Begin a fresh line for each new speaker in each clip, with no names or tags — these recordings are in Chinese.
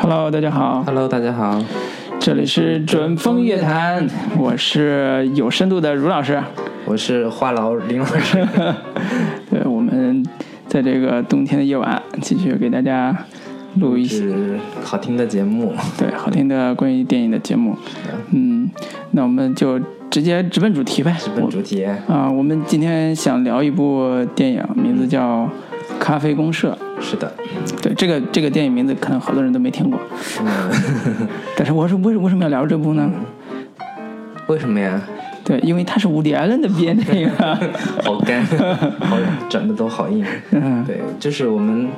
Hello，大家好，
Hello，大家好，
这里是准风乐坛，我是有深度的茹老师。
我是话痨林老师。
对，我们在这个冬天的夜晚，继续给大家录一些
是好听的节目，
对好听的关于电影的节目。嗯，那我们就直接直奔主题呗。
直奔主题。
我啊、我们今天想聊一部电影，名字叫《咖啡公社
是的，》。
对，这个这个电影名字可能好多人都没听过，
嗯，
但是我是为为什么要聊这部呢？
为什么呀？
对，因为它是伍迪·艾伦的编的那个。
好干，好转的都好硬。
嗯
对，就是我们，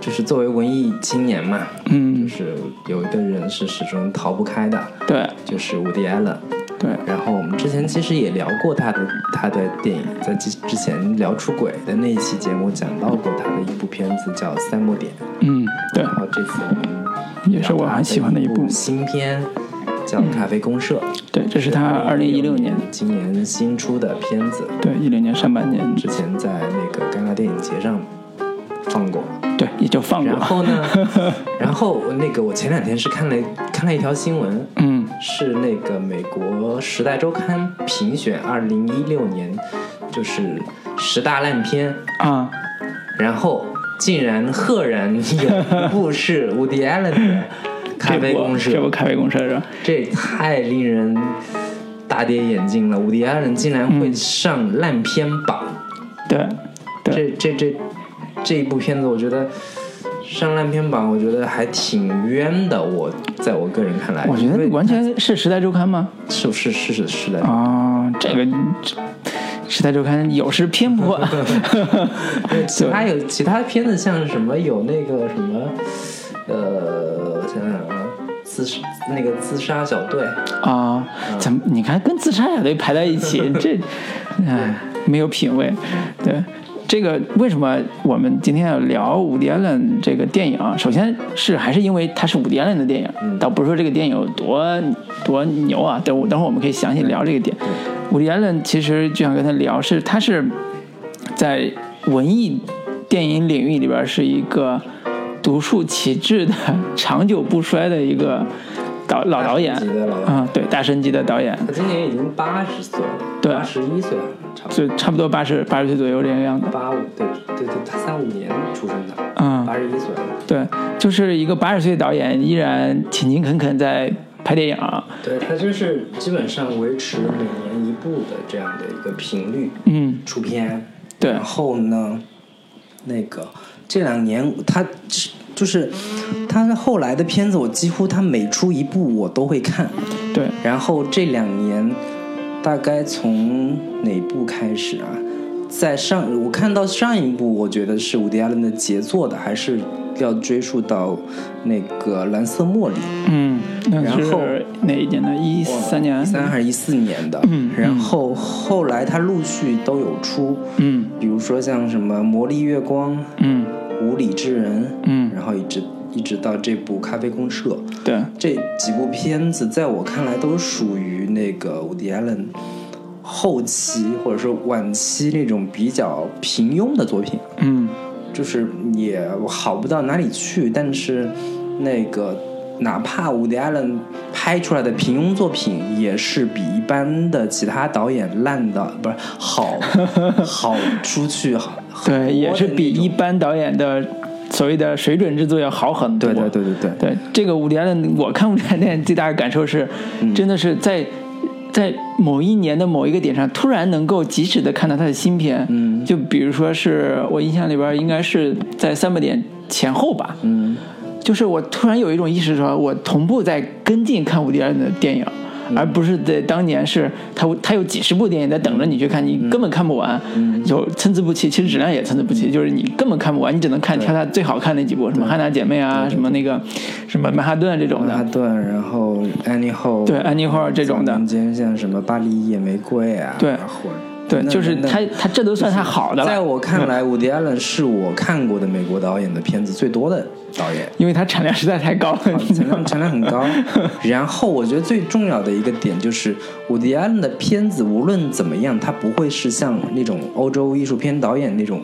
就是作为文艺青年嘛，就
嗯，
是有一个人是始终逃不开的，
对
就是伍迪·艾伦。
对，
然后我们之前其实也聊过他的他的电影，在之之前聊出轨的那一期节目讲到过他的一部片子叫《三莫点》，
嗯对，
然后这次我们
也是我很喜欢的一部。
新片，叫《咖啡公社》，
对，这是他二零一六年，
今年新出的片子，
对一六年上半年，
之前在那个戛纳电影节上 放过。
对也就放过
然
了。
后呢，然后那个我前两天是看了看了一条新闻，
嗯
是那个美国《时代周刊》评选二零一六年就是十大烂片，
啊，
然后竟然赫然有一部是伍迪·艾伦的《咖
这
啡
部啊
公社》
这部咖啡公社是吧？
这太令人大跌眼镜了！伍迪·艾伦竟然会上烂片榜，
对对
这这这这一部片子，我觉得上烂片榜，我觉得还挺冤的。我在我个人看来，
我觉
因
得
为
完全是《时代周刊》吗？
是是是是是的，
啊，这个这《时代周刊》有失偏 颇。
因为其他有其他片子，像什么有那个什么，呃，我想想啊，自杀那个自杀小队，
啊，
嗯
怎么你看跟自杀小队排在一 起，这，哎，没有品位。对，这个为什么我们今天要聊伍迪·艾伦这个电影啊？首先是还是因为它是伍迪·艾伦的电
嗯
影，倒不是说这个电影有多多牛啊。等我等会儿我们可以详细聊这个点。伍迪·艾伦其实就想跟他聊，是他是在文艺电影领域里边是一个独树旗帜的、长久不衰的一个导老导演
大神级的老
啊、对，大神级的导演，
他今年已经八十岁了，
对
八十一岁了，差不多。
就差不多八十八十岁左右这个样子。
八五对对对，他三五年出生的，
嗯
八十一岁了。
对，就是一个八十岁的导演，依然勤勤恳恳在拍电影。
对他就是基本上维持每年一部的这样的一个频率
嗯，
出片，
对
然后呢，那个这两年他就是他的后来的片子，我几乎他每出一部我都会看。
对，
然后这两年大概从哪部开始啊？在上我看到上一部，我觉得是伍迪·艾伦的杰作的，还是要追溯到那个《蓝色茉莉》。
嗯，那
然后
是哪一年呢？一三年
一。三还是一四年的，
嗯
然后后来他陆续都有出，
嗯
比如说像什么《魔力月光》
嗯
《无理之人》，
嗯，
然后一直一直到这部《咖啡公社》，
对，
这几部片子在我看来都属于那个伍迪·艾伦后期或者说晚期那种比较平庸的作品，
嗯
就是也好不到哪里去，但是那个哪怕伍迪·艾伦拍出来的平庸作品，也是比一般的其他导演烂的，不是 好好出去好，很多的
对，也是比
那种
一般导演的所谓的水准制作要好很多。
对对对对对，
对这个伍迪·艾伦，我看伍迪·艾伦最大的感受是，
嗯
真的是在在某一年的某一个点上，突然能够及时的看到他的新片。
嗯
就比如说是我印象里边，应该是在三百点前后吧。
嗯
就是我突然有一种意识说，我同步在跟进看伍迪·艾伦的电影。
嗯
而不是在当年是他他有几十部电影在等着你去看，你根本看不完，
嗯
有参差不齐，其实质量也参差不齐，就是你根本看不完，你只能看挑他最好看那几部，什么《汉娜姐妹》啊，什么那个什么《曼哈顿》这种
曼哈
的，
顿，然后安妮后
对，安妮霍尔这种的
民，间像什么巴黎野玫瑰啊，
对
或者
对，
那
就是
那
他他这都算他好的
在
了，嗯
我看来，伍迪·艾伦是我看过的美国导演的片子最多的 导演，
因为他产量实在太高了，你知
产
道吗
量产量很高。然后我觉得最重要的一个点就是，伍迪·艾伦的片子无论怎么样，它不会是像那种欧洲艺术片导演那种，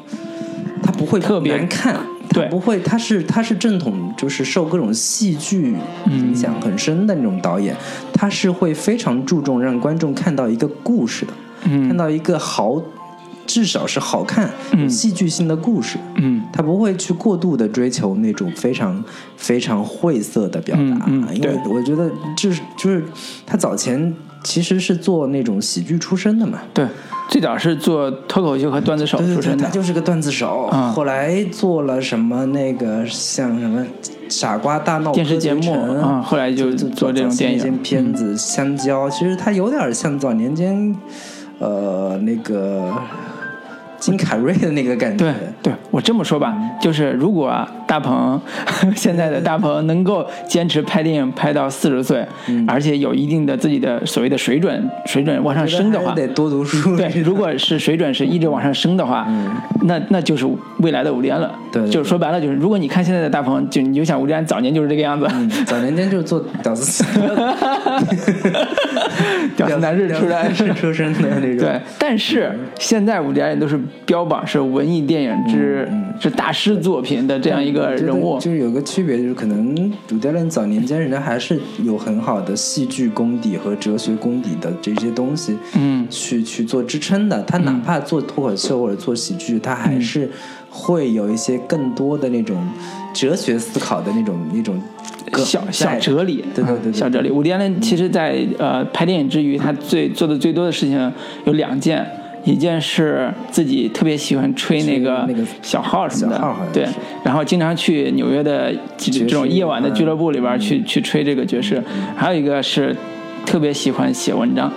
它不会
特别
难看，
对
不会，他是他是正统，就是受各种戏剧影响很深的那种导演，他是会非常注重让观众看到一个故事的，看
嗯
到一个好，至少是好看、有
嗯
戏剧性的故事。
嗯
他不会去过度的追求那种非常非常晦涩的表达，
嗯嗯
因
对
为我觉得就是就是他早前其实是做那种喜剧出身的嘛，
对，最早是做脱口秀和段子手
对
出
对对，
身
他
的，
就是个段子手，
嗯
后来做了什么那个像什么傻瓜大闹
电视
科学
节目
城
啊，后来就做这种
早期
电
那些
影，嗯
片子《香蕉》，其实它有点像早年间，呃，那个金凯瑞的那个感觉
对。对，我这么说吧，就是如果啊大鹏 现在的大鹏能够坚持拍电影拍到四十岁，
嗯
而且有一定的自己的所谓的水准水准往上升的话嗯
还，是得多读书。
对，如果是水准是一直往上升的话，那那就是未来的伍迪安了。
对对
就是说白了，就是如果你看现在的大鹏，就你就想伍迪安早年就是这个样子，
嗯早年间就是做屌丝
屌丝男士出来
屌丝男士出身的那种。
对，但是
嗯
现在伍迪艾伦都是标榜是文艺电影之、
嗯
是大师作品的这样一个
我觉得
人物，
就是有个区别，就是可能主教练早年间人家还是有很好的戏剧功底和哲学功底的这些东西，
嗯
去去做支撑的。他哪怕做脱口秀或者做喜剧，他
嗯
还是会有一些更多的那种哲学思考的那种那种梗
呃小小
在
哲理，啊
对对对对
小哲理。伍迪艾伦其实在，呃拍电影之余，他最做的最多的事情有两件。一件是自己特别喜欢吹那个
吹那个
小号什么的，
小号好像
对
是，
然后经常去纽约的这
爵士
这种夜晚的
嗯
俱乐部里边去、去吹这个爵士，还有一个是特别喜欢写文章，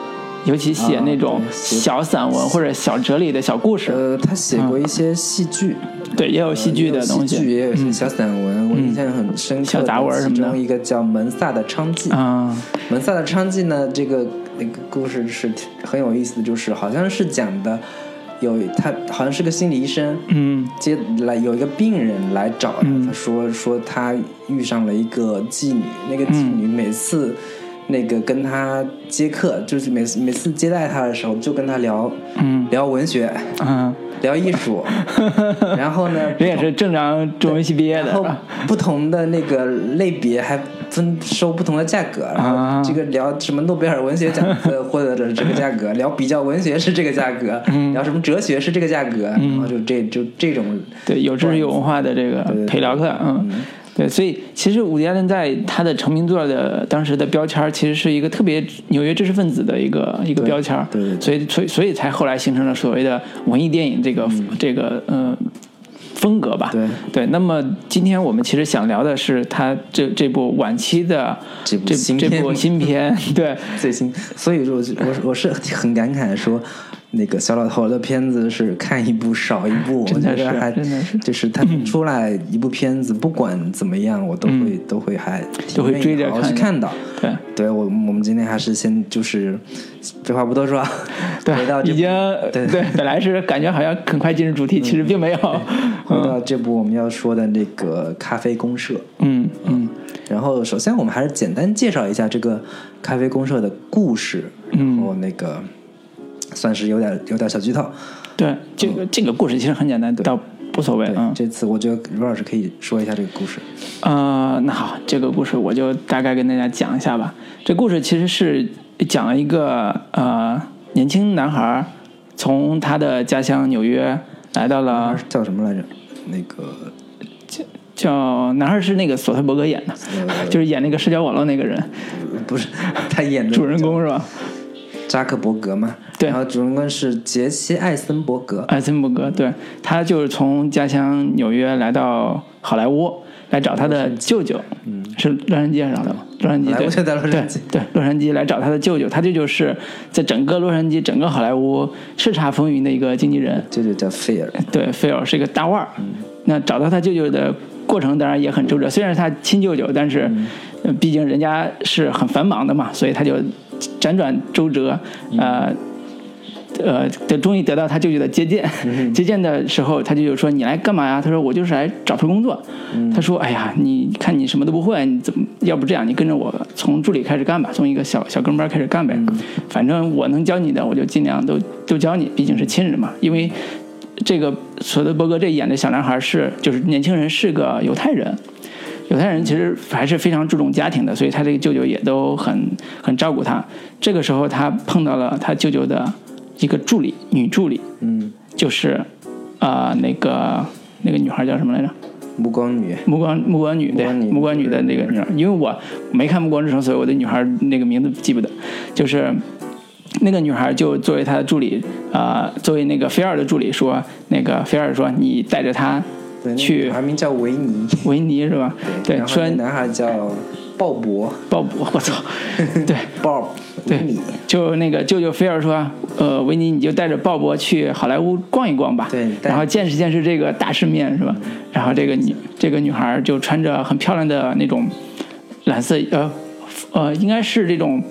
尤其写
啊
那种
对写
小散文或者小哲理的小故事，
呃，他写过一些戏剧，
对，嗯也有戏剧的东
戏剧
西，嗯
也有一些小散文，我印象很深刻的。
小杂文什么的
其中一个叫《门萨的娼妓》
啊，
门萨的娼妓呢，这个那个故事是挺很有意思的，就是好像是讲的有他好像是个心理医生，
嗯
接来有一个病人来找他，
嗯
他说说他遇上了一个妓女，那个妓
嗯
女每次那个跟他接客，就是每次每次接待他的时候就跟他聊
嗯
聊文学，
嗯，
聊艺 术，然后呢，
人也是正常中文系毕业的啊
然
是
后
吧，
不同的那个类别还分收不同的价格，然
啊
后这个聊什么诺贝尔文学奖呃获得者是这个价 格，聊比较文学是这个价格，
嗯
聊什么哲学是这个价格，然后就这就这种
对，有知识有文化的这个
对对
陪聊客，嗯，对，所以其实伍迪·艾伦在他的成名作的当时的标签儿，其实是一个特别纽约知识分子的一个一个标签儿，
对对对
所以所以所以才后来形成了所谓的文艺电影这个、这个嗯、呃风格吧，
对
那么今天我们其实想聊的是他这这部晚期的
这部
这
新
这
片
部新片， 对，
最新，所以说我我我是很感慨说。那个小老头的片子是看一部少一部，我
真的
觉得
是
还
真的是
就是他出来一部片子，不管怎么样，我都会都会还
嗯都会追着
挺愿意好好去
看
看到。
对。
对我，我们今天还是先就是废话不多说啊，
对
回到，这
已
部
经
对
对，本来是感觉好像很快进入主题，其实并没有。
回到这部我们要说的那个《咖啡公社》。
嗯嗯
然后，首先我们还是简单介绍一下这个咖啡公社的故事，然
嗯
后那个算是有点有点小剧透。
对，这个这个故事其实很简单，倒无所谓
对，
嗯。
这次我觉得刘老师可以说一下这个故事。
呃，那好，这个故事我就大概跟大家讲一下吧。这故事其实是讲了一个呃年轻男孩儿从他的家乡纽约来到了
叫什么来着？那个
叫男孩是那个索特伯格演的，
呃
就是演那个社交网络那个人
不是他演的
主人公是吧？
扎克伯格嘛？
对
然后主人公是杰西·艾森伯格。
艾森伯格，对他就是从家乡纽约来到好莱坞来找他的舅舅，嗯，是洛杉矶还是哪的？洛杉矶，
嗯好莱
对
坞就在洛杉矶
对对，洛杉矶来找他的舅舅，他舅舅是在整个洛杉矶、整个好莱坞叱咤风云的一个经纪人，
这就叫菲尔，
对，菲尔是一个大腕儿。那找到他舅舅的过程当然也很周折，虽然是他亲舅舅，但是呃毕竟人家是很繁忙的嘛，所以他就辗转周折，呃。呃，得终于得到他舅舅的接见。接见的时候，他舅舅说：“你来干嘛呀？”他说：“我就是来找份工作。他说：“哎呀，你看你什么都不会，你怎么？要不这样，你跟着我从助理开始干吧，从一个小小跟班开始干呗。反正我能教你的，我就尽量都都教你，毕竟是亲人嘛。因为这个索德伯格这演的小男孩是就是年轻人是个犹太人，犹太人其实还是非常注重家庭的，所以他这个舅舅也都很很照顾他。这个时候他碰到了他舅舅的一个助理，女助理，
嗯，
就是啊、呃那个那个女孩叫什么来着？
暮光女，
暮光暮光女对
暮光女
暮光女的那个女孩，因为我没看《暮光之城》，所以我对女孩那个名字记不得。就是那个女孩就作为她的助理，啊，作为那个菲尔的助理说，那个菲尔说你带着她
对，那
去
个女孩名叫维尼，
维尼是吧？对，
然后
说
那男孩叫鲍勃
鲍勃，我操，对，
，Bob，
对
维尼，
就那个舅舅菲尔说，呃，维尼你就带着鲍勃去好莱坞逛一逛吧，
对带
然后见识见识这个大世面是吧？然后这个女这个女孩就穿着很漂亮的那种蓝色呃呃，应该是这种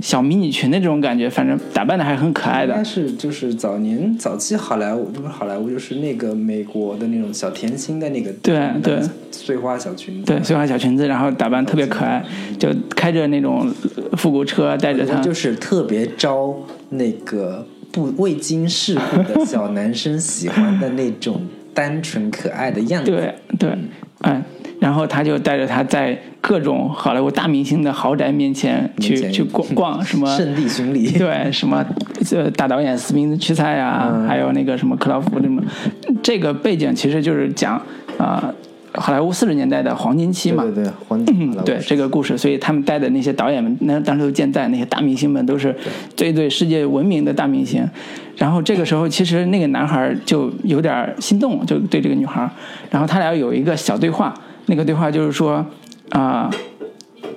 小迷你裙的这种感觉，反正打扮的还很可爱
应该
的，
是就是早年早期好莱坞，不是好莱坞，就是那个美国的那种小甜心的那个
对对
碎花小裙子，
对，碎花小裙子，然后打扮特别可爱，就开着那种呃复古车，带着她，
就是特别招那个不未经世故的小男生喜欢的那种单纯可爱的样子。
对对，嗯，然后他就带着他在各种好莱坞大明星的豪宅面前去
面前
去逛逛，什么
圣地巡礼，
对什么呃大导演斯宾屈塞啊，
嗯
还有那个什么克劳福什么，这个背景其实就是讲啊、好莱坞四十年代的黄金期嘛。
对，黄金
嗯，对这个故事，所以他们带的那些导演们，那当时都健在，那些大明星们都是最对世界闻名的大明星。然后这个时候，其实那个男孩就有点心动，就对这个女孩。然后他俩有一个小对话，那个对话就是说，啊、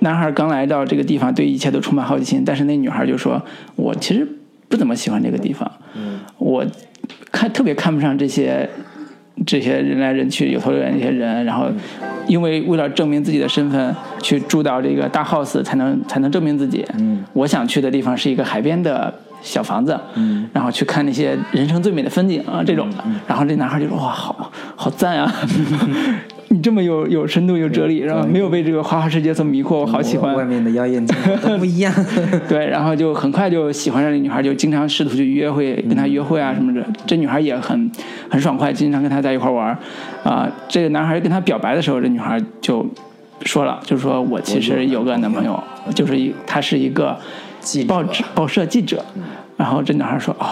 男孩刚来到这个地方，对一切都充满好奇心，但是那女孩就说：“我其实不怎么喜欢这个地方，我看特别看不上这些这些人来人去、有头有脸的这些人，然后因为为了证明自己的身份，去住到这个大 house 才能才能证明自己。我想去的地方是一个海边的小房子，然后去看那些人生最美的风景啊这种的。然后这男孩就说：哇，好好赞 啊！你这么有有深度、有哲理，然后没有被这个花花世界所迷惑，我好喜欢。
外面的妖艳贱货都不 一样。
对，然后就很快就喜欢上这女孩，就经常试图去约会，跟她约会啊什么的。这女孩也很很爽快，经常跟她在一块玩儿。啊、这个男孩跟她表白的时候，这女孩就说了，就说我其实有个男朋友，就是一他是一个
记者嗯
报纸报社记者。然后这男孩说哦，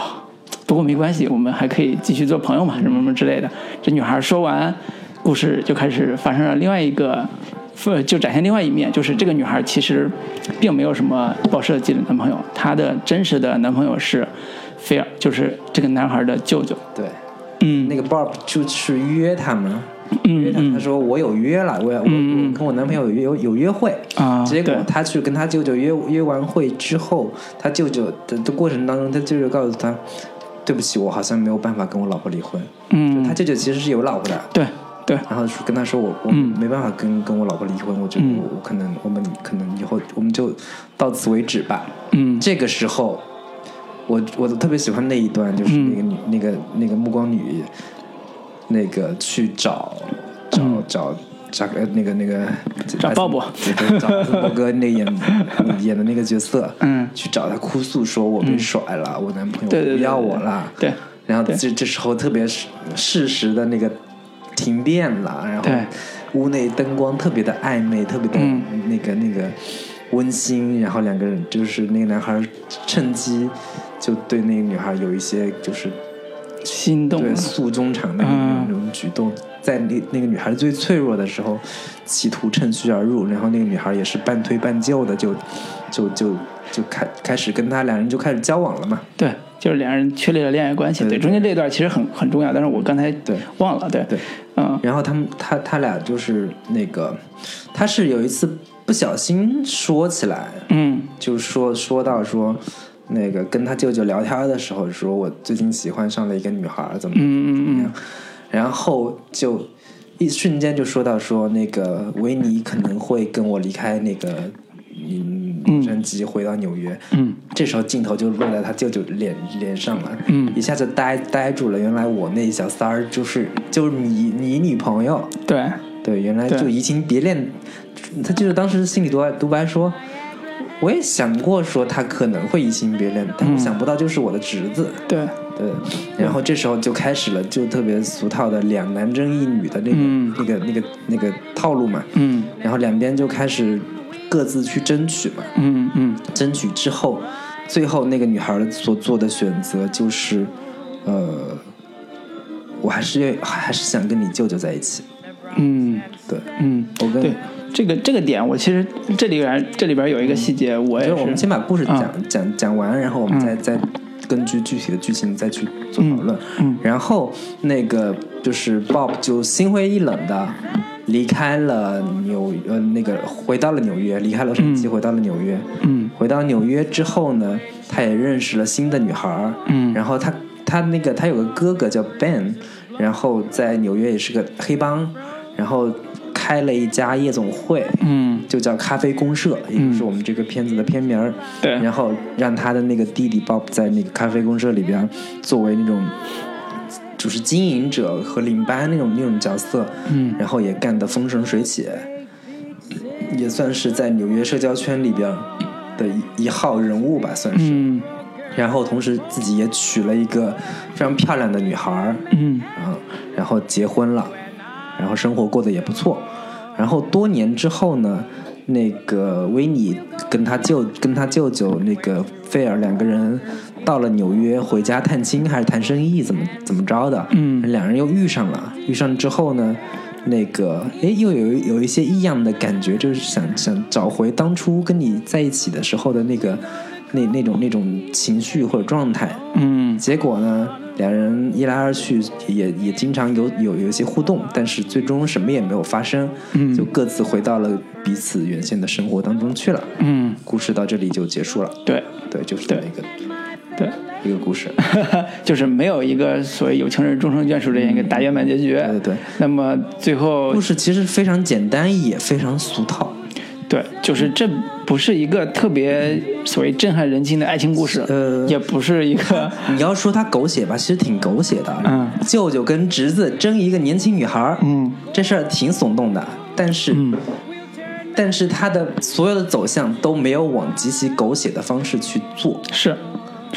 不过没关系，我们还可以继续做朋友
嗯
嘛，什么什么之类的。这女孩说完，故事就开始发生了另外一个。呃就展现另外一面，就是这个女孩其实并没有什么报社记者男朋友，她的真实的男朋友是菲尔，就是这个男孩的舅舅。
对，
嗯
那个 Bob 就去约他们，约
嗯
他，他
嗯
说我有约了，我我
嗯嗯
我跟我男朋友有有有约会。
啊，
结果
对
他去跟他舅舅约约完会之后，他舅舅的的过程当中，他舅舅告诉他，对不起，我好像没有办法跟我老婆离婚。
嗯
他，舅舅其实是有老婆的，
对对，
然后跟他说我我
嗯
没办法跟跟我老婆离婚，我觉得
嗯
我我可能我们可能以后我们就到此为止吧。
嗯
这个时候，我我特别喜欢那一段，就是
嗯
那个女、那个那个暮光女，那个去找找、找找呃那个那个
嗯
呃
找鲍勃
对对找鲍勃哥那演 演的那个角色，
嗯，
去找他哭诉说我被甩了，我男朋
对对
友
对
不要
对
我了，
对
然后
对
这这时候特别是适时的那个停电了，然后
对
屋内灯光特别的暧昧，特别的
嗯
那个、那个温馨，然后两个人就是那个男孩趁机就对那个女孩有一些就是
心动
对
了，
诉衷肠的
嗯
那种举动。在那那个女孩最脆弱的时候，企图趁虚而入，然后那个女孩也是半推半就的，就就就就开开始跟他两人就开始交往了嘛。
对，就是两人确立了恋爱关系。
对
对，
对
中间这一段其实很很重要，但是我刚才
对
忘了，对
对，
嗯
然后他们他他俩就是那个，他是有一次不小心说起来，
嗯
就说说到说那个跟他舅舅聊天的时候，说我最近喜欢上了一个女孩儿，怎么怎么
嗯嗯
样，然后就一瞬间就说到说那个维尼可能会跟我离开那个嗯洛杉矶回到纽约，
嗯
这时候镜头就落在他舅舅脸脸上了，
嗯
一下就呆呆住了。原来我那小三儿就是就是你你女朋友，
嗯，对，
对，原来
对
就移情别恋。他就是当时心里独白独白说，我也想过说他可能会移情别恋，但我想不到就是我的侄子。
对，
对，然后这时候就开始了，就特别俗套的两男争一女的那个、
嗯
那个那个那个套路嘛。
嗯
然后两边就开始各自去争取嘛，
嗯嗯
争取之后，最后那个女孩所做的选择就是，呃，我还是愿还是想跟你舅舅在一起。
嗯
对，
嗯，
我跟
对这个这个点，我其实这里边这里边有一个细节，我也
就是我们
是
先把故事讲、
啊
讲讲完，然后我们再、再根据具体的剧情再去做讨论。
嗯嗯
然后那个就是 Bob 就心灰意冷的离开了纽呃那个回到了纽约，离开洛杉矶、回到了纽约。
嗯
回到纽约之后呢，他也认识了新的女孩儿。
嗯
然后他他那个他有个哥哥叫 Ben，然后在纽约也是个黑帮，然后开了一家夜总会。
嗯
就叫咖啡公社，也就是我们这个片子的片名儿。
对
然后让他的那个弟弟 Bob 在那个咖啡公社里边儿作为那种就是经营者和领班那种那种角色，
嗯
然后也干得风生水起，也算是在纽约社交圈里边儿的一一号人物吧，算是。
嗯
然后同时自己也娶了一个非常漂亮的女孩儿，
嗯
嗯，然后结婚了，然后生活过得也不错。然后多年之后呢，那个维尼跟他舅跟他舅舅那个菲尔两个人到了纽约回家探亲还是谈生意怎么怎么着的，
嗯
两人又遇上了。遇上之后呢，那个哎又有有一些异样的感觉，就是想想找回当初跟你在一起的时候的那个那那种那种情绪或者状态。
嗯
结果呢，两人一来二去也也经常有有有一些互动，但是最终什么也没有发生，
嗯
就各自回到了彼此原先的生活当中去了。
嗯，
故事到这里就结束了，
对
对，就是这么一个
对，
一个故事，
就是没有一个所谓有情人终成眷属这样一个大圆满结局。
对对对。
那么最后
故事其实非常简单，也非常俗套，
对，就是这不是一个特别所谓震撼人心的爱情故事，
呃
也不是一个
你要说他狗血吧，其实挺狗血的。
嗯
舅舅跟侄子争一个年轻女孩儿，
嗯，
这事儿挺耸动的，但是，但是他的所有的走向都没有往极其狗血的方式去做。
是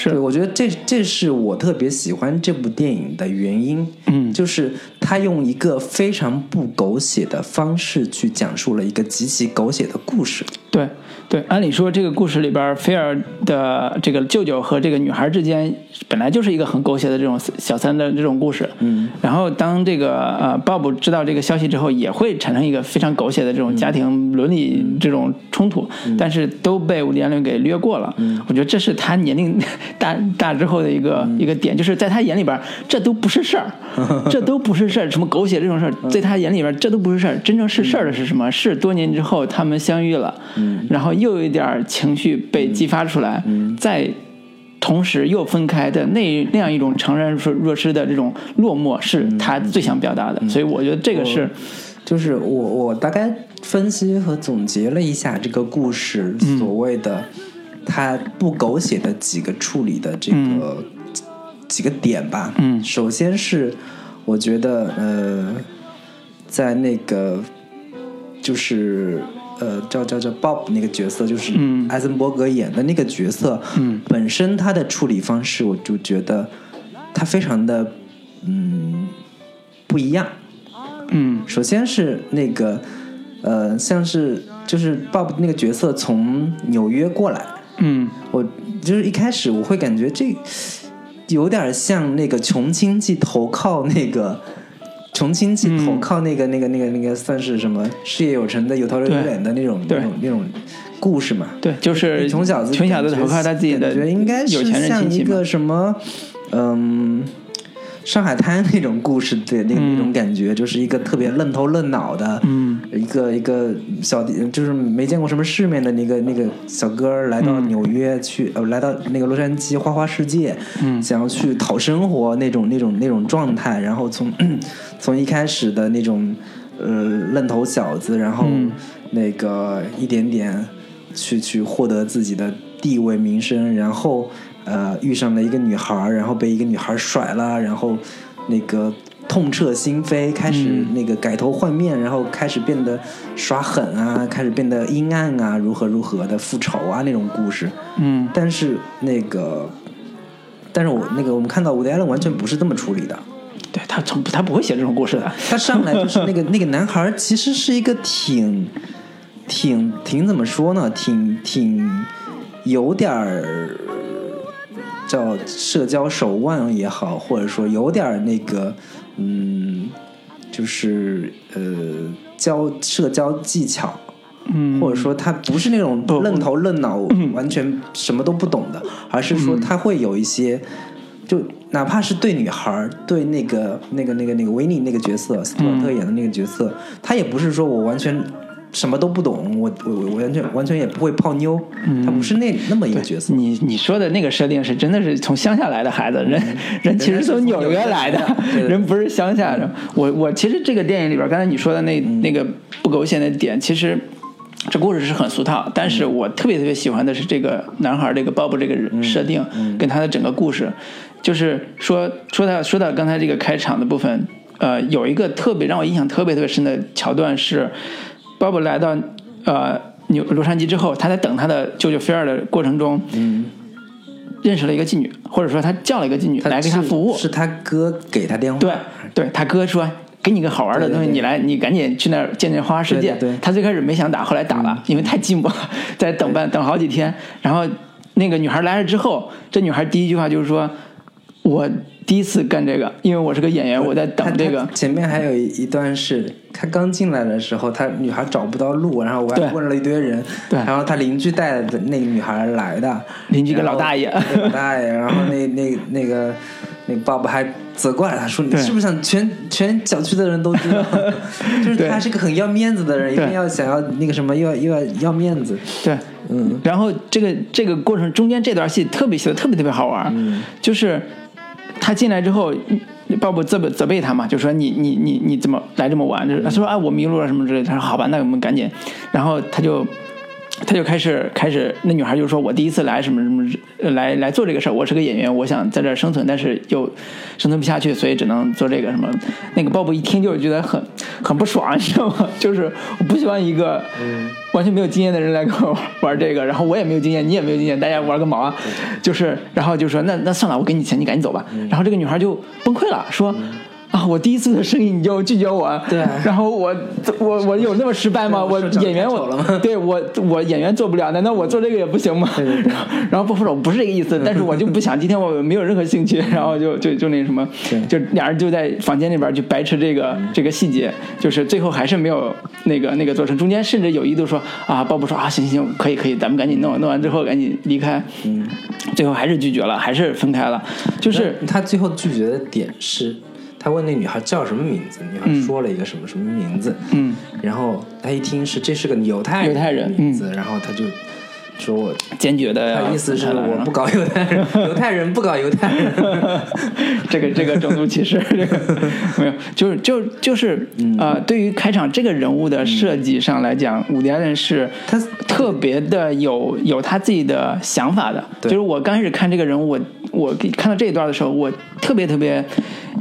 对，
是
我觉得这这是我特别喜欢这部电影的原因。
嗯
就是他用一个非常不狗血的方式去讲述了一个极其狗血的故事。
对对。按理说，这个故事里边，菲尔的这个舅舅和这个女孩之间本来就是一个很狗血的这种小三的这种故事。嗯。然后当这个呃鲍勃知道这个消息之后，也会产生一个非常狗血的这种家庭伦理这种冲突，但是都被伍迪·艾伦给略过了。嗯。我觉得这是他年龄 大大之后的一个、
嗯
一个点，就是在他眼里边，这都不是事 儿，这都不是事儿，什么狗血这种事儿，
嗯
在他眼里边这都不是事儿。真正是事儿的是什么？是多年之后他们相遇了，
嗯
然后又有一点儿情绪被激发出来，再同时又分开的那那样一种怅然若若失的这种落寞，是他最想表达的。所以我觉得这个是，
就是嗯我我大概分析和总结了一下这个故事
嗯
所谓的它不狗血的几个处理的这个几几个点吧。
嗯
首先是我觉得呃，在那个就是呃叫叫叫 Bob 那个角色，就是
嗯
艾森伯格演的那个角色，
嗯
本身他的处理方式，我就觉得他非常的嗯不一样。
嗯
首先是那个，呃，像是就是 Bob 那个角色从纽约过来，
嗯
我就是一开始我会感觉这有点像那个穷亲戚投靠那个穷亲戚投靠那个、那个那个那个算是什么事业有成的有头有脸的那种那
对
种那种故事嘛。
对，就是
穷小子
穷小子投靠他自己的
感觉应该
有
是
钱人
像
亲戚
一
嘛
个，什么，嗯。上海滩那种故事的那个那种感觉，就是一个特别愣头愣脑的，
嗯，
一个一个小弟，就是没见过什么世面的那个那个小哥儿来
嗯
到纽约去，呃，来到那个洛杉矶花花世界，嗯，想要去讨生活那种那种那种状态，然后从 从一开始的那种呃愣头小子，然后
嗯
那个一点点去去获得自己的地位名声，然后呃遇上了一个女孩儿，然后被一个女孩儿甩了，然后那个痛彻心扉，开始那个改头换面，然后开始变得耍狠啊，开始变得阴暗啊，如何如何的复仇啊那种故事。
嗯
但是那个但是我那个我们看到伍迪·艾伦完全不是这么处理的，
对他从他不会写这种故事的，
他上来就是那个那个男孩儿其实是一个挺挺挺怎么说呢，挺挺有点儿叫社交手腕也好，或者说有点儿那个嗯，就是呃交社交技巧。
嗯，
或者说他不是那种
不
愣头愣脑、完全什么都不懂的，而是说他会有一些，就哪怕是对女孩儿，对那个那个那个那个维尼那个角色，斯图尔特演的那个角色，他也不是说我完全什么都不懂，我我我我完全完全也不会泡妞，他不是那那么一个角色。
你你说的那个设定是真的是从乡下来的孩子，人嗯人其实从纽约来的
人家是从纽约来的对，对
人不是乡下人。我我其实这个电影里边，刚才你说的那那个不狗血的点，其实。这故事是很俗套，但是我特别特别喜欢的是这个男孩，这个 Bob 这个人设定跟他的整个故事，就是说说到说到刚才这个开场的部分，呃，有一个特别让我印象特别特别深的桥段是，Bob 来到呃纽洛杉矶之后，他在等他的舅舅菲尔的过程中，认识了一个妓女，或者说他叫了一个妓女来给他服务。
是他哥给他电话，
对，对他哥说。给你个好玩的东西，
对对对
你来，你赶紧去那儿见见花花世界。
对对对嗯
他最开始没想打，后来打了，因为太寂寞了， 在等半等好几天。然后那个女孩来了之后，这女孩第一句话就是说：“我第一次干这个，因为我是个演员，我在
他
等这个
他。前面还有一一段是他刚进来的时候，他女孩找不到路，然后我
对
还问了一堆人，
对
然后他邻居带的那个女孩来的，
邻居一个老大爷
然后对老大 爷，然后那那那个那个 Bob 还责怪他说：“你
对
是不是想全全小区的人都 知道？”就是
对
他是个很要面子的人，一
对
定要想要那个什么，又要又要要面子。
对，
嗯，
然后这个这个过程中间这段戏特别写的特别特别好玩儿，就是他进来之后，鲍勃责备责备他嘛，就说你你你你怎么来这么晚？就是他说啊我迷路了什么之类的。他说好吧，那我们赶紧，然后他就。他就开始开始，那女孩就说：“我第一次来什么什么，呃来来做这个事儿。我是个演员，我想在这儿生存，但是又生存不下去，所以只能做这个什么。”那个鲍勃一听就是觉得很很不爽，你知道吗？就是我不喜欢一个完全没有经验的人来跟我玩这个，然后我也没有经验，你也没有经验，大家玩个毛啊！
嗯
就是，然后就说：“那那算了，我给你钱，你赶紧走吧。”然后这个女孩就崩溃了，说。啊！我第一次的生意你就拒绝我，
嗯对
然后我我我有那么失败吗？
对
我
我手长
演员
太
我
丑了吗
对我，我演员做不了，难道我做这个也不行吗？ 然后鲍勃说我不是这个意思，但是我就不想，今天我没有任何兴 趣，然后就就就那什么
对，嗯
就俩人就在房间里边就白吃这个这个细节，就是最后还是没有那个那个做成，中间甚至有一度说啊，鲍勃说啊，行行行，可以可以，咱们赶紧弄，弄完之后赶紧离开，嗯，最后还是拒绝了，还是分开了，就是
他最后拒绝的点是，他问那女孩叫什么名字，女孩说了一个什么什么名字，
嗯，
然后他一听是这是个犹太
犹太人嗯哎
的名字，然后他就说我，
坚决的
他
要
的意思是
分开了
我不搞犹太人，犹太人不搞犹 太人，
这个这个种族歧视，这个没有，就是就就是
嗯
呃，对于开场这个人物的设计上来讲，伍迪·艾伦是
他
特别的有有他自己的想法的。就
对
是我刚开始看这个人物，我我看到这一段的时候，我特别特别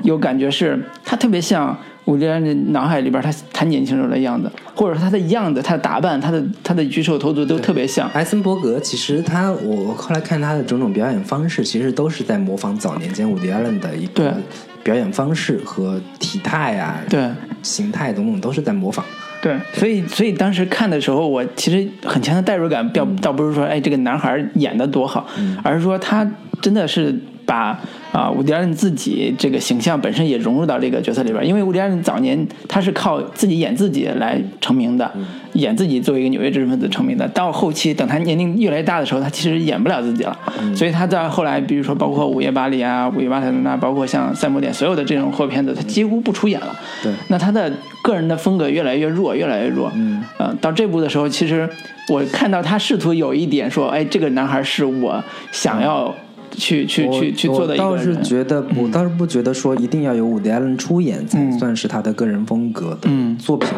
有感觉是，他特别像。伍迪·艾伦脑海里边他他年轻时候的样子，或者说他的样子、他的打扮、他的他的举手投足都特别像。
艾森伯格其实他，我我后来看他的种种表演方式，其实都是在模仿早年间伍迪·艾伦的一
对
个表演方式和体态啊、
对，
形态等等，都是在模仿。
对，所以所以当时看的时候，我其实很强的代入感，倒倒不是说哎这个男孩演的多好，而是说他真的是把啊伍迪·艾伦自己这个形象本身也融入到这个角色里边儿，因为伍迪·艾伦早年他是靠自己演自己来成名的，演自己作为一个纽约知识分子成名的，到后期等他年龄越来越大的时候，他其实演不了自己了，
嗯
所以他在后来，比如说包括《午夜巴黎》啊，《午夜巴塞罗那》，包括像《赛末点》所有的这种货片子，他几乎不出演了。
对
那他的个人的风格越来越弱，越来越弱。嗯，呃，到这步的时候，其实我看到他试图有一点说，哎，这个男孩是我想要去、去去去做的一
嗯我
个
倒是
人。嗯
觉得，我倒是不觉得说一定要由伍迪·艾伦出演才算是他的个人风格的作品。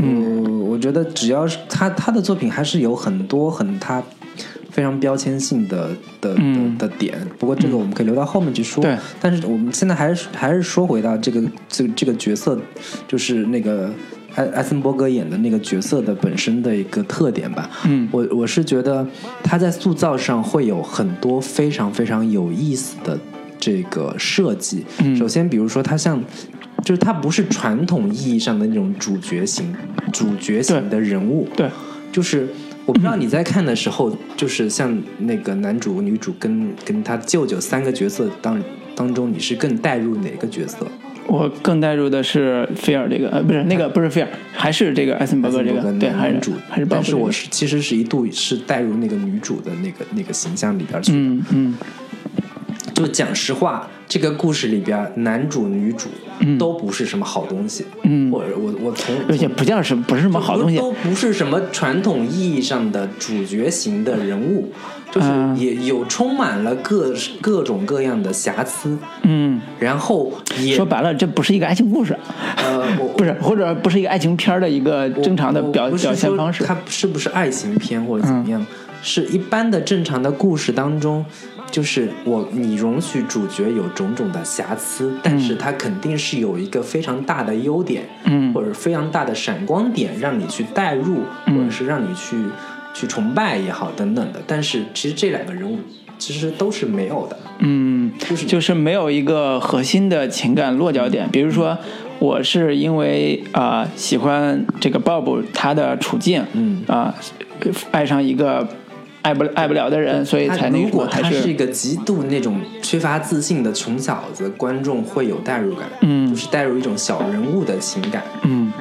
嗯，我觉得只要是他他的作品还是有很多很他非常标签性的的的的点。不过这个我们可以留到后面去说。
嗯对
但是我们现在还是还是说回到这个这个这个角色，就是那个艾艾森伯格演的那个角色的本身的一个特点吧。
嗯
我我是觉得他在塑造上会有很多非常非常有意思的这个设计。
嗯
首先，比如说他像。就是他不是传统意义上的那种主角型、主角型的人物，
对，
就是我不知道你在看的时候，就是像那个男主、女主跟跟他舅舅三个角色当当中，你是更带入哪个角色？
我更带入的是菲尔这个，呃，不是那个，不是菲尔，还是这个艾森伯格这个，对，还
男
是
主，
还是鲍勃
但
这
是
个
我是其实是一度是带入那个女主的那个那个形象里边去。
嗯嗯
就讲实话，这个故事里边男主女主都不是什么好东西。
嗯
我我我从
而且不叫什么，不是什哦么好东西，
都不是什么传统意义上的主角型的人物，就是
嗯
也有充满了各各种各样的瑕疵，
嗯，
然后也
说白了，这不是一个爱情故事，
呃我。
不是，或者不是一个爱情片儿的一个正常的
我
表
不是
表现
说
方式，嗯
它是不是爱情片或者怎么样？是一般的正常的故事当中，就是我你容许主角有种种的瑕疵，但是他肯定是有一个非常大的优点，
嗯
或者非常大的闪光点，让你去代入，或
嗯
者是让你去去崇拜也好等等的。但是其实这两个人物其实都是没有的，
嗯，
就是
就是没有一个核心的情感落脚点。比如说，我是因为啊、呃喜欢这个 Bob 他的处境，
嗯
啊、呃爱上一个爱不爱不了的人，所以
他
才那
如
个什么
果
还
他是一
是
个极度那种缺乏自信的穷小子，观众会有代入感，
嗯
就是带入一种小人物的情感。
嗯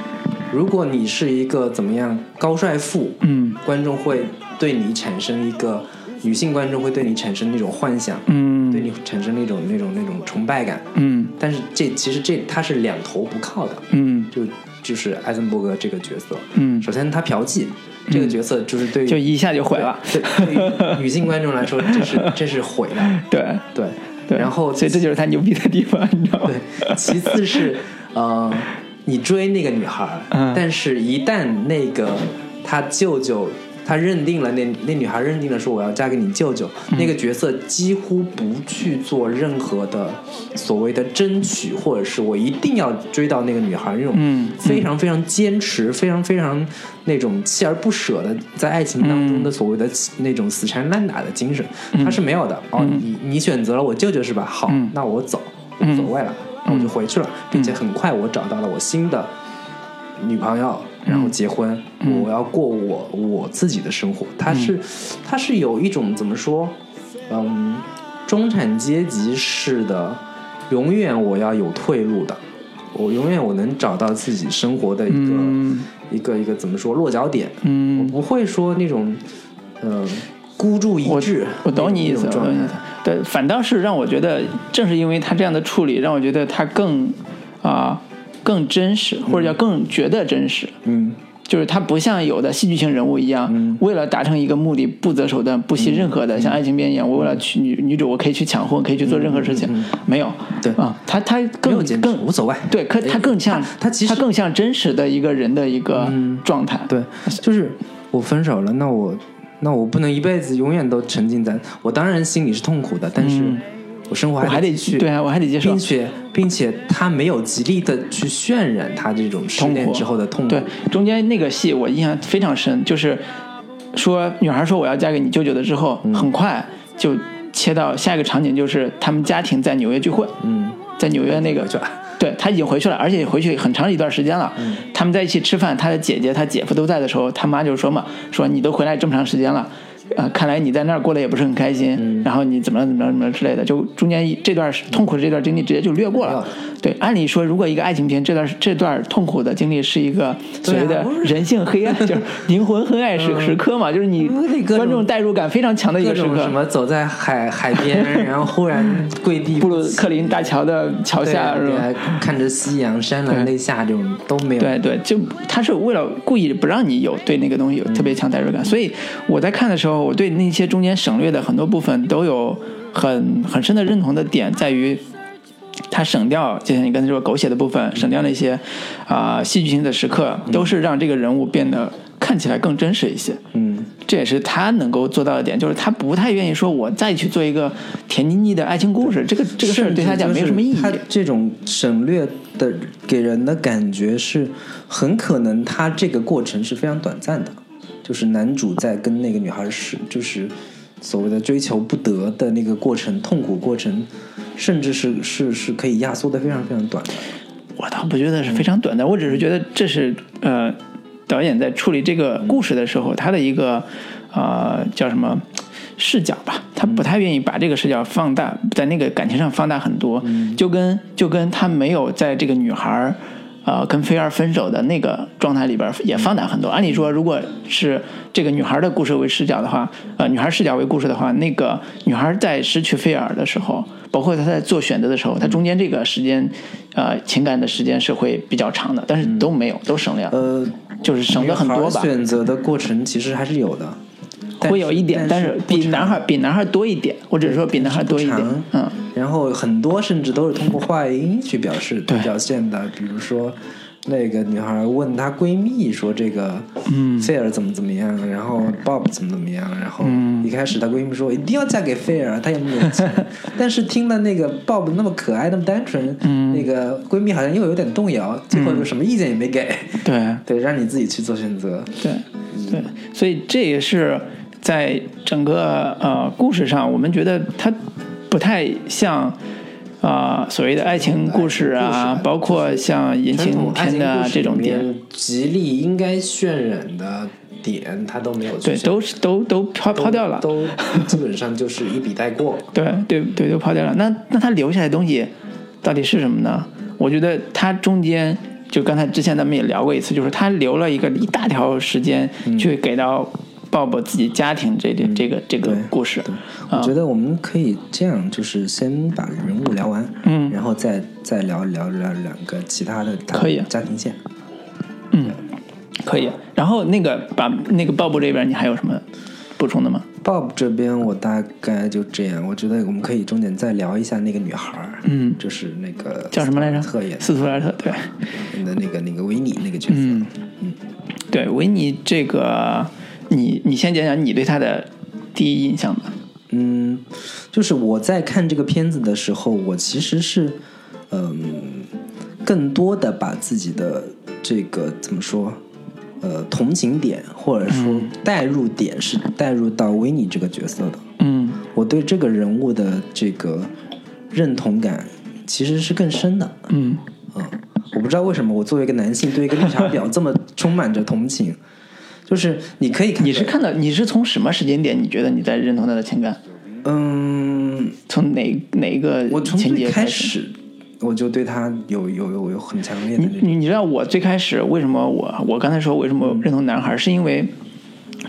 如果你是一个怎么样高帅富，
嗯
观众会对你产生一个女性观众会对你产生那种幻想，对
嗯
你产生那种那种那种崇拜感。
嗯
但是这其实这他是两头不靠的，
嗯
就就是艾森伯格这个角色，
嗯，
首先他嫖妓，这个角色就是对于
就一下就毁了，
对对于女性观众来说，这是这是毁的，
对
对。
对。
然后
所以这就是他牛逼的地方，你知道吗？
对，其次是呃，你追那个女孩儿，
嗯
但是一旦那个他舅舅。他认定了那那女孩认定了说我要嫁给你舅舅，
嗯
那个角色几乎不去做任何的所谓的争取，或者是我一定要追到那个女孩那种
嗯
非常非常坚持、非常非常那种锲而不舍的在爱情当
嗯
中的所谓的那种死缠烂打的精神，他是没有的。哦，你你选择了我舅舅是吧？好，
嗯
那我走。无所谓了，那我就回去了，并且很快我找到了我新的女朋友，
嗯
然后结婚，我要过我我自己的生活。他是，
嗯
他是有一种怎么说，嗯，中产阶级式的，永远我要有退路的，我永远我能找到自己生活的一个、
嗯
一个一个怎么说落脚点，我
嗯，
不会说那种，嗯、孤注一
我
掷
我懂你意思，
那
我
种
懂你
那
意
种
思
状态。。
对，反倒是让我觉得，正是因为他这样的处理，让我觉得他更啊、更真实，或者叫更觉得真实。
嗯，
就是他不像有的戏剧性人物一样，为了达成一个目的不择手段、不惜任何
嗯
的，像爱情片一样，我为了娶女女主，我可以去抢婚，可以去做任何事情。没有，
嗯对
啊，他他
没
更
有坚持
更
无所谓。
对，可他更像
他他其实嗯
更像真实的一个人的一个状态。
对，就是我分手了，那我那我不能一辈子永远都沉浸在，我当然心里是痛苦的，但是我生活
嗯我还
得
得
去，
对啊，我还得接受
并。且并且他没有极力的去渲染他这种失
痛
恋
苦
之后的痛苦，
对，中间那个戏我印象非常深，就是说女孩说我要嫁给你舅舅的之后，很快就切到下一个场景，就是他们家庭在纽约聚会，
嗯，
在纽约那个
回去了，
对他已经回去了，而且回去很长一段时间了。
嗯
他们在一起吃饭，他的姐姐、他姐夫都在的时候，他妈就说嘛，说你都回来这么长时间了。呃，看来你在那儿过得也不是很开心，
嗯
然后你怎么怎么怎么之类的，就中间一这段痛苦的这段经历直接就略过
没有
了
了。
对，按理说，如果一个爱情片这段这段痛苦的经历是一个所谓
对
的
啊不是
人性 黑暗，就是灵魂黑暗时时刻嘛，就是你
嗯那各种
观众代入感非常强的一
各
个时
种
刻
什。么走在海海边， 然后忽然跪地
布鲁克林大桥的桥
对
下
啊
是吧？
对啊看着夕阳潸然泪下这种都没有，
对对，就他是为了故意不让你有对那个东西有特别强代
嗯
入感，所以我在看的时候，我对那些中间省略的很多部分都有很很深的认同的点，在于他省掉，就像你刚才说狗血的部分，省掉那些啊、戏剧性的时刻，都是让这个人物变得看起来更真实一些。
嗯。
这也是他能够做到的点，就是他不太愿意说我再去做一个甜腻腻的爱情故事，这个这个事儿对他讲没有什么意义
甚至。就是他这种省略的给人的感觉是，很可能他这个过程是非常短暂的，就是男主在跟那个女孩是就是所谓的追求不得的那个过程，痛苦过程，甚至是是是可以压缩的非常非常短的。
我倒不觉得是非常短暂，我只是觉得这是呃，导演在处理这个故事的时候，他的一个呃叫什么视角吧，他不太愿意把这个视角放大，在那个感情上放大很多，就跟就跟他没有在这个女孩儿。呃，跟菲儿分手的那个状态里边儿也放大很多。按理说，如果是这个女孩的故事为视角的话，呃，女孩视角为故事的话，那个女孩在失去菲儿的时候，包括她在做选择的时候，她中间这个时间，呃，情感的时间是会比较长的，但是都没有，都省略了，
呃，
就是省
女
了很
孩
多吧，
选择的过程其实还是有的，但
会有一点，但
但
是比男孩比男孩多一点，我只是说比男孩多一点
长，
嗯。
然后很多甚至都是通过话音去表示
对
表现的，比如说那个女孩问她闺蜜说这个，嗯，菲尔怎么怎么样，然后 Bob 怎么怎么样，然后
嗯
一开始她闺蜜说一定要嫁给菲尔，她也没有 钱，但是听了那个 Bob 那么可爱那么单纯，
嗯
那个闺蜜好像又有点动摇，最后就什么意见也没给，
对，
对，让你自己去做选择，
对，对，所以这也是在整个呃故事上，我们觉得它不太像啊、呃所谓的爱情故事
爱情
啊，
故事啊
包括像言
传
情
统爱
片
情
的
故事
这种
里
点，
面极力应该渲染的点，他都没有出
对，
现。
都是都都抛
都
抛掉了，
都基本上就是一笔带过。
对对对，都抛掉了。那那他留下来的东西到底是什么呢？我觉得他中间就刚才之前咱们也聊过一次，就是他留了一个一大条时间
嗯
去给到 Bob 自己家庭这这这个这个
对
故事，
我觉得我们可以这样，就是先把人物聊完，
嗯
然后再再聊聊聊两个其他的他
可以啊
家庭线。
可以。然后那个把那个鲍勃这边，你还有什么补充的吗？
Bob 这边我大概就这样，我觉得我们可以重点再聊一下那个女孩儿，
嗯
就是那个
叫什么来着？
特演
斯图莱特，对
的那个那个维尼那个角色，
嗯对，维尼这个，你你先讲讲你对他的第一印象吧。
嗯，就是我在看这个片子的时候，我其实是，嗯，更多的把自己的这个怎么说，呃，同情点或者说
嗯
代入点是代入到维尼这个角色的。
嗯
我对这个人物的这个认同感其实是更深的。
嗯，
嗯，我不知道为什么我作为一个男性，对一个绿茶婊这么充满着同情。就是你可以看，
你是，看到你是从什么时间点你觉得你在认同他的情感？
嗯，
从哪哪一个
我从
情
最
节
开
始？
始我就对他有有有有很强烈的
你
那种，
嗯你你知道我最开始为什么我我刚才说为什么认同男孩儿，是因为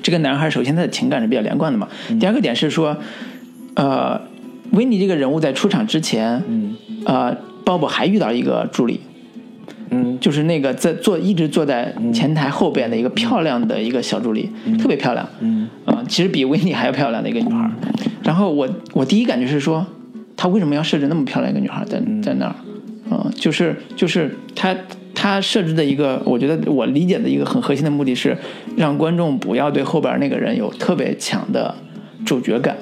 这个男孩儿首先他的情感是比较连贯的嘛。第二个点是说，呃，维尼这个人物在出场之前，嗯，呃，鲍勃还遇到一个助理，
嗯，
就是那个在坐一直坐在前台后边的一个漂亮的一个小助理，特别漂亮，嗯嗯，呃，其实比维尼还要漂亮的一个女孩儿。然后我我第一感觉是说，她为什么要设置那么漂亮一个女孩儿在在那儿？嗯、就是就是她她设置的一个，我觉得我理解的一个很核心的目的是，让观众不要对后边儿那个人有特别强的主角感，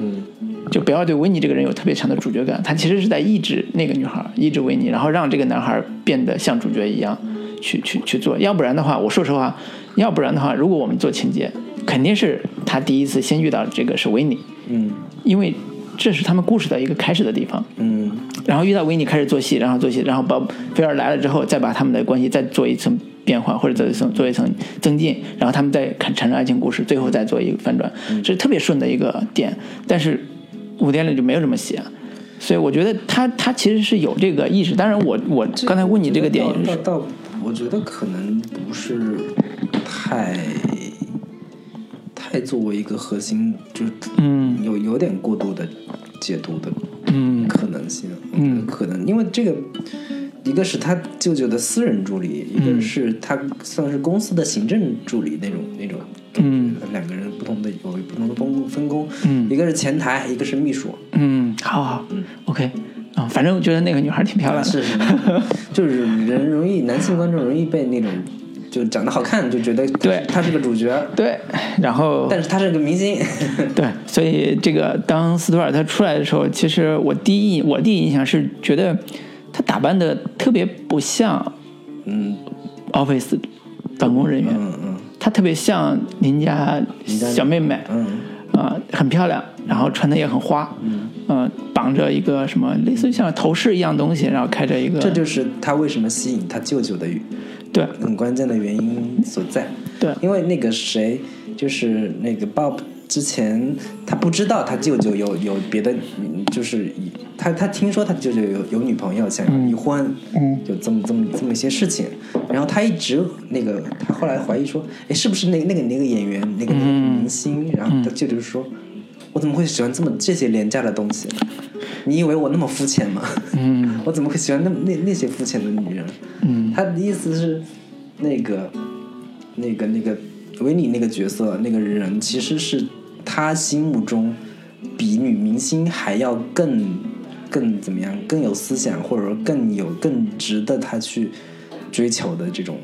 嗯
就不要对维尼这个人有特别强的主角感，他其实是在抑制那个女孩，抑制维尼，然后让这个男孩变得像主角一样去去去做。要不然的话，我说实话，要不然的话，如果我们做情节，肯定是他第一次先遇到这个是维尼，
嗯
因为这是他们故事的一个开始的地方。
嗯
然后遇到维尼开始做戏，然后做戏，然后把菲尔来了之后，再把他们的关系再做一层变化，或者做一层做一层增进，然后他们再产生爱情故事，最后再做一个反转，这是特别顺的一个点。但是五点里就没有这么写，所以我觉得他他其实是有这个意识。当然我，我刚才问你这个点也
到
是，
到，我觉得可能不是太太作为一个核心，就是
嗯
有有点过度的解读的
嗯
可能性，嗯，可能因为这个。一个是他舅舅的私人助理，一
嗯
个是他算是公司的行政助理那种那种感觉，
嗯
两个人不同的有不同的分工分工，
嗯
一个是前台，一个是秘书，
嗯，好好，OK，啊，反
嗯
正我觉得那个女孩挺漂亮的，
是是，就是人容易，男性观众容易被那种就长得好看，就觉得
对
他是个主角，
对，然后
但是他是个明星，
对，所以这个当斯图尔特出来的时候，其实我第一印我第一印象是觉得他打扮的特别不像
嗯
office 办公人员，
嗯嗯
他特别像邻家小妹妹，
嗯，
啊、很漂亮，然后穿的也很花，嗯、绑着一个什么类似于像头饰一样东西，然后开着一个，
这就是他为什么吸引他舅舅的
对
很关键的原因所在。
对
因为那个谁，就是那个 Bob 之前他不知道他舅舅有有别的，嗯就是他他听说他舅舅有有女朋友想要离婚，嗯，有这么这么这么一些事情，然后他一直那个他后来怀疑说，哎，是不是那那个那个演员那个那个明星？然后他舅舅说，我怎么会喜欢这么这些廉价的东西？你以为我那么肤浅吗？嗯， 我怎么会喜欢那那那些肤浅的女人？嗯，他的意思是，那个那个那个维尼那个角色那个人，其实是他心目中比女明星还要更更怎么样，更有思想，或者说更有更值得他去追求的这种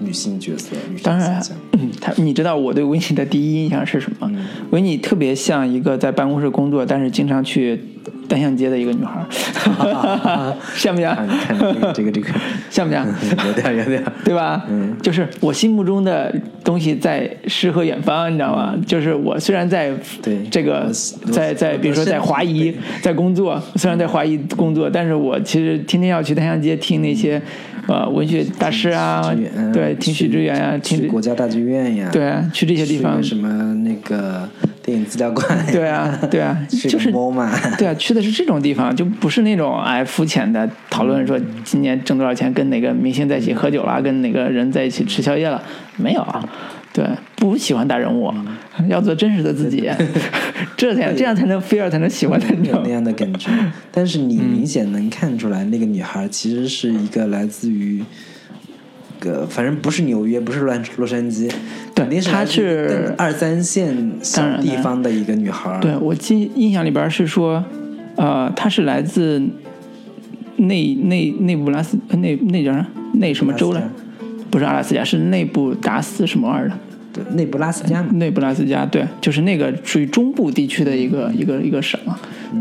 女性角色。女性
当然
形象，
嗯， 他你知道我对维尼的第一印象是什么？
嗯
维尼特别像一个在办公室工作，但是经常去单向街的一个女孩 儿， 像不像
啊，？你看这个这个这 个，
像不像？
有点有点，
对吧？嗯，就是我心目中的东西在诗和远方，你知道吗？就是我虽然在
嗯对
这个
我我
在在
我
比如说
甚
在
至
华谊在工作，虽然在华谊工作，但是我其实天天要去单向街听那
嗯
些呃文学大师啊
剧院，
对，听许知远啊，
去
听
国家大剧院呀，
对啊，去这些地方
去什么那个电影资料馆呀，
对啊，对啊，
去
就是
MoMA
对啊，去的是这种地方，就不是那种哎肤浅的讨论说今年挣多少钱，跟哪个明星在一起喝酒啦，跟哪个人在一起吃宵夜了，没有啊。对，不喜欢大人物，要做真实的自己，这才这样才能菲儿才能喜欢他，你知 道
有那
吗？
样的感觉。但是你
嗯
明显能看出来，那个女孩其实是一个来自于。个反正不是纽约，不是洛洛杉矶，
对
肯定是
她
来自
是
更二三线
当然
小
当
地
然
方的一个女孩。
对，我记印象里边是说，呃，他是来自内内内布拉斯呃内内叫啥内什么州来
阿拉？
不是阿拉斯加，是内布达斯什么玩意儿的？
对，内布拉斯加嘛，
内布拉斯加，对，就是那个属于中部地区的一
嗯
个一个一个省啊，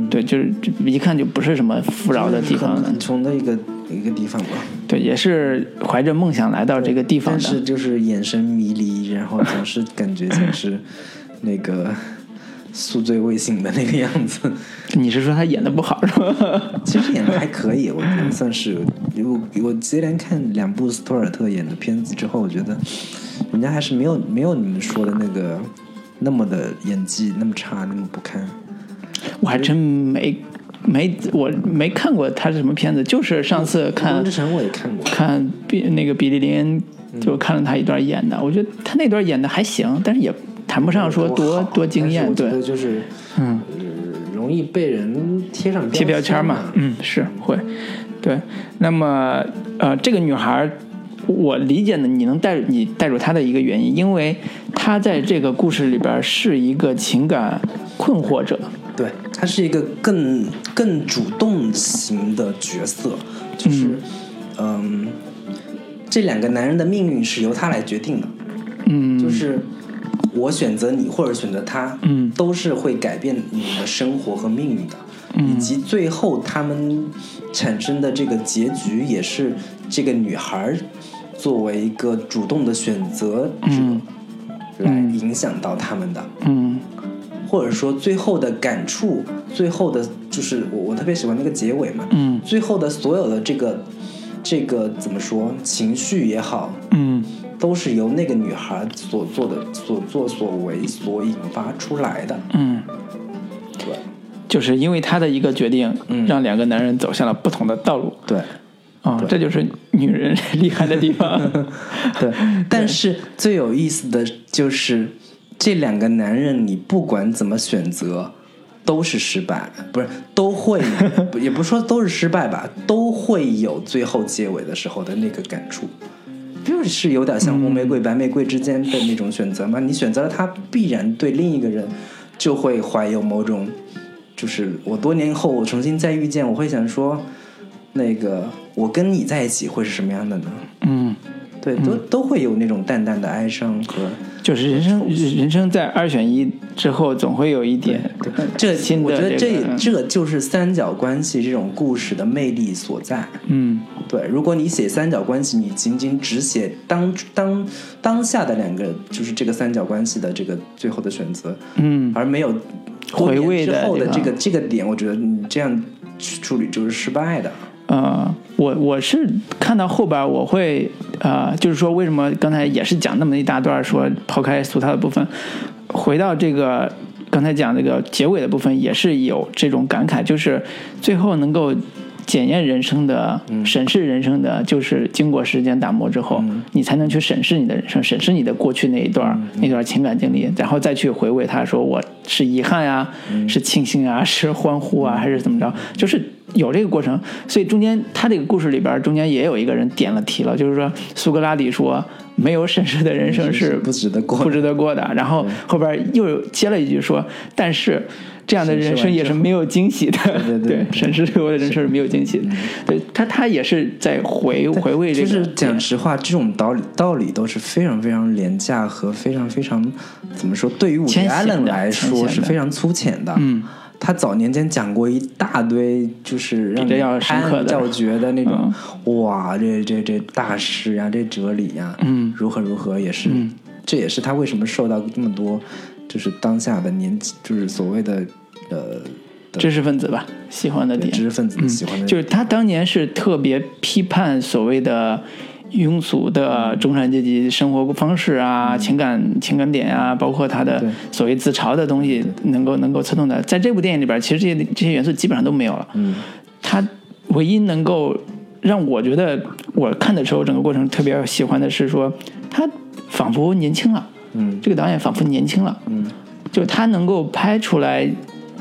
对，就是就一看就不是什么富饶的地方
很
了
很，穷的一个一个地方吧。
对，也是怀着梦想来到这个地方
但是
的，
就是眼神迷离，然后总是感觉像是那个宿醉未醒的那个样子。
你是说他演的不好是吧？
其实演的还可以，我觉得算是我我接连看两部斯图尔特演的片子之后，我觉得人家还是没有没有你们说的那个那么的演技那么差，那么不堪。
我还真没没我没看过他是什么片子，就是上次
《暮光
看
之城》我也看过，
看比那个比利林恩，就看了他一段演的，我觉得他那段演的还行，但是也谈不上说多
好
多惊艳，
但是我觉
对
得，就是嗯、呃容易被人贴上
贴标签嘛
嘛，。
嗯，是会，对。那么呃，这个女孩儿，我理解呢，你能带入你带入她的一个原因，因为她在这个故事里边儿是一个情感困惑者，
对，他是一个更更主动型的角色，就是嗯、这两个男人的命运是由他来决定的，
嗯，
就是我选择你或者选择他，
嗯
都是会改变你的生活和命运的，
嗯
以及最后他们产生的这个结局也是这个女孩儿作为一个主动的选择者来影响到他们的，
嗯
或者说最后的感触，最后的就是我我特别喜欢那个结尾嘛，
嗯
最后的所有的这个这个怎么说情绪也好，
嗯
都是由那个女孩所做的所作所为所引发出来的，
嗯，
对
就是因为她的一个决定，
嗯
让两个男人走向了不同的道路。
对
啊、
对
这就是女 人厉害的地方。
对，但是最有意思的就是这两个男人，你不管怎么选择。都是失败，不是都会，不也不是说都是失败吧，都会有最后结尾的时候的那个感触，就是有点像红玫瑰、白玫瑰之间的那种选择嘛。你选择了他，必然对另一个人就会怀有某种，就是我多年后我重新再遇见，我会想说，那个我跟你在一起会是什么样的呢？
嗯
对，都都会有那种淡淡的哀伤和。
就是人生，人生在二选一之后，总会有一点
这
新
我
的
觉得
这
这
个嗯
这个就是三角关系这种故事的魅力所在。
嗯
对，如果你写三角关系，你仅仅只写当当当下的两个，就是这个三角关系的这个最后的选择，
嗯，
而没有
回味
之
的
后的
地方
这个这个点，我觉得你这样去处理就是失败的。
呃，我我是看到后边儿我会呃，就是说为什么刚才也是讲那么一大段儿，说抛开俗套的部分，回到这个刚才讲这个结尾的部分，也是有这种感慨，就是最后能够检验人生的、审视人生的，就是经过时间打磨之后，
嗯
你才能去审视你的人生，审视你的过去那一段儿、那段儿情感经历，然后再去回味它，说我是遗憾呀、
嗯
是庆幸啊，是欢呼啊，还是怎么着，就是。有这个过程，所以中间他这个故事里边儿，中间也有一个人点了题了，就是说苏格拉底说，没有审视的人生
嗯是
是
不值得过的嗯
不值得过的。然后后边又有接了一句说，但是这样的人生也是没有惊喜的。
对对对对
审视对我的人生是没有惊喜的。对他，他也是在回回味这
就
个，
是讲实话，这种道理道理都是非常非常廉价和非常非常怎么说？对于伍迪·
浅显
艾伦
的
来
浅显
说
的
是非常粗浅的。
嗯，
他早年间讲过一大堆，就是让
比这
你
要深
拍案
刻的
叫绝的那种。哇，这这这大师呀、这哲理呀、
嗯，
如何如何也是，
嗯
这也是他为什么受到这么多，就是当下的年纪，就是所谓的呃
知识分子吧喜欢的
对
点，嗯
知识分子的喜欢的、
就是他当年是特别批判所谓的庸俗的中产阶级生活方式啊、情感情感点啊，包括他的
嗯对
所谓自嘲的东西，能够能够刺痛的。在这部电影里边，其实这些这些元素基本上都没有了。
嗯，
他唯一能够让我觉得我看的时候整个过程特别喜欢的是说，他仿佛年轻了。
嗯
这个导演仿佛年轻了，
嗯，
就他能够拍出来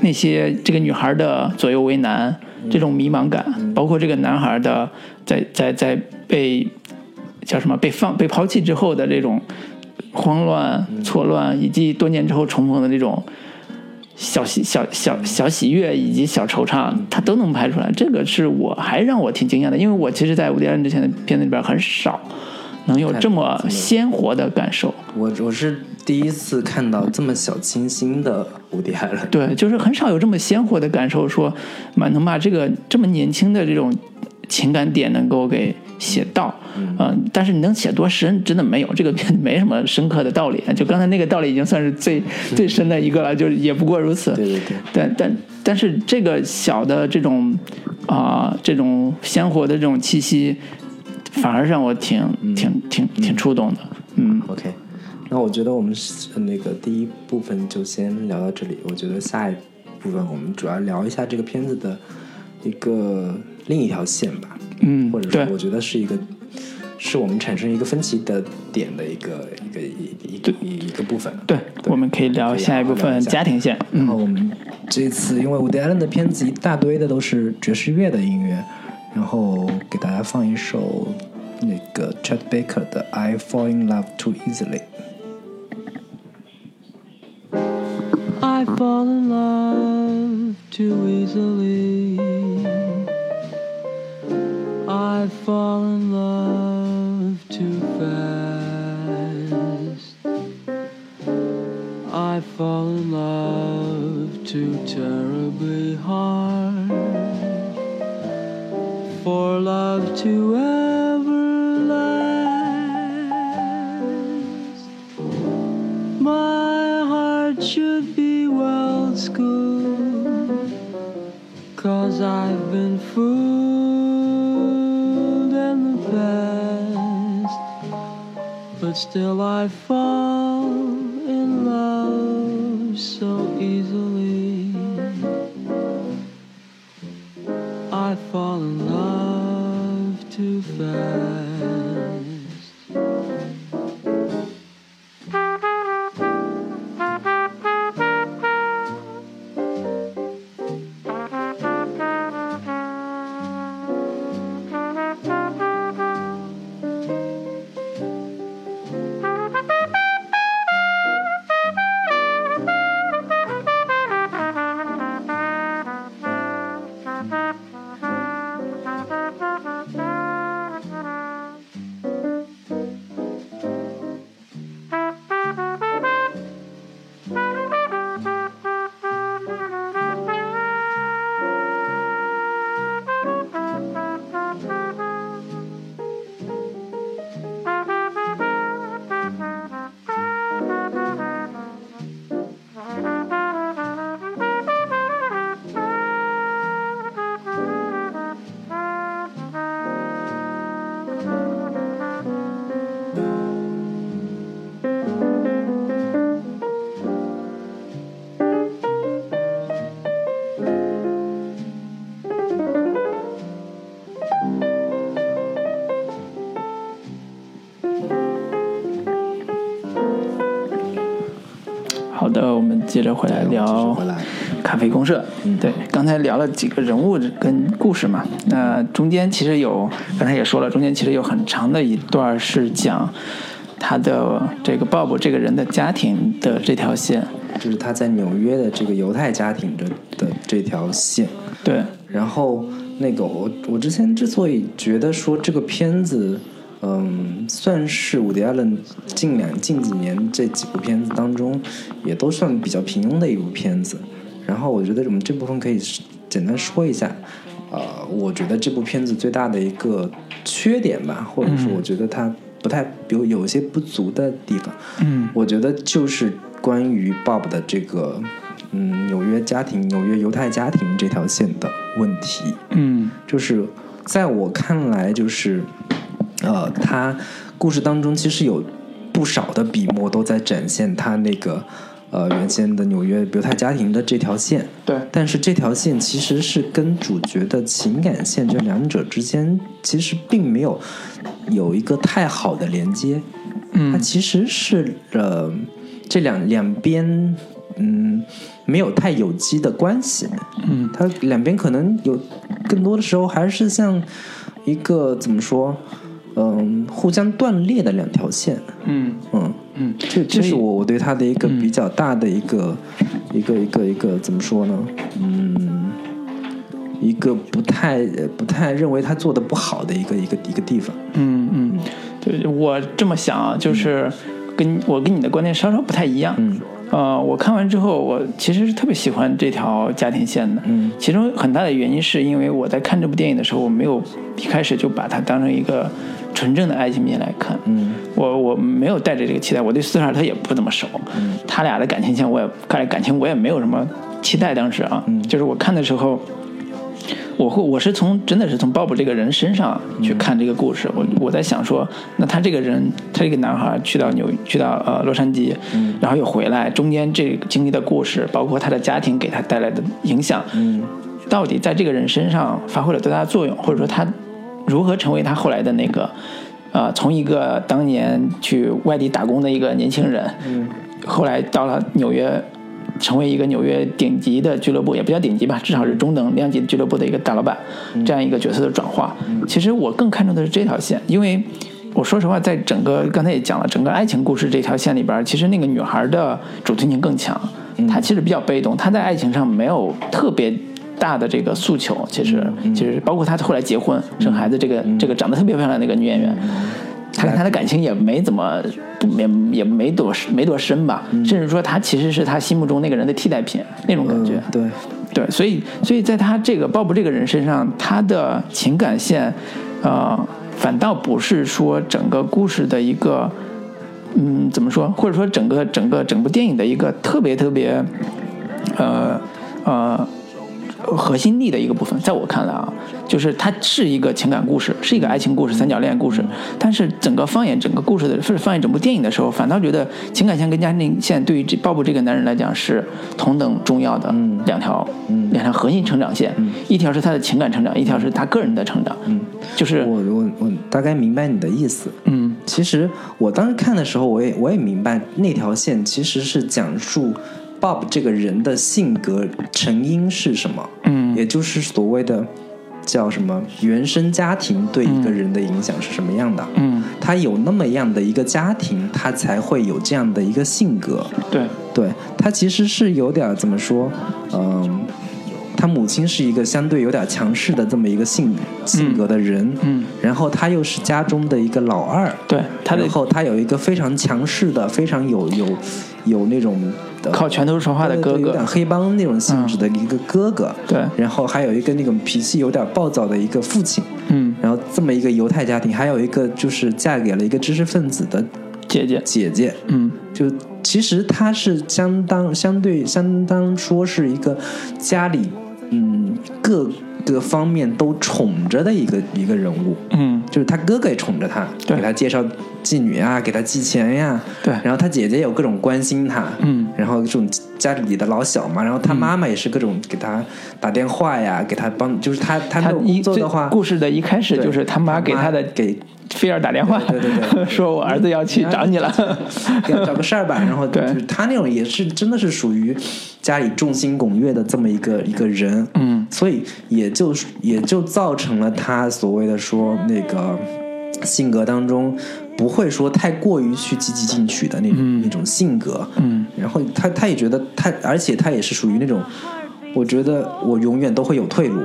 那些这个女孩的左右为难，
嗯
这种迷茫感，包括这个男孩的在在在被叫什么被放被抛弃之后的这种慌乱、
嗯
错乱，以及多年之后重逢的那种。小喜小小小喜悦以及小惆怅，
嗯
他都能拍出来，这个是我还让我挺惊讶的，因为我其实，在伍迪·艾伦之前的片子里边很少能有这么鲜活的感受。
我我是第一次看到这么小清新的伍迪·艾 伦。
对，就是很少有这么鲜活的感受，说蛮能把这个这么年轻的这种情感点能够给写到，嗯、但是你能写多深，真的没有，这个 片没什么深刻的道理，啊就刚才那个道理已经算是最最深的一个了，就是也不过如此。
对对对，
但但但是这个小的这种啊、这种鲜活的这种气息，反而让我挺
嗯
挺挺挺触动的，嗯
OK，那我觉得我们是呃那个第一部分就先聊到这里。我觉得下一部分我们主要聊一下这个片子的一个另一条线吧，
嗯，
或者
对
说我觉得是一个是我们产生一个分歧的点的一个一个一一个一一个部分。
对，我们可以聊
以
下一
好
部
好聊
分
一下
家庭线，嗯
然。后我们这次因为伍迪·艾伦的片子一大堆的都是爵士乐的音乐，然后给大家放一首那个 Chet Baker 的《I Fall in Love Too Easily》。
I fall in love too easily. I fall in love too fast. I fall in love too terribly hard. For love to ever last. My heart should be well schooled, cause I've been fooled in the past. But still, I fall in love so easily. I fall in love too fast.
好的，我们接着回来
对我们继
聊
续回来嗯
咖啡公社。对，刚才聊了几个人物跟故事嘛，那中间其实有，刚才也说了，中间其实有很长的一段是讲他的这个 Bob 这个人的家庭的这条线。
就是他在纽约的这个犹太家庭的的这条线。
对，
然后那个我我之前之所以觉得说这个片子，嗯，算是伍迪·艾伦近两近几年这几部片子当中，也都算比较平庸的一部片子。然后我觉得我们这部分可以是简单说一下。呃，我觉得这部片子最大的一个缺点吧，或者说我觉得它不太有有一些不足的地方，
嗯
我觉得就是关于 Bob 的这个，嗯，纽约家庭、纽约犹太家庭这条线的问题，
嗯
就是在我看来，就是，呃，他故事当中其实有不少的笔墨都在展现他那个，呃，原先的纽约犹太家庭的这条线，
对
但是这条线其实是跟主角的情感线这两者之间其实并没有有一个太好的连接。它
嗯
其实是呃这两两边嗯没有太有机的关系，
嗯
它两边可能有更多的时候还是像一个怎么说嗯、互相断裂的两条线，
嗯
嗯。
嗯，
这这
所
是
以嗯
我我对他的一个比较大的一个、一个一个一个怎么说呢？嗯，一个不太呃不太认为他做的不好的一个一个一个地方。
嗯嗯，对我这么想啊，就是跟我跟你的观点稍稍不太一样。
嗯
呃，我看完之后，我其实是特别喜欢这条家庭线的。
嗯
其中很大的原因是因为我在看这部电影的时候，我没有一开始就把它当成一个纯正的爱情片来看。
嗯
我我没有带着这个期待，我对斯图尔特也不怎么熟，
嗯
他俩的感情线我也看感情我也没有什么期待，当时啊，
嗯
就是我看的时候，我会我是从真的是从鲍勃这个人身上去
嗯
看这个故事，我我在想说，那他这个人，他这个男孩去到纽去到呃洛杉矶，
嗯
然后又回来，中间这个经历的故事，包括他的家庭给他带来的影响，
嗯
到底在这个人身上发挥了多大的作用，或者说他如何成为他后来的那个，呃，从一个当年去外地打工的一个年轻人，
嗯
后来到了纽约，成为一个纽约顶级的俱乐部，也不叫顶级吧，至少是中等量级俱乐部的一个大老板，这样一个角色的转化。其实我更看重的是这条线，因为我说实话，在整个刚才也讲了，整个爱情故事这条线里边，其实那个女孩的主动性更强，她其实比较被动，她在爱情上没有特别。大的这个诉求，其实其实包括她后来结婚生孩子，这个这个长得特别漂亮的那个女演员，他跟他的感情也没怎么，也也没多没多深吧，甚至说他其实是他心目中那个人的替代品那种感觉。
嗯，对，
对，所以所以在他这个鲍勃这个人身上，他的情感线，呃，反倒不是说整个故事的一个，嗯，怎么说，或者说整个整个整部电影的一个特别特别，呃呃。核心力的一个部分，在我看来啊，就是它是一个情感故事，是一个爱情故事、三角恋故事。但是整个放眼整个故事的，是放眼整部电影的时候，反倒觉得情感线跟家庭线对于这鲍勃这个男人来讲是同等重要的两条、两条核心成长线，
嗯
一条是他的情感成长，一条是他个人的成长。嗯，就是
我我我大概明白你的意思。
嗯
其实我当时看的时候，我也我也明白那条线其实是讲述 Bob 这个人的性格成因是什么，
嗯
也就是所谓的叫什么原生家庭对一个人的影响是什么样的。
嗯，
他有那么样的一个家庭，他才会有这样的一个性格。
对，
对他其实是有点儿怎么说，嗯，他母亲是一个相对有点强势的这么一个性性格的人，
嗯
然后他又是家中的一个老二，
对，他的
然后他有一个非常强势的、非常有有有那种的
靠拳头说话的
对
哥嗯
对有
哥
点，黑帮那种性质的一个哥哥，
对
然后还有一个那种脾气有点暴躁的一个父亲，
嗯，
然后这么一个犹太家庭，还有一个就是嫁给了一个知识分子的
姐姐，
姐姐，
嗯
就其实他是相当相对相当说是一个家里嗯各个方面都宠着的一个一个人物，
嗯
就是他哥哥也宠着他，
对
给他介绍妓女啊，给他寄钱呀。
对
然后他姐姐有各种关心他，
嗯，
然后这种家里的老小嘛，然后他妈妈也是各种给他打电话呀，给他帮，就是他他那
他
种
一
工作
最
的话，
故事的一开始就是他妈给他的
给
菲儿打电话，
对对对 对
说我儿子要去找你了。
给他找个事儿吧，然后就
对
是他那种也是真的是属于家里众星拱月的这么一个一个人，
嗯，
所以也就是也就造成了他所谓的说那个性格当中不会说太过于去积极进取的那种、那种性格，
嗯，
然后他他也觉得他，而且他也是属于那种，我觉得我永远都会有退路，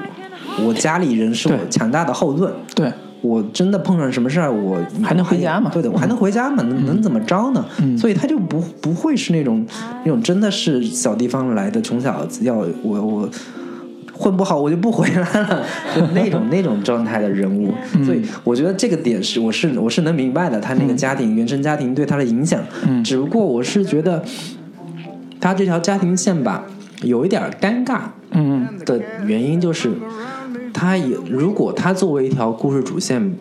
我家里人是我
对
强大的后盾，
对，
我真的碰上什么事儿，我
还能回家嘛嗯
对的，我还能回家嘛，能能怎么着呢？所以他就不不会是那种那种真的是小地方来的穷小子，要我我混不好我就不回来了，就 那种那种状态的人物。
嗯
所以我觉得这个点是我是我是能明白的，他那个家庭原生家庭对他的影响。
嗯
只不过我是觉得他这条家庭线吧，有一点儿尴尬。
嗯，
的原因就是，它也如果它作为一条故事主线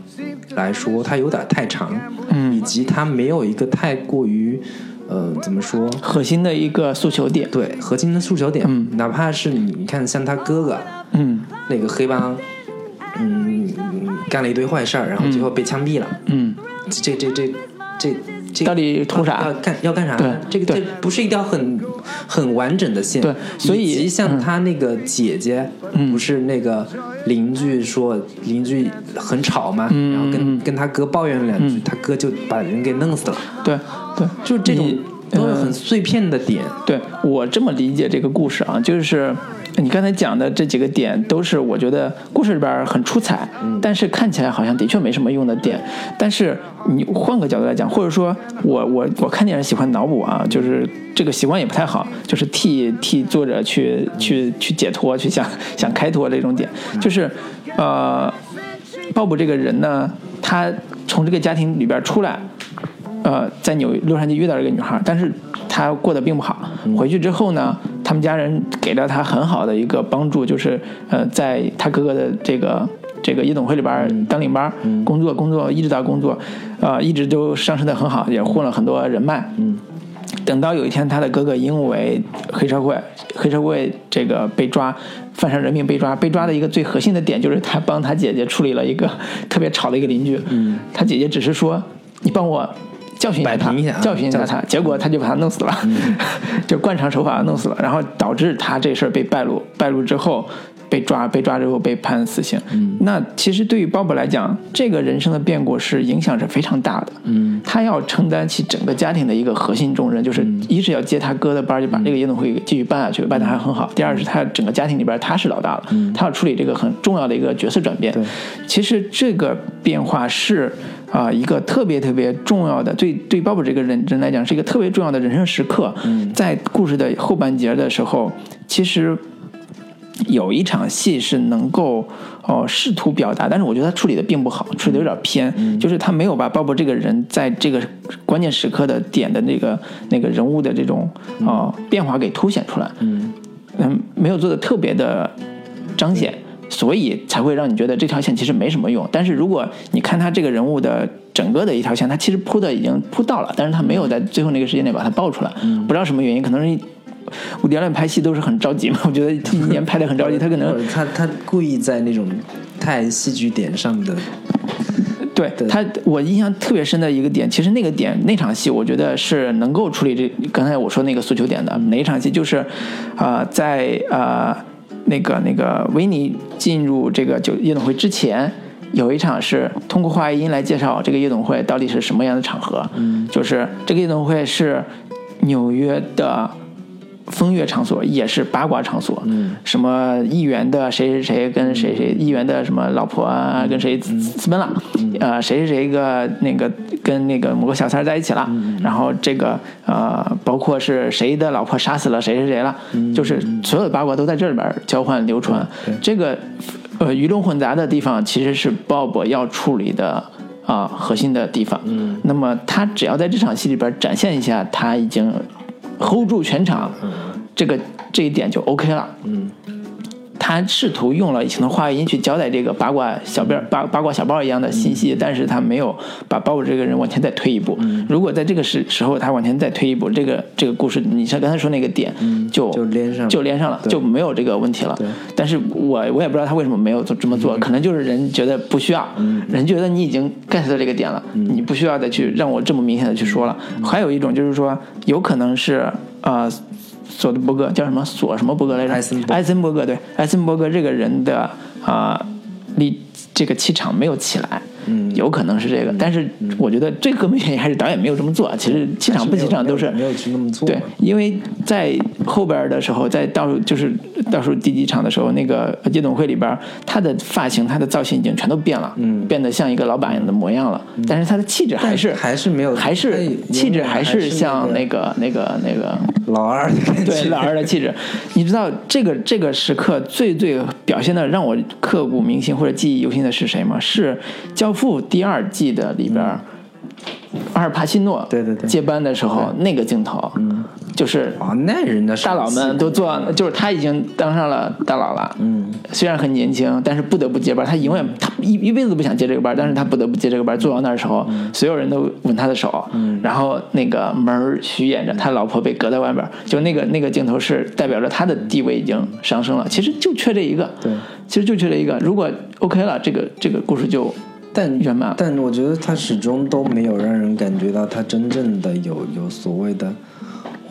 来说，它有点太长，
嗯
以及它没有一个太过于，呃，怎么说？
核心的一个诉求点。
对，核心的诉求点，
嗯
哪怕是你你看像他哥哥
嗯
那个黑帮，嗯，干了一堆坏事儿，然后最后被枪毙了，
嗯，
这这这这这
到底图啥
要干要干啥？
对
这个这
对
不是一条很很完整的线。
对所以嗯
以及像他那个姐姐，不是那个邻居说邻居很吵嘛，
嗯
然后跟跟他哥抱怨了两句，他哥就把人给弄死了，
对对，
就这种
你
都有很碎片的点。
对我这么理解这个故事啊，就是你刚才讲的这几个点，都是我觉得故事里边儿很出彩，但是看起来好像的确没什么用的点。但是你换个角度来讲，或者说我我我看电影喜欢脑补啊，就是这个习惯也不太好，就是替替作者去去去解脱，去想想开脱这种点，就是呃，鲍勃这个人呢，他从这个家庭里边儿出来。呃，在纽洛杉矶遇到这个女孩，但是她过得并不好。回去之后呢，他们家人给了她很好的一个帮助，就是呃，在她哥哥的这个这个夜总会里边儿当领班儿，工作工作一直到工作，呃，一直都上升的很好，也混了很多人脉。嗯。等到有一天，他的哥哥因为黑社会，黑社会这个被抓，犯上人命被抓，被抓的一个最核心的点就是他帮他姐姐处理了一个特别吵的一个邻居。嗯，他姐姐只是说：“你帮我教训
摆
一下他，
平一下啊
教训一下他。”结果他就把他弄死了， 就惯常手法弄死了，然后导致他这事儿被败露，败露之后被抓，被抓之后被判死刑。嗯，那其实对于鲍勃来讲，这个人生的变故是影响是非常大的。嗯，他要承担起整个家庭的一个核心重任，就是一是要接他哥的班儿，就把这个夜总会给继续办下去，办得还很好；第二是他整个家庭里边儿他是老大了，他要处理这个很重要的一个角色转变。其实这个变化是。啊、一个特别特别重要的，对对鲍勃这个人人来讲是一个特别重要的人生时刻。在故事的后半截的时候，其实有一场戏是能够哦试图表达，但是我觉得他处理的并不好，处理的有点偏，就是他没有把鲍勃这个人在这个关键时刻的点的那个那个人物的这种哦、变化给凸显出来。嗯没有做的特别的彰显，所以才会让你觉得这条线其实没什么用。但是如果你看他这个人物的整个的一条线，他其实铺的已经铺到了，但是他没有在最后那个时间内把它爆出来，不知道什么原因，可能是伍迪·艾伦拍戏都是很着急嘛，我觉得一年拍的很着急，他可能
或者他他故意在那种太戏剧点上的，
对
对
他，我印象特别深的一个点，其实那个点那场戏，我觉得是能够处理这刚才我说那个诉求点的。哪一场戏就是，呃，在呃那个那个维尼进入这个酒夜总会之前。有一场是通过话音来介绍这个夜总会到底是什么样的场合，嗯，就是这个夜总会是纽约的风月场所，也是八卦场所。嗯，什么议员的谁谁谁跟谁谁，议员的什么老婆啊，跟谁私奔了，呃，谁谁谁个那个跟那个某个小三儿在一起了，然后这个呃，包括是谁的老婆杀死了谁谁谁了，就是所有的八卦都在这里边交换流传。这个呃鱼龙混杂的地方，其实是 Bob 要处理的。啊，核心的地方。嗯，那么他只要在这场戏里边展现一下，他已经 hold 住全场，这个这一点就 OK 了。嗯，他试图用了很多话外音去交代这个八卦小
嗯
辫儿八八卦小报一样的信息，但是他没有把鲍勃这个人往前再推一步。
嗯
如果在这个时时候他往前再推一步，这个这个故事，你像刚才说那个点，就
嗯就连上了
就连上了，就没有这个问题了
对。嗯
但是我我也不知道他为什么没有做这么做，可能就是人觉得不需要，人觉得你已经 get 到这个点了，
嗯
你不需要再去让我这么明显的去说了。还有一种就是说，有可能是呃。索德伯格叫什么索什么伯格来着？
艾森伯格
艾森伯格对，艾森伯格这个人的啊、力这个气场没有起来，
嗯
有可能是这个，但是我觉得最根本原因还是导演没有这么做。其实气啊场不气场都是
没有没有去那么做嘛
对，因为在后边的时候，在倒数就是倒数第几场的时候，那个夜总会里边，他的发型、他的造型已经全都变了，
嗯
变得像一个老板的模样了，但是他的气质还是
但还是没有
还
他
是
也
气质
永远
还
还是
是像那
那
个那个那个
老二的感觉，
对老二的气质。你知道这个这个时刻最最表现的让我刻骨铭心或者记忆犹新的是谁吗？是《教父》第二季的里边儿，阿尔帕西诺
对对对
接班的时候那个镜头，就是
哦，那人的
大佬们都做，就是他已经当上了大佬了。嗯，虽然很年轻，但是不得不接班。他永远他一一辈子都不想接这个班，但是他不得不接这个班。做到那儿的时候，所有人都吻他的手，然后那个门儿虚掩着，他老婆被隔在外边儿，就那个那个镜头是代表着他的地位已经上升了。其实就缺这一个，
对，
其实就缺这一个。如果 OK 了，这个这个故事就
但
圆满了
但我觉得他始终都没有让人感觉到他真正的有有所谓的，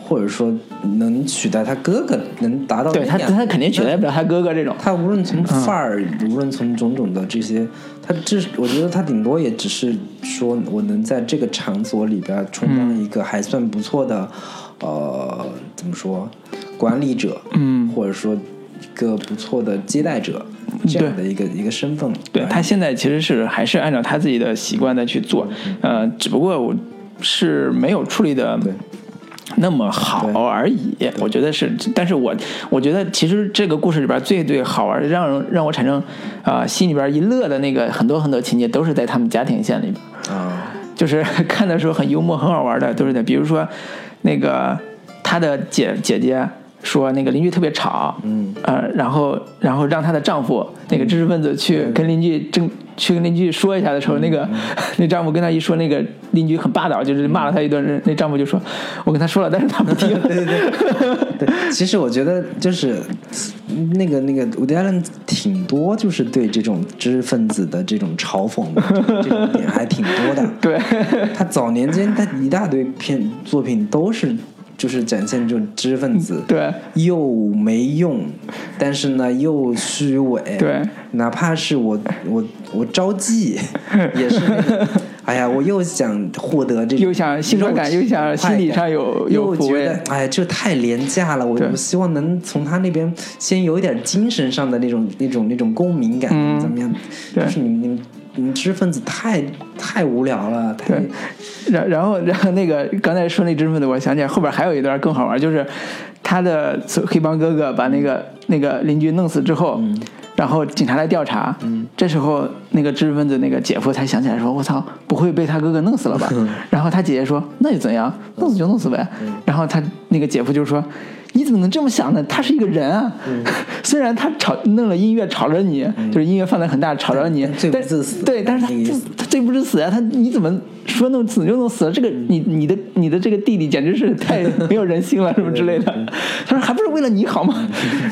或者说能取代他哥哥，能达到
对他
那样
他肯定取代不了他哥哥这种。
他无论从范儿，无论从种种的这些，他这我觉得他顶多也只是说我能在这个场所里边充当一
嗯
个还算不错的，呃，怎么说，管理者，嗯，或者说一个不错的接待者这样的一个一个身份。
对
哎
他现在其实是还是按照他自己的习惯在去做，呃，只不过我是没有处理的
嗯对
那么好
对
而已。我觉得是，但是我我觉得其实这个故事里边最最好玩，让人让我产生啊心里边一乐的那个很多很多情节都是在他们家庭线里边。
啊，
就是 看的时候很幽默、很好玩的，都是的。比如说，那个她的姐姐姐说那个邻居特别吵，嗯，呃，然后然后让她的丈夫那个知识分子去跟邻居争，去跟邻居说一下的时候，那个那丈夫跟她一说，那个邻居很霸道，就是骂了她一顿，那丈夫就说：“我跟她说了，但是她不听。”对对对，
对，其实我觉得就是那个那个伍迪·艾伦挺多，就是对这种知识分子的这种嘲讽 的这种点还挺多的。
对
他早年间他一大堆片作品都是就是展现这种知识分子，
嗯 对，
又没用，但是呢又虚伪，
对，
哪怕是我我我招 妓，也是那个，哎呀，我又想获得这种
又想兴奋感
肉体
又想心理
快感
上有有
又
抚慰
觉得哎，这太廉价了，我
对
我希望能从他那边先有一点精神上的那种那种那种共鸣感，
嗯
怎么样？
对
就是你你们你们知识分子太太无聊了，太
对然然后然后那个刚才说那知识分子，我想起来后边还有一段更好玩，就是他的黑帮哥哥把那个那个邻居弄死之后，然后警察来调查，这时候那个知识分子那个姐夫才想起来说：“我操，不会被他哥哥弄死了吧？”然后他姐姐说：“那又怎样，弄死就弄死呗。”然后他那个姐夫就说。你怎么能这么想呢？他是一个人啊， 虽然他吵弄了音乐吵着你，就是音乐放得很大吵着你，
但罪不
但
至死
对，但是他
那个意
不
思
他罪不至死啊！他你怎么说弄死就弄死了？这个你你的你的这个弟弟简直是 太没有人性了，什么之类的。他说还不是为了你好 吗？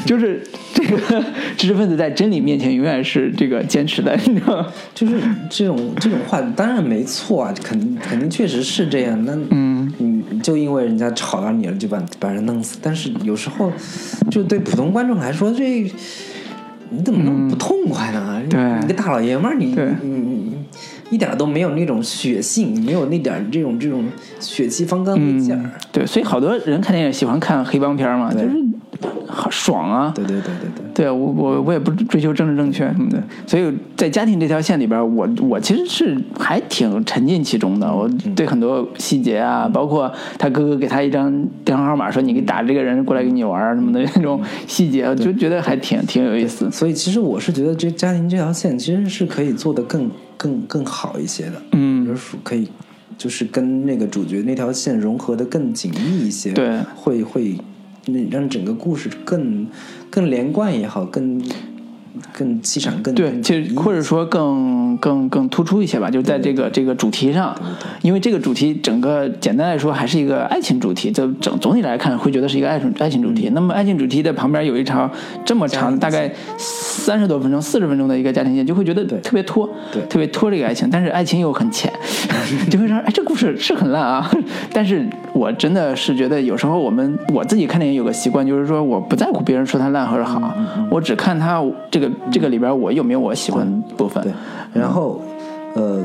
就是这个 知识分子在真理面前永远是这个坚持的，你知道吗？
就是这种这种话，当然没错啊，肯定肯定确实是这样。那嗯，你就因为人家吵到你了，就把把人弄死。但是有时候，就对普通观众来说，这你怎么能不痛快呢？
嗯对
你个大老爷们儿，你
对
你你你一点都没有那种血性，没有那点儿这种这种血气方刚的劲儿。
对，所以好多人看电影喜欢看黑帮片儿嘛，就是好爽啊。
对对对对对。
对我我我也不追求政治正确什么的，所以在家庭这条线里边儿，我我其实是还挺沉浸其中的。我对很多细节啊，包括他哥哥给他一张电话号码，说你给打这个人过来跟你玩儿什么的那种细节，我就觉得还挺挺有意思。
所以其实我是觉得这家庭这条线其实是可以做得更更更好一些的，
嗯
就是说可以就是跟那个主角那条线融合的更紧密一些，
对
会会那让整个故事更更连贯也好，更更气场更
对，其实或者说更更更突出一些吧，就是在这个这个主题上，因为这个主题整个简单来说还是一个爱情主题，就总总体来看会觉得是一个爱情爱情主题。那么爱情主题的旁边有一场这么长，大概三十多分钟、四十分钟的一个家庭线，就会觉得特别拖，
对
特别拖这个爱情，但是爱情又很 浅，就会让人哎这故事是很烂啊。 但是我真的是觉得有时候我们我自己看电影有个习惯，就是说我不在乎别人说它烂还是好，
嗯
我只看它这个这个里边我有没有我喜欢的部分。
对，然后，呃，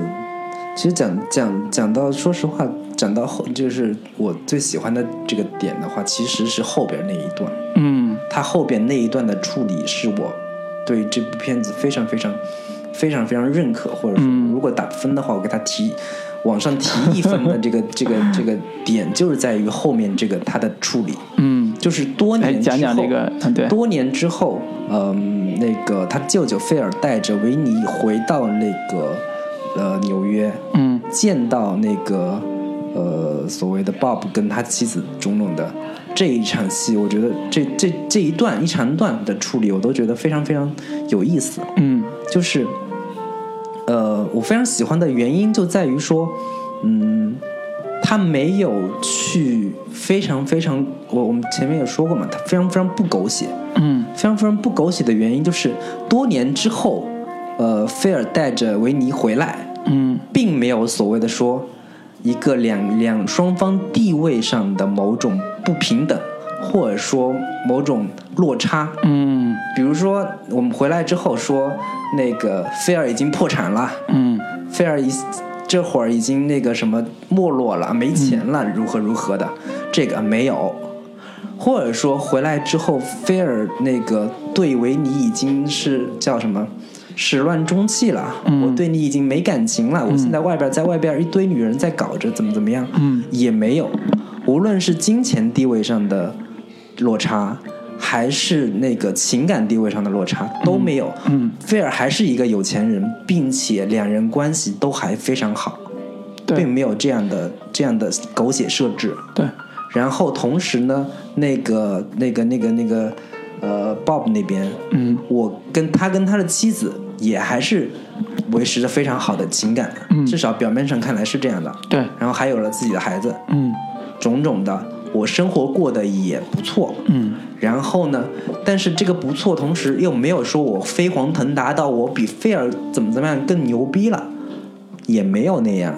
其实讲讲讲到，说实话，讲到后就是我最喜欢的这个点的话，其实是后边那一段，
嗯
它后边那一段的处理是我对这部片子非常非常非常非常认可，或者说如果打分的话，我给它提往上提一分的这个这个这个点，就是在于后面这个它的处理，
嗯，
就是多
来
年
讲
之
讲这
后
个，嗯对，
多年之后，嗯、那个他舅舅菲尔带着维尼回到那个呃纽约，
嗯
见到那个呃所谓的 Bob 跟他妻子种种的这一场戏，我觉得这这这一段一长段的处理，我都觉得非常非常有意思。
嗯
就是，呃，我非常喜欢的原因就在于说，嗯，他没有去非常非常，我我们前面也说过嘛，他非常非常不狗血，
嗯
非常非常不狗血的原因就是多年之后，呃，菲尔带着维尼回来，
嗯
并没有所谓的说一个两两双方地位上的某种不平等，或者说某种落差，
嗯
比如说，我们回来之后说，那个菲尔已经破产了，
嗯
菲尔已这会儿已经那个什么没落了，没钱了，如何如何的，这个没有。或者说回来之后，菲尔那个对维尼已经是叫什么始乱终弃了，
嗯
我对你已经没感情了，我现在外边在外边一堆女人在搞着，怎么怎么样，
嗯
也没有。无论是金钱地位上的落差，还是那个情感地位上的落差都没有。
嗯，
菲尔还是一个有钱人，并且两人关系都还非常好，并
对
没有这样的这样的狗血设置。
对，
然后同时呢，那个那个那个那个呃，Bob 那边，
嗯
我跟他跟他的妻子也还是维持着非常好的情感，
嗯
至少表面上看来是这样的。
对，
然后还有了自己的孩子，
嗯
种种的，我生活过得也不错。
嗯
然后呢，但是这个不错，同时又没有说我飞黄腾达到我比菲尔怎么怎么样更牛逼了，也没有那样。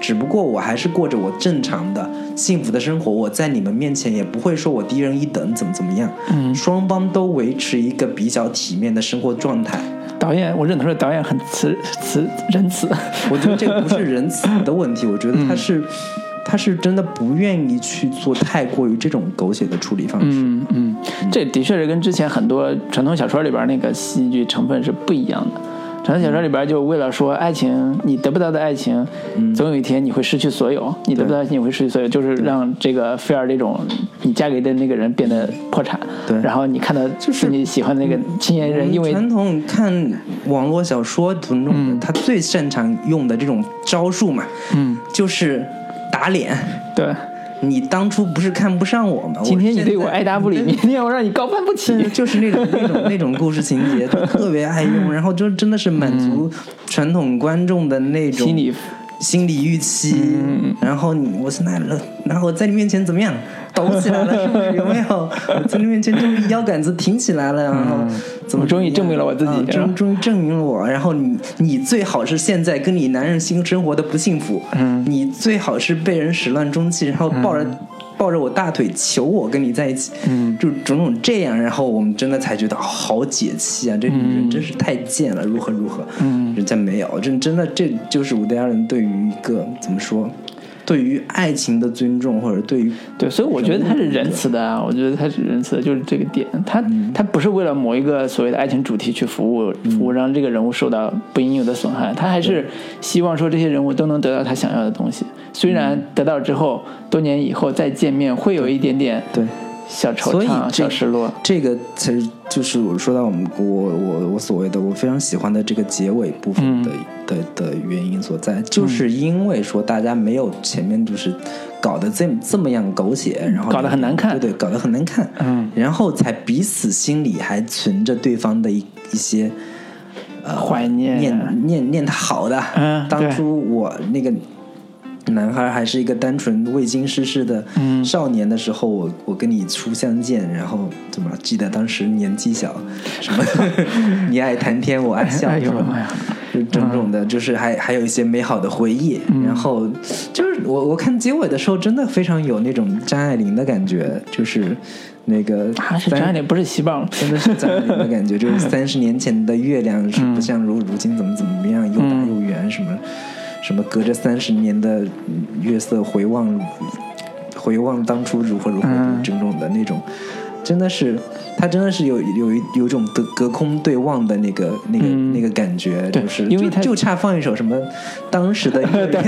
只不过我还是过着我正常的幸福的生活，我在你们面前也不会说我低人一等，怎么怎么样。
嗯，
双方都维持一个比较体面的生活状态。
导演，我认同这导演很慈慈仁慈，
我觉得这不是仁慈的问题，我觉得
嗯
他是、他是真的不愿意去做太过于这种狗血的处理方式。
嗯嗯，这的确是跟之前很多传统小说里边那个戏剧成分是不一样的。传统小说里边就为了说爱情，你得不到的爱情，总有一天你会失去所有，你得不到的爱情你会失去所有，就是让这个菲尔这种你嫁给的那个人变得破产，
对
然后你看到就是你喜欢的那个青年人，因
我
为
们传统看网络小说从中的，他最擅长用的这种招数嘛，
嗯，
就是打脸。
对，
你当初不是看不上我吗？
今天你
现
对我
在嗯
爱答 不理，明天我让你高攀不起，
就是那种那种那种故事情节特别爱
嗯
用，然后就真的是满足传统观众的那种
心理嗯
心理预期。然后你我现在了，然后我在你面前怎么样？抖起来了是不是？有没有？我在你面前终于腰杆子挺起来了，然后怎
嗯
么
我终于证明了我自己
啊
是吧
终终于证明了我。然后你你最好是现在跟你男人性生活的不幸福，嗯，你最好是被人始乱终弃，然后抱着。抱着我大腿求我跟你在一起，嗯，就种种这样，然后我们真的才觉得好解气啊！这女人真是太贱了，如何如何，嗯，人家没有，真真的这就是伍迪·艾伦对于一个怎么说，对于爱情的尊重，或者对于
对，所以我觉得他是仁慈的啊，我觉得他是仁慈的，就是这个点，他
嗯
他不是为了某一个所谓的爱情主题去服务服务，让这个人物受到不应有的损害，他还是希望说这些人物都能得到他想要的东西，虽然得到之后多年以后再见面会有一点点
嗯对
小惆
所以
怅、啊
这
小失落，
这个其实就是我说到我们我我我所谓的我非常喜欢的这个结尾部
嗯
分的、的的原因所在，就是因为说大家没有前面就是搞得这这么样狗血，然后
搞得很难看
对对，搞得很难看，
嗯，
然后才彼此心里还存着对方的一一些。呃，
怀念
念念念他好的，
嗯
当
对
初我那个男孩还是一个单纯未经世事的
嗯
少年的时候，我我跟你初相见，然后怎么了记得当时年纪小，什么你爱谈天，我爱笑，
哎呦
是吧
哎呀
就种种的，就是还还有一些美好的回忆。
嗯
然后就是我我看结尾的时候，真的非常有那种张爱玲的感觉，就是那个
啊，是
三
张爱玲，不是希望。
真的是张爱玲的感 觉，就是三十年前的月亮是
嗯
不像如如今怎么怎么样又大又圆，什么什么隔着三十年的月色回望回望当初如何如何
嗯
种种的那种，真的是他真的是有有一有一种隔隔空对望的那个那个
嗯
那个感觉，
对
就是
因为
就
他
就差放一首什么 当时的月亮，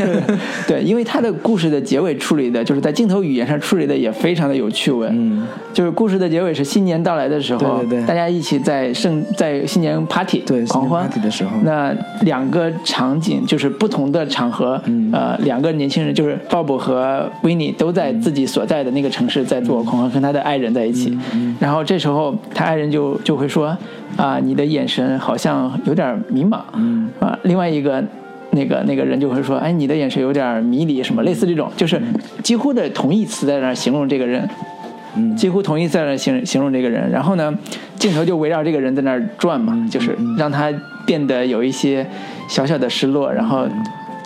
对，因为他的故事的结尾处理的，就是在镜头语言上处理的也非常的有趣味。
嗯，
就是故事的结尾是新年到来的时候，
对对对
大家一起在盛在新年 party
对，
狂欢
party 的时候，
那两个场景就是不同的场合，
嗯
呃，两个年轻人就是 Bob 和 w i n n i e 都在
嗯
自己所在的那个城市在做狂欢，跟他的爱人在一起。
嗯
然后这时候他爱人就就会说啊、你的眼神好像有点迷茫。
嗯
啊、另外一个。那个那个人就会说：“哎，你的眼神有点迷离，什么类似这种，就是几乎的同义词在那儿形容这个人。
嗯
几乎同意在那形形容这个人。然后呢，镜头就围绕这个人在那儿转嘛，就是让他变得有一些小小的失落，然后。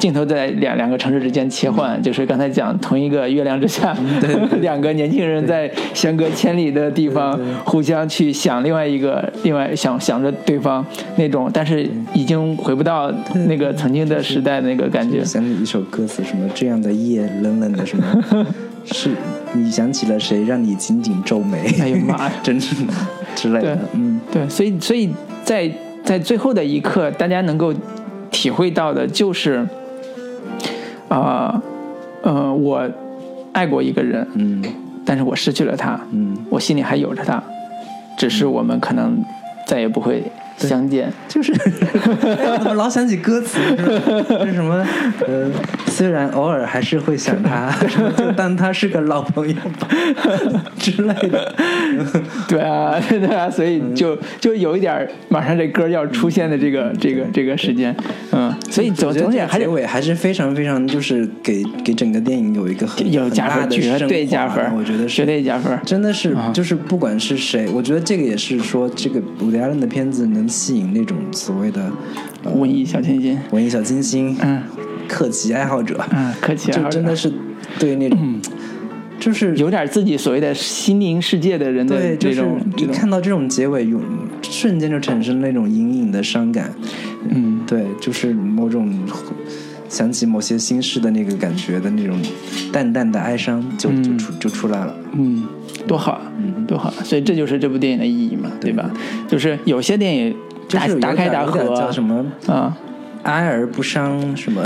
镜头在两两个城市之间切换，就是刚才讲同一个月亮之下， 两个年轻人在相隔千里的地方互相去想另外一个，另外想想着对方那种，但是已经回不到那个曾经的时代的那个感觉。
想起一首歌词，什么这样的夜冷冷的 什么，是你想起了谁让你紧紧皱眉？
哎呦妈呀
真是之类
对
的，嗯，
对，所以所以在在最后的一刻，大家能够体会到的就是，啊呃我爱过一个人，
嗯
但是我失去了他，
嗯，
我心里还有着他，只是我们可能再也不会相见。
就是哎我怎么老想起歌词？是什么？呃，虽然偶尔还是会想他，什么就当他是个老朋友吧 之类 的。
对啊， 对啊，所
嗯
以就就有一点儿马上这歌要出现的这个这个这个时间，嗯，所以总
嗯我觉得
总体还是
这个结尾还是非常非常，就是给给整个电影有一个很
有加
很大
分，
的
绝对
升华
加分，
我觉得是
绝对加分。
真的是
啊，
就是不管是谁，我觉得这个也是说，这个伍迪·艾伦的片子能吸引那种所谓的呃
文艺小清新，
文艺小清新、
嗯
克己爱好者，
嗯，客气啊
就，真的是对那种，就是
嗯有点自己所谓的心灵世界的人的
对，就
这
是
种，
一
这种
看到这种结尾，有瞬间就产生那种隐隐的伤感，
嗯，
对，就是某种想起某些心事的那个感觉的那种淡淡的哀伤就，就出就出来了，
嗯，多好啊，
嗯
多好啊！所以这就是这部电影的意义嘛，对吧？就是有些电影
就
打
是有
打
点
开打
有点
合
叫什么
啊，
哀而不伤什么。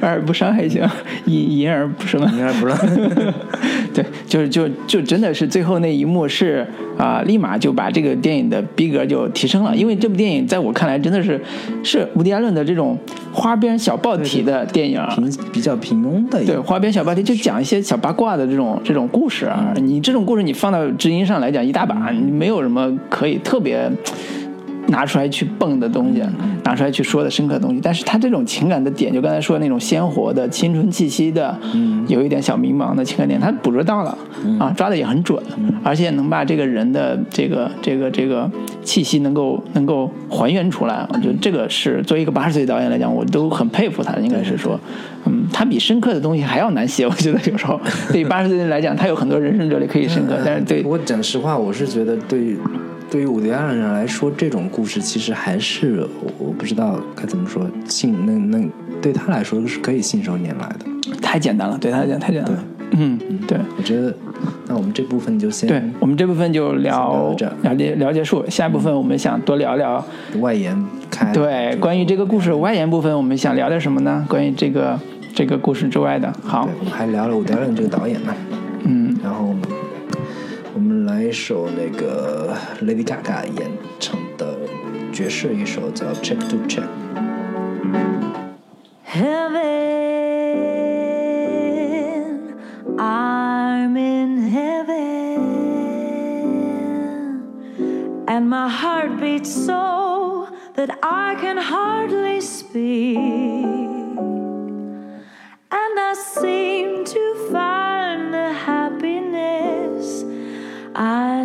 而不伤还行，隐隐而不什么。
应该不让。
对，就是就就真的是最后那一幕是啊、立马就把这个电影的逼格就提升了，因为这部电影在我看来真的是是伍迪·艾伦的这种花边小报体的电影啊，
平比较平庸的一
对，
个，
花边小话题就讲一些小八卦的这种这种故事
嗯
啊。你这种故事你放到知音上来讲一大把，你没有什么可以特别拿出来去蹦的东西，
嗯
拿出来去说的深刻的东西。但是他这种情感的点，就刚才说那种鲜活的、青春气息的，
嗯
有一点小迷茫的情感点，他捕捉到了啊，抓的也很准，而且能把这个人的这个这个这个气息能够能够还原出来。我觉得这个是作为一个八十岁导演来讲，我都很佩服他，应该是说。嗯，它比深刻的东西还要难写，我觉得有时候对于八十岁的人来讲，他有很多人生哲理可以
嗯
深刻，但是对
不，过讲实话，我是觉得对于对于伍迪·艾伦来说，这种故事其实还是我我不知道该怎么说，信能能对他来说是可以信手拈来的。
太简单了，对他来讲太简单了。嗯，对
我觉得，那我们这部分就
对
先，
我们这部分就聊
嗯先聊到
了解了结束，下一部分我们想多聊聊，
外延开。
对，关于这个故事外延部分，我们想聊点什么呢？关于这个这个故事之外的，好
对，，我们还聊了伍迪·艾伦这个导演呢。
嗯，
然后我们我们来一首那个 Lady Gaga 演唱的爵士一首叫《Check to Check》。
Heaven and my heart beats so that I can hardly speak. And I seem to find the happiness I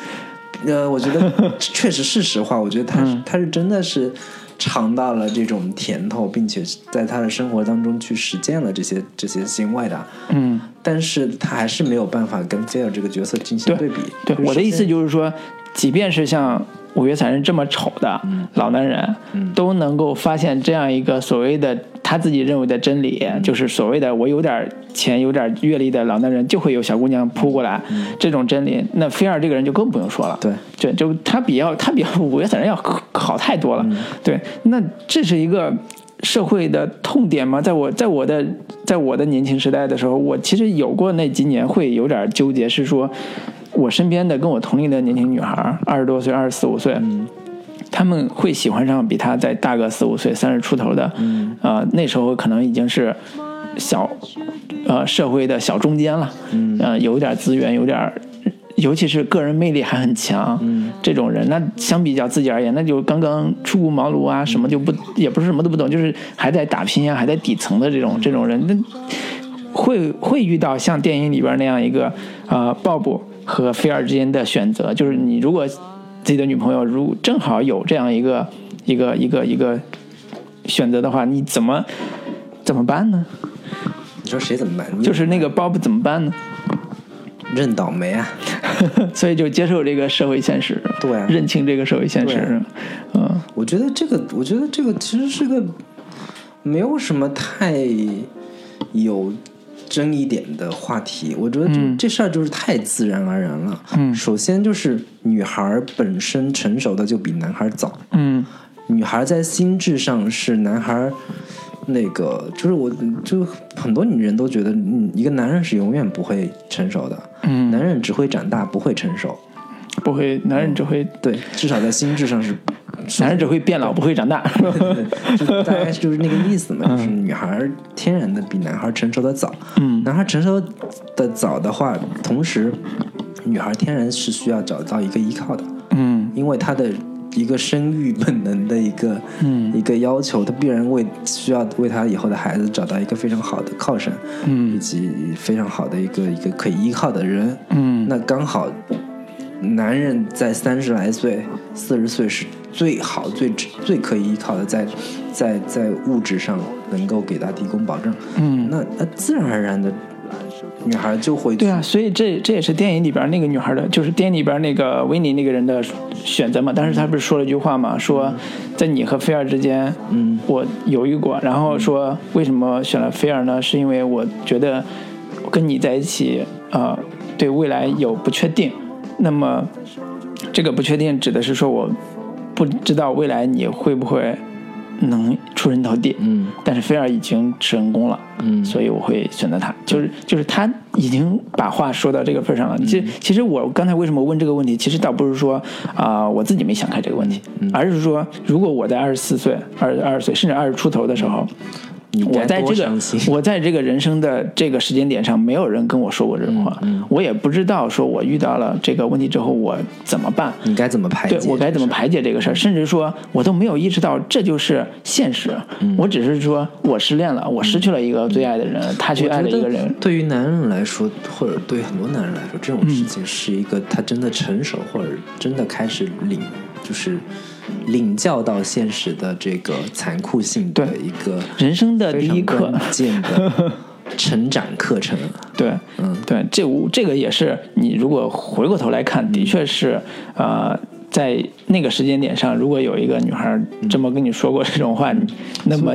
呃，我觉得 确实是实话。我觉得他是、
嗯
他是真的是尝到了这种甜头，并且在他的生活当中去实践了这些这些行为的。
嗯，
但是他还是没有办法跟菲尔这个角色进行
对
比。
对，
就是
我的意思
首先
就是说，即便是像五月散人这么丑的
嗯
老男人，都能够发现这样一个所谓的他自己认为的真理，
嗯
就是所谓的我有点钱、有点阅历的老男人就会有小姑娘扑过来，
嗯
这种真理。那菲尔这个人就更不用说了，
对
对，就他比要他比五月散人要好好太多了，对，那这是一个。社会的痛点吗？在我在我的在我的年轻时代的时候，我其实有过那几年会有点纠结，是说我身边的跟我同龄的年轻女孩，二十多岁、二十四五岁，她们会喜欢上比她再大个四五岁、三十出头的，呃，那时候可能已经是小呃社会的小中间了，嗯、呃，有点资源，有点儿。尤其是个人魅力还很强，这种人，那相比较自己而言，那就刚刚初出茅庐啊，什么就不也不是什么都不懂，就是还在打拼啊，还在底层的这种这种人，那会会遇到像电影里边那样一个呃，Bob 和菲尔之间的选择，就是你如果自己的女朋友如正好有这样一个一个一个一个选择的话，你怎么怎么办呢？
你说谁怎么办？你
就是那个 Bob 怎么办呢？
认倒霉啊！
所以就接受这个社会现实，
对啊
认清这个社会现
对
实
啊，
嗯，
我觉得这个，我觉得这个其实是个没有什么太有争议点的话题。我觉得这,、这事儿就是太自然而然了。嗯，首先就是女孩儿本身成熟的就比男孩儿早。
嗯，
女孩在心智上是男孩儿那个，就是我就很多女人都觉得，嗯，一个男人是永远不会成熟的，嗯，男人只会长大，不会成熟，
不会，男人只会，
对，至少在心智上是，
男人只会变老，不会长大，
就大概就是那个意思嘛，就是女孩儿天然的比男孩儿成熟的早，嗯，男孩儿成熟的早的话，同时女孩儿天然是需要找到一个依靠的，
嗯
因为他的一个生育本能的一个、一个要求，他必然为需要为他以后的孩子找到一个非常好的靠山，嗯，以及非常好的一个一个可以依靠的人，
嗯，
那刚好男人在三十来岁、四十岁是最好、最最可以依靠的，在在在物质上能够给他提供保障，嗯，那那自然而然的女孩就会
对啊，所以这这也是电影里边那个女孩的，就是电影里边那个维尼那个人的选择嘛。当时他不是说了一句话嘛，说在你和菲尔之间，嗯，我犹豫过，然后说为什么选了菲尔呢？是因为我觉得跟你在一起，呃，对未来有不确定。那么这个不确定指的是说我不知道未来你会不会能出人头地，嗯，但是菲尔已经成功了，嗯，所以我会选择他，就是就是他已经把话说到这个份儿上了。其实
嗯
其实我刚才为什么问这个问题，其实倒不是说啊、我自己没想开这个问题，
嗯
而是说如果我在二十四岁、二十二岁甚至二十出头的时候。我
该
在
多
这个
伤心
我在这个人生的这个时间点上，没有人跟我说过这种话，
嗯
我也不知道说我遇到了这个问题之后我怎么办，
你该怎么排解？嗯
对我该怎么排解这个事儿，甚至说我都没有意识到这就是现实，
嗯
我只是说我失恋了，我失去了一个最爱的人，他去
我
爱了
觉
一个
得
人，
对于男人来说，或者对很多男人来说，这种事情是一个他真的成熟，或者真的开始领，就是领教到现实的这个残酷性的
对
一个
人生的第一课
非常关键 的成长课程。
对，
嗯
对，这无这个也是你如果回过头来看，
嗯
的确是呃。在那个时间点上，如果有一个女孩
嗯
这么跟你说过这种话，你那么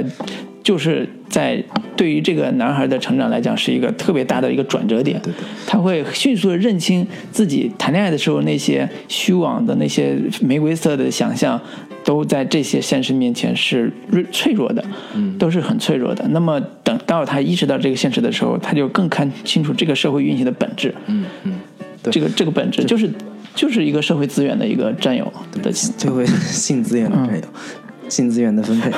就是在对于这个男孩的成长来讲，是一个特别大的一个转折点。
对对
他会迅速的认清自己谈恋爱的时候那些虚妄的、那些玫瑰色的想象，都在这些现实面前是脆脆弱的，嗯，都是很脆弱的。那么等到他意识到这个现实的时候，他就更看清楚这个社会运行的本质，嗯嗯，这个这个本质就是就是一个社会资源的一个占有的情
就会性资源的占 有，性资源的 分配。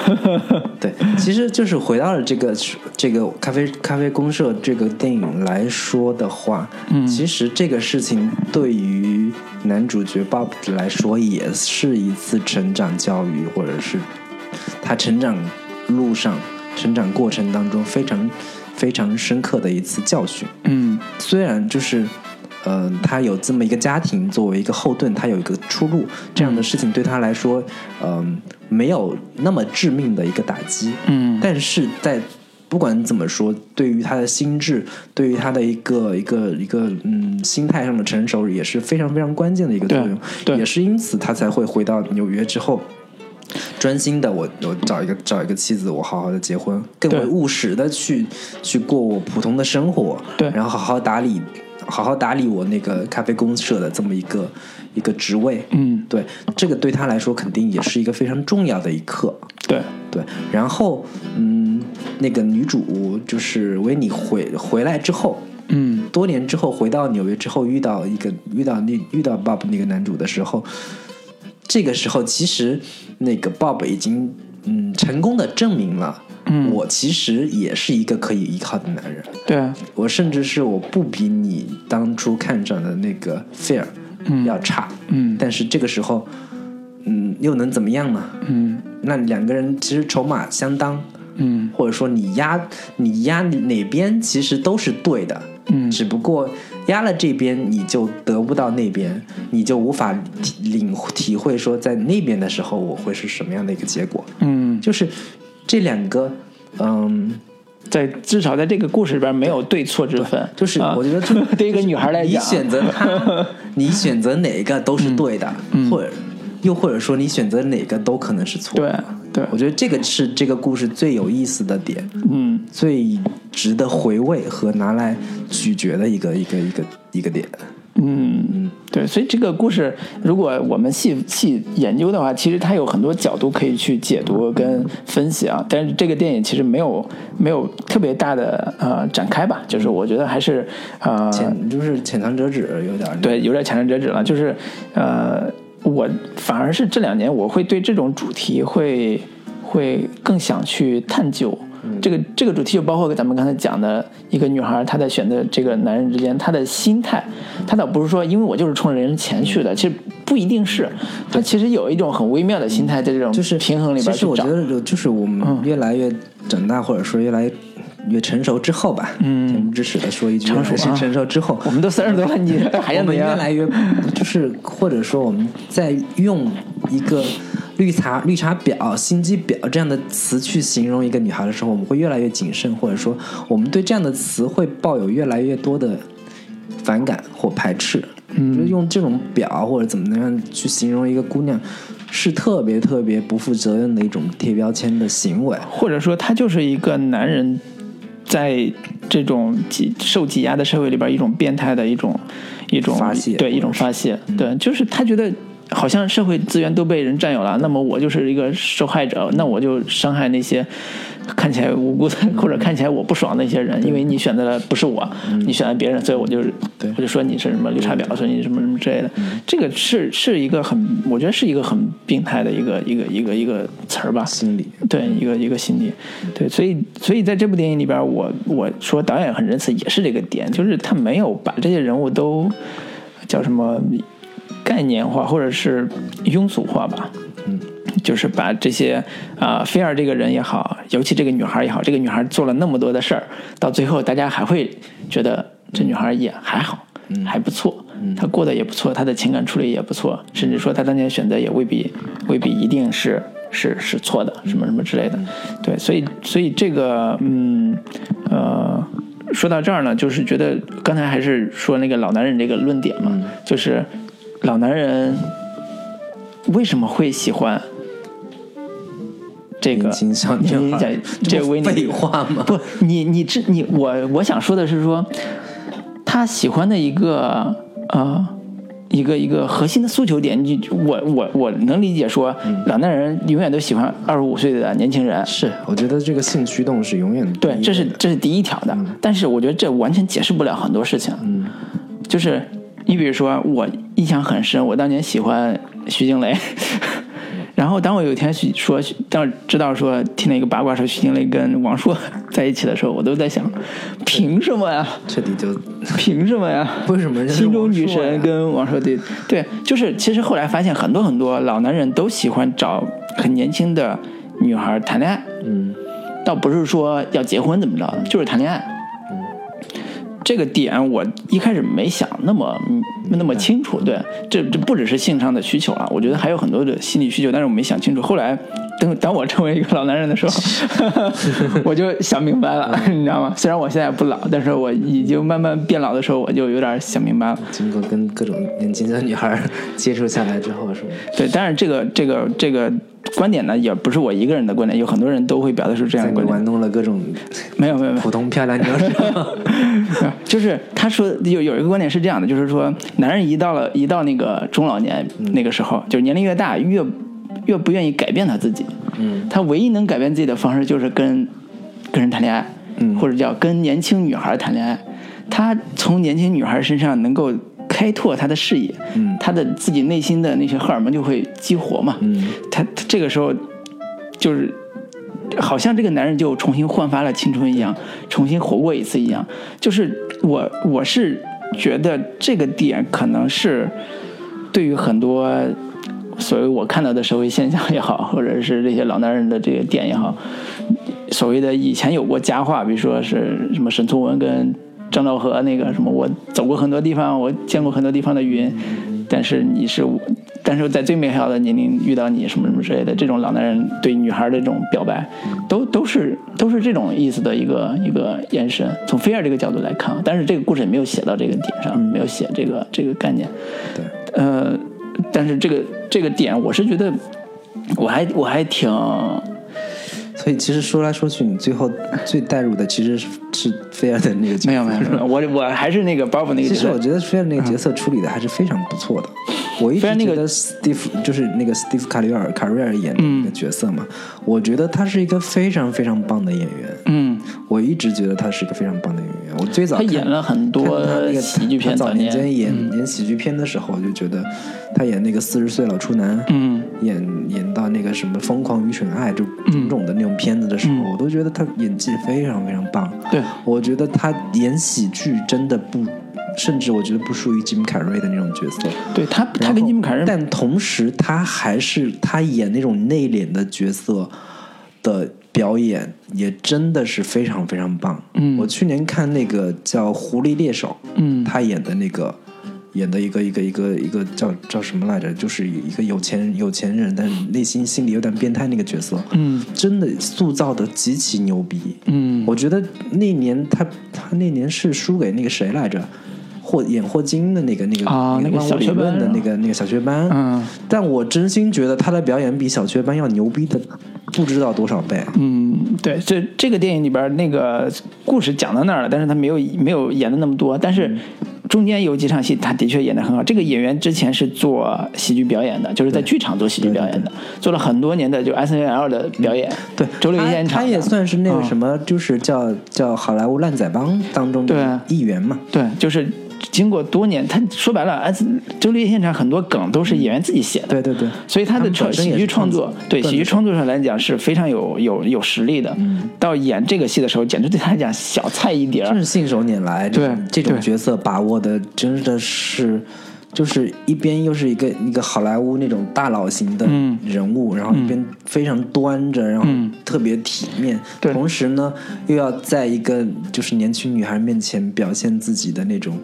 对，其实就是回到了这个这个咖啡咖啡公社这个电影来说的话，嗯，其实这个事情对于男主角 Bob 来说也是一次成长教育，或者是他成长路上、成长过程当中非常非常深刻的一次教训。
嗯
虽然就是，呃，他有这么一个家庭作为一个后盾，他有一个出路，这样的事情对他来说，嗯、没有那么致命的一个打击。
嗯
但是在不管怎么说，对于他的心智，对于他的一个一个一个嗯心态上的成熟，也是非常非常关键的一个作用。
对对
也是因此他才会回到纽约之后。专心的我，我找一个找一个妻子，我好好的结婚，更
对
为务实的去去过我普通的生活，
对
然后好好打理，好好打理我那个咖啡公社的这么一个一个职位，
嗯，
对，这个对他来说肯定也是一个非常重要的一课，
对，
对，然后嗯，那个女主就是维尼回回来之后，
嗯，
多年之后回到纽约之后，遇到一个遇到那遇到 Bob 那个男主的时候，这个时候其实那个 Bob 已经嗯成功的证明了，
嗯
我其实也是一个可以依靠的男人，
对啊，
我甚至是我不比你当初看上的那个 Fair 要差，
嗯
但是这个时候，嗯，又能怎么样呢？
嗯
那两个人其实筹码相当，
嗯
或者说你压你压哪边其实都是对的，
嗯
只不过压了这边你就得不到那边，你就无法体领体会说在那边的时候我会是什么样的一个结果，
嗯，
就是这两个，嗯，
在至少在这个故事里边没有对错之分，
就是
啊
我觉得 就
对一个女孩来
你
讲，啊嗯
选择 他，你选择哪个都是对的，或者又或者说你选择哪个都可能是错
对
的。
对，
我觉得这个是这个故事最有意思的点。
嗯
最值得回味和拿来咀嚼的一个一个一个一个点。
啊嗯对，所以这个故事如果我们细细研究的话，其实它有很多角度可以去解读跟分析啊，但是这个电影其实没有没有特别大的呃展开吧，就是我觉得还是呃
浅就是浅尝辄止，有点儿，
对，有点前瞻折止了。就是，呃，我反而是这两年我会对这种主题会会更想去探究。
嗯
这个这个主题就包括咱们刚才讲的一个女孩，她在选择这个男人之间，她的心态，她倒不是说因为我就是冲着人钱去的，其实不一定是，她其实有一种很微妙的心态在这种
就是
平衡里边
其实
去
我觉
找。嗯
得有，就是我们越来越长大，或者说越来越成熟之后吧，
嗯
恬不知耻的说一句，
成熟啊
是成熟之后，
我们都三十多了， 你还要怎
我们越
样？
来越就是，或者说我们在用一个绿茶绿茶婊、心机婊这样的词去形容一个女孩的时候，我们会越来越谨慎，或者说我们对这样的词会抱有越来越多的反感或排斥。嗯，就是用这种婊或者怎么样去形容一个姑娘，是特别特别不负责任的一种贴标签的行为。
或者说他就是一个男人在这种挤受挤压的社会里边一种变态的一种一种
发泄嗯
对一种发泄，对，就是他觉得。好像社会资源都被人占有了，那么我就是一个受害者，那我就伤害那些看起来无辜的 或者看起来我不爽的一些人，因为你选择了不是我，你选了别人，所以我就
嗯对嗯
我就说你是什么绿茶婊，说你什么什么之类的，这个是是一个很，我觉得是一个很病态的一个一个一个一个词儿吧，
心理
对一个一个心理，对，所以所以在这部电影里边，我我说导演很仁慈也是这个点，就是他没有把这些人物都叫什么概念化或者是庸俗化吧，就是把这些啊、菲儿这个人也好，尤其这个女孩也好，这个女孩做了那么多的事儿，到最后大家还会觉得这女孩也还好，还不错，她过得也不错，她的情感处理也不错，甚至说她当年选择也未必未必一定是是是错的，什么什么之类的。对，所以所以这个嗯呃。说到这儿呢，就是觉得刚才还是说那个老男人这个论点嘛，就是老男人为什么会喜欢这个
年轻小女
你讲
孩，
这
不
维尼
废话吗？
不，你你这你我我想说的是说，他喜欢的一个呃一个一个核心的诉求点，你我我我能理解说，老男人永远都喜欢二十五岁的年轻人。
嗯是，我觉得这个性驱动是永远
对，
第一
这是
位的
这是第一条的，但是我觉得这完全解释不了很多事情。嗯，就是你比如说，我印象很深，我当年喜欢徐静蕾， 然后当我有一天去说，当知道说听了一个八卦说徐静蕾跟王朔 在一起的时候，我都在想，凭什么呀？
彻底就
凭什么呀？
为什么人家是
心中
王朔
女神
呀
跟王朔对对，就是其实后来发现很多很多老男人都喜欢找很年轻的女孩谈恋爱，
嗯。
倒不是说要结婚怎么着的，就是谈恋爱。这个点我一开始没想那么那么清楚，对，这这不只是性上的需求啊了，我觉得还有很多的心理需求，但是我没想清楚。后来等当我成为一个老男人的时候，我就想明白了，你知道吗？虽然我现在不老，但是我已经慢慢变老的时候，我就有点想明白了。
经过跟各种年轻的女孩儿接触下来之后，是吗？
对，但是这个这个这个观点呢，也不是我一个人的观点，有很多人都会表达出这样
在
的观
你
点。
玩弄了各种
没有没有没有
普，通漂亮女生，
就是他说有有一个观点是这样的，就是说男人一到了一到那个中老年那个时候，就是年龄越大越越不愿意改变他自己，
嗯，
他唯一能改变自己的方式就是跟跟人谈恋爱，嗯，或者叫跟年轻女孩谈恋爱。他从年轻女孩身上能够开拓她的视野，嗯，她的自己内心的那些荷尔蒙就会激活嘛，嗯，他他这个时候就是好像这个男人就重新焕发了青春一样，重新活过一次一样。就是我我是觉得这个点可能是对于很多所谓我看到的社会现象也好，或者是这些老男人的这个点也好，所谓的以前有过佳话，比如说是什么沈从文跟张兆和那个什么，我走过很多地方，我见过很多地方的云，但是你是我，但是在最美好的年龄遇到你什么什么之类的，这种老男人对女孩的这种表白，都 都是都是这种意思的一个一个延伸。从菲尔这个角度来看，但是这个故事也没有写到这个点上，没有写这个这个概念。
对，
呃，但是这个这个点，我是觉得我还我还挺
所以其实说来说去，你最后最带入的其实是是菲儿的那个角色。
没有没有没有， 我我还是那个 Bob 那个角
其实
色
我。觉得菲儿那个角色处理的还是非常不错的。我一
菲
直
儿那个
觉得 Steve 就是那个 Steve 卡瑞尔卡瑞尔演的
嗯
那个角色嘛，我觉得他是一个非常非常棒的演员。
嗯，
我一直觉得他是一个非常棒的演员。我最早
他
看
演了很
看
多
他那个
喜剧片，
他早
年嗯
年间演、演喜剧片的时候，我就觉得他演那个四十岁老处男，
嗯，
演演到那个什么疯狂愚蠢爱就
嗯
种种的那种片子的时候，我都觉得他演技非常非常棒。
对，
我觉得他演喜剧真的不，甚至我觉得不属于吉姆凯瑞的那种角色。
对他他跟
然后
吉姆凯瑞
但同时他还是他演那种内敛的角色的表演，也真的是非常非常棒。嗯，我去年看那个叫《狐狸猎手》，
嗯
他演的那个。演的一个一个一个一个叫叫什么来着？就是一个有钱有钱人，但是内心心里有点变态那个角色，
嗯，
真的塑造的极其牛逼，
嗯
我觉得那年他他那年是输给那个谁来着，霍演霍金的那个那个
啊那
那
个
个万物
小
理
学班
论
是
的
吧
那个那个小学班，
嗯，
但我真心觉得他的表演比小学班要牛逼的不知道多少倍，
嗯，对，这这个电影里边那个故事讲到那儿了，但是他没有没有演的那么多，但是中间有几场戏，他的确演的很好。这个演员之前是做喜剧表演的，就是在剧场做喜剧表演的，做了很多年的就 S N L 的表演，
对，
周六夜现场
他，他
的
也算是那个
嗯
什么，就是叫叫好莱坞烂仔帮当中
对
的
啊
一员嘛，
对，就是经过多年，他说白了，S 周六夜现场很多梗都是演员自己写的，
嗯对对对，
所以他的
们
创
本身
喜
也
剧
是
创作
段子，
对
段
喜剧
子
创作上来讲是非常有有有实力的。
嗯
到演这个戏的时候，简直对他来讲小菜一碟
真
儿。
是信手拈来，
对
这种
对
角色把握的真的是，就是一边又是一个一个好莱坞那种大佬型的
嗯
人物，然后一边非常端着，然后特别体面，
对
同时呢又要在一个就是年轻女孩面前表现自己的那种，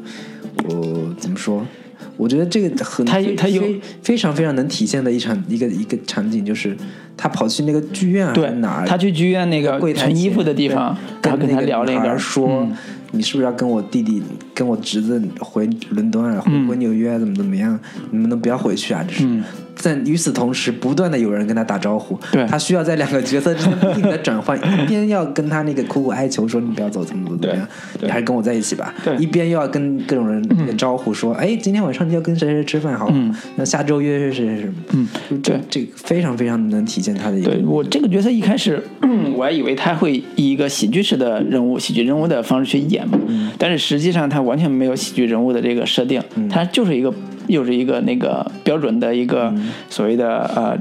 我、怎么说？我觉得这个很
他
非
他有
非非常非常能体现的一场一个一个场景，就是他跑去那个剧院还
对
是哪儿，，
他去剧院那个
柜台
存衣服的地
前
方，
对
然后
跟
跟
那
他聊了一嗯
女孩
段，
说、你是不是要跟我弟弟、跟我侄子回伦敦啊，
嗯
回回纽约啊，怎么怎么样？你们能不要回去啊？这是。但与此同时，不断的有人跟他打招呼，
对
他需要在两个角色之间不停的转换，一边要跟他那个苦苦哀求说你不要走，怎么怎么怎么样，你还是跟我在一起吧，
对嗯
一边又要跟各种人打招呼说，哎，今天晚上要跟谁谁吃饭好，那下周约谁谁谁什么，嗯这
对
这个非常非常能体现他的一个
对我这个角色一开始嗯我还以为他会以一个喜剧式的人物、喜剧人物的方式去演嘛，但是实际上他完全没有喜剧人物的这个设定，他就是一个又是一个那个标准的一个所谓的呃。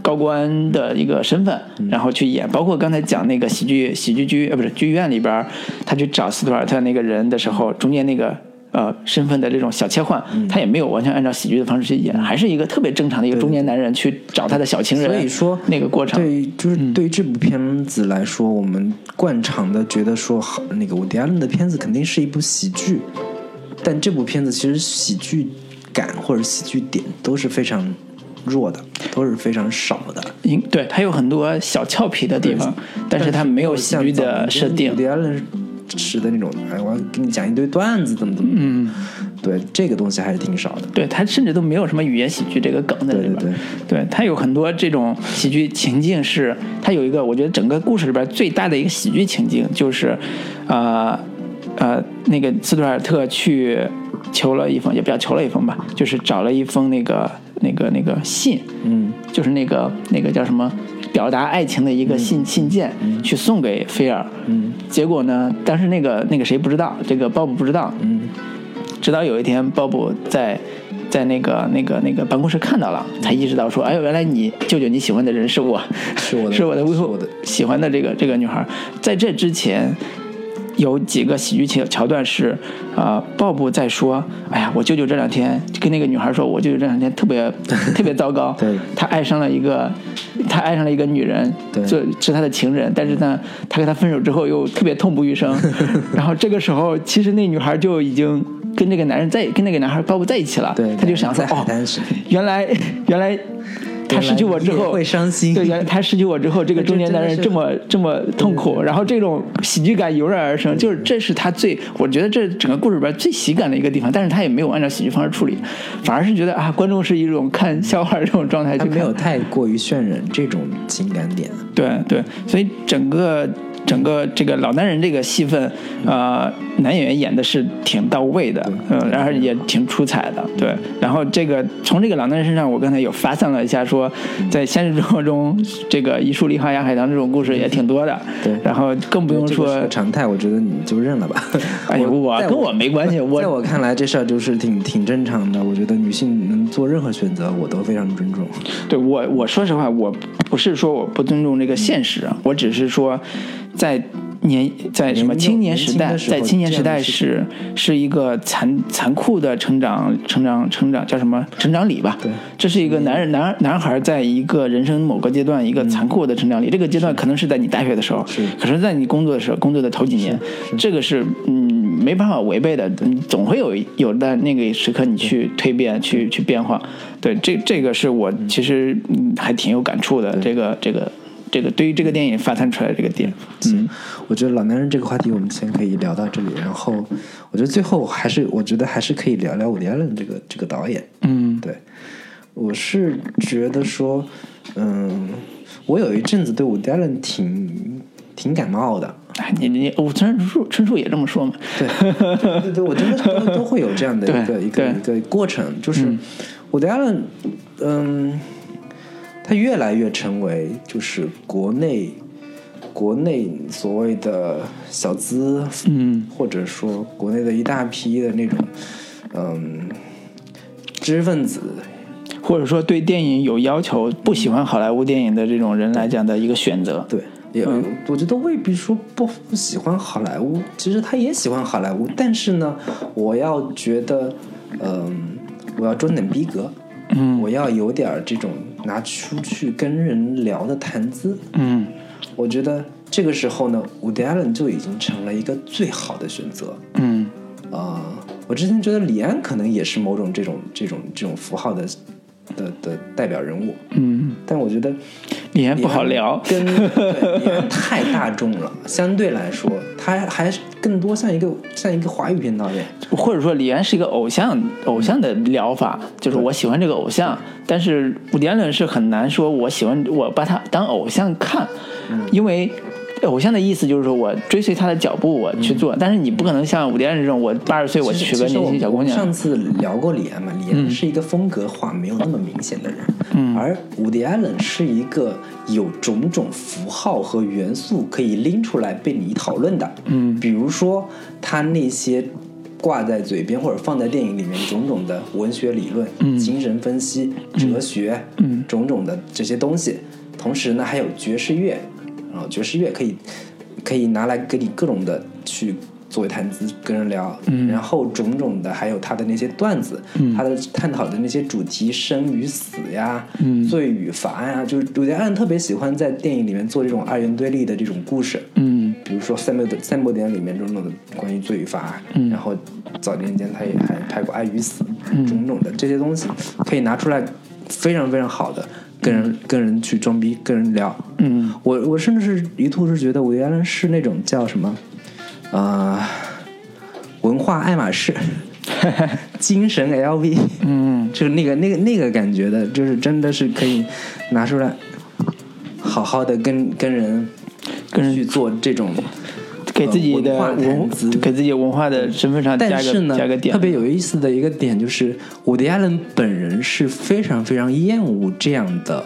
高官的一个身份，然后去演，包括刚才讲那个喜剧喜剧剧呃不是剧院里边儿，他去找斯图尔特那个人的时候，中间那个呃身份的这种小切换，他也没有完全按照喜剧的方式去演，还是一个特别正常的一个中年男人去找他的小情人，
所以说
那个过程，嗯
对于，就是对于这部片子来说，我们惯常的觉得说，好，那个伍迪·艾伦的片子肯定是一部喜剧，但这部片子其实喜剧感或者喜剧点都是非常弱的，都是非常少的。
应对它有很多小俏皮的地方，但是它没有喜剧的设
伍
定。
迪·艾伦是的那种，哎，我要给你讲一堆段子，怎么怎么，嗯，对，这个东西还是挺少的。
对它甚至都没有什么语言喜剧这个梗在里边，
对对
对它有很多这种喜剧情境是，它有一个我觉得整个故事里边最大的一个喜剧情境就是，呃呃那个斯图尔特去求了一封，也不叫求了一封吧，就是找了一封那个那个那个信，
嗯，
就是那个那个叫什么表达爱情的一个信、信件去送给菲尔。嗯，结果呢，但是那个那个谁不知道，这个鲍勃不知道。嗯，直到有一天，鲍勃在在那个那个那个办公室看到了，
嗯
才意识到说，哎呦，原来你舅舅你喜欢的人是我，
是我的
是我的
是我的
喜欢的这个这个女孩。在这之前。有几个喜剧桥桥段是，呃，鲍勃在说，哎呀，我舅舅这两天跟那个女孩说，我舅舅这两天特别特别糟糕，
对
他爱上了一个，他爱上了一个女人，
对
就是他的情人，但是呢，他跟他分手之后又特别痛不欲 生，然后这个时候其实那女孩就已经跟这个男人在跟那个男孩鲍勃在一起了，
对
他就想说，
在
哦
海滩上，
原来原来。他失去我之
原来
后
你也会伤心
对，原来他失去我之后，这个中年男人这么这么痛苦，然后这种喜剧感油然而生，就是这是他最，我觉得这整个故事里边最喜感的一个地方，但是他也没有按照喜剧方式处理，反而是觉得啊，观众是一种看笑话这种状态去
他
看，
没有太过于渲染这种情感点。
对对，所以整个整个这个老男人这个戏份，呃，男演员演的是挺到位的，嗯、然后也挺出彩的，对。然后这个从这个老男人身上，我刚才有发散了一下说，在现实生活中，这个一树梨花压海棠这种故事也挺多的，
对
然后更不用
这个
说
是个，常态，我觉得你就认了吧。
哎呦，我
在
跟我没关系，
在
我
我看来，这事儿就是挺挺正常的。我觉得女性能做任何选择，我都非常尊重。
对我我说实话，我不是说我不尊重这个现实，啊，我只是说在。年在什么
年
青年
年
时
轻
代，
的时候
在青年
这
时
样的
代
事情
是是一个残残酷的成长、成长、成长叫什么成长礼吧？
对，
这是一个男人男男孩在一个人生某个阶段一个残酷的成长礼。这个阶段可嗯能是在你大学的时候，
是
可能在你工作的时候，工作的头几年，这个是嗯没办法违背的，你总会有有的那个时刻你去蜕变、去去变化。对，这这个是我其实嗯还挺有感触的。这个这个这个对于这个电影发散出来的这个点，
嗯，我觉得老男人这个话题我们先可以聊到这里，然后我觉得最后还是我觉得还是可以聊聊伍迪·艾伦这个这个导演。
嗯
对，我是觉得说，嗯，我有一阵子对伍迪·艾伦挺挺感冒的。
哎，你你我春树春树也这么说嘛？
对， 对对对，我真的是都都会有这样的一个
对嗯
一个一个过程，就是伍迪·艾伦，嗯，他越来越成为就是国内国内所谓的小资，
嗯，
或者说国内的一大批的那种，嗯，知识分子。
或者说对电影有要求、不喜欢好莱坞电影的这种人来讲的一个选择。
对，也、
嗯
我觉得未必说不不喜欢好莱坞，其实他也喜欢好莱坞，但是呢，我要觉得，嗯、我要装点逼格，嗯，我要有点儿这种拿出去跟人聊的谈资，
嗯
我觉得这个时候呢，伍迪·艾伦就已经成了一个最好的选择，
嗯
啊、我之前觉得李安可能也是某种这种这种这种符号的的的代表人物，
嗯，
但我觉得
李安不好聊。
跟对李安太大众了，相对来说，他还是更多像一个像一个华语片导演。
或者说李安是一个偶像，偶像的疗法就是我喜欢这个偶像，但是伍迪·艾伦是很难说我喜欢我把他当偶像看，
嗯
因为。偶像的意思就是说我追随他的脚步，我去做，但是你不可能像伍迪·艾伦这种，我八十岁我
嗯其
娶
实
个
其实
年
我
轻小姑
们上
娘，
次聊过李安嘛，李安是一个风格化没有那么明显的人，嗯、而伍迪·艾伦是一个有种种符号和元素可以拎出来被你讨论的。嗯，比如说他那些。挂在嘴边或者放在电影里面种种的文学理论、精神分析、哲学，嗯，种种的这些东西，同时呢还有爵士乐，然后爵士乐可以可以拿来给你各种的去作为谈资跟人聊，然后种种的还有他的那些段子，他的探讨的那些主题生与死呀，罪与罚呀，就是鲁迪·艾伦特别喜欢在电影里面做这种二元对立的这种故事，
嗯
比如说三部三部点里面种种的关于罪与罚，然后早年间他也还拍过《爱与死》种种的这些东西，可以拿出来非常非常好的跟人、跟人去装逼，跟人聊。
嗯，
我我甚至是一度是觉得我原来是那种叫什么，呃，文化爱马 仕。精神 LV，嗯，就是那个那个那个感觉的，就是真的是可以拿出来，好好的跟跟人
跟人
去做这种
给自己的
呃文化谈
文
资
给自己文化的身份上加
但是
个
呢
加个，点
特，别有意思的一个点就是，伍迪·艾伦本人是非常非常厌恶这样的，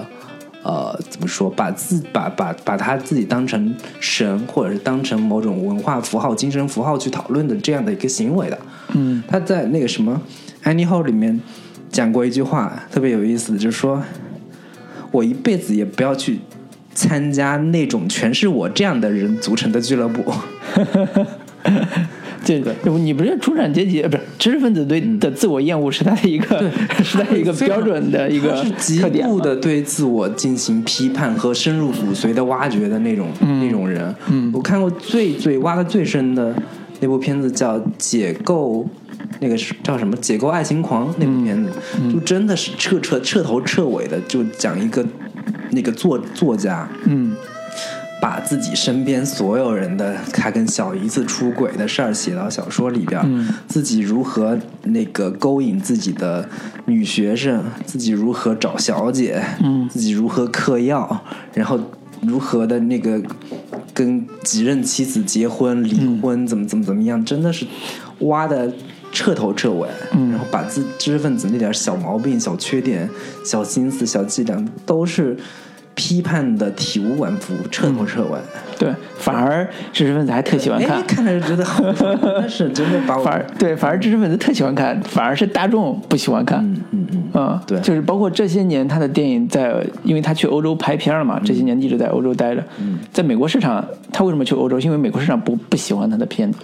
嗯、呃怎么说，把自把把把他自己当成神，或者是当成某种文化符号、精神符号去讨论的这样的一个行为的。嗯，他在那个什么《Annie Hall》里面讲过一句话，特别有意思，就是说我一辈子也不要去参加那种全是我这样的人组成的俱乐部。
这个你不是中产阶级，呃不是知识分子对
嗯
的自我厌恶是他的一个， 是他的一 个标准的一个
他是极
特点
度
嘛。
的对自我进行批判和深入骨髓的挖掘的那种、那种人。嗯，我看过最最挖的最深的那部片子叫《解构》，那个是叫什么《解构爱情狂》那部片子，就真的是彻彻彻头彻尾的就讲一个那个作作家，
嗯
把自己身边所有人的他跟小姨子出轨的事儿写到小说里边儿，自己如何那个勾引自己的女学生，自己如何找小姐，自己如何嗑药，然后如何的那个跟几任妻子结婚、离婚，
嗯
怎么怎么怎么样，真的是挖的。彻头彻尾，
嗯
然后把自知识分子那点儿小毛病、小缺点、小心思、小伎俩，都是批判的体无完肤，彻头彻尾。
对，反而知识分子还特喜欢
哎
嗯看，，
看哦着就觉得好，但是真的把 我
反而对，反而知识分子特喜欢看，反而是大众不喜欢看。
嗯嗯嗯，
嗯，
对
就是包括这些年他的电影在，因为他去欧洲拍片了
嗯
嘛，这些年一直在欧洲待着。在美国市场，他为什么去欧洲？是因为美国市场不不喜欢他的片子，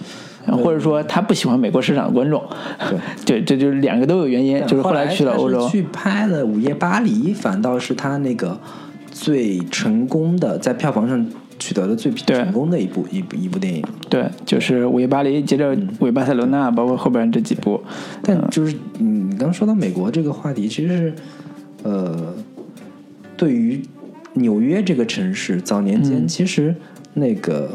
或者说他不喜欢美国市场的观众。 对，这就是两个都有原因。就是后来去了欧
后来
洲
他，是去拍了《午夜巴黎》，反倒是他那个最成功的，在票房上取得的最
对
成功的一部一部一部电影。
对，就是《午夜巴黎》，接着《午夜巴塞罗那》，包括后边这几部。
嗯但就是嗯，你刚说到美国这个话题，其实是呃，对于纽约这个城市，早年
嗯
间其实那个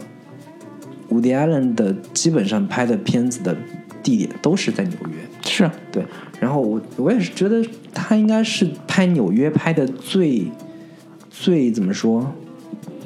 伍迪·艾伦的基本上拍的片子的地点都是在纽约。
是，
对，然后我我也是觉得他应该是拍纽约拍的最最怎么说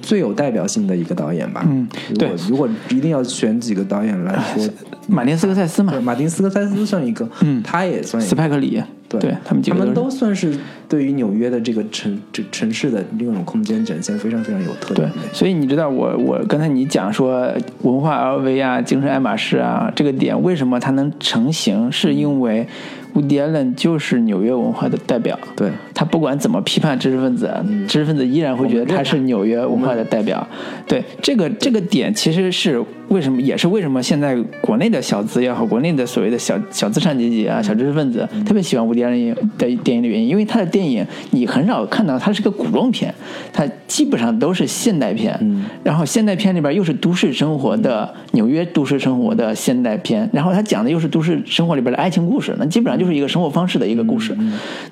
最有代表性的一个导演吧。
嗯
如
对
果如果一定要选几个导演来说，
马丁斯科塞斯嘛
对，马丁斯科塞斯算一个，
呃嗯
他也算一
斯
个，
派克里，
对
他们几
他
个
们
都
都
是。
算是对于纽约的这个城这城市的那种空间展现非常非常有特
对
点的。，
所以你知道我我刚才你讲说文化 LV 啊，精神爱马仕啊，这个点为什么它能成型，是
嗯
因为 Woody Allen 就是纽约文化的代表。
对
他不管怎么批判知识分子，啊知识分子依然会觉得他是纽约文化的代表。对这个这个点，其实是为什么，也是为什么现在国内的小资也好，国内的所谓的小小资产阶级啊、小知识分子、特别喜欢伍迪·艾伦的电影的原因，因为他的电影你很少看到它是个古装片，它基本上都是现代片。然后现代片里边又是都市生活的纽约都市生活的现代片，然后他讲的又是都市生活里边的爱情故事，那基本上就是一个生活方式的一个故事。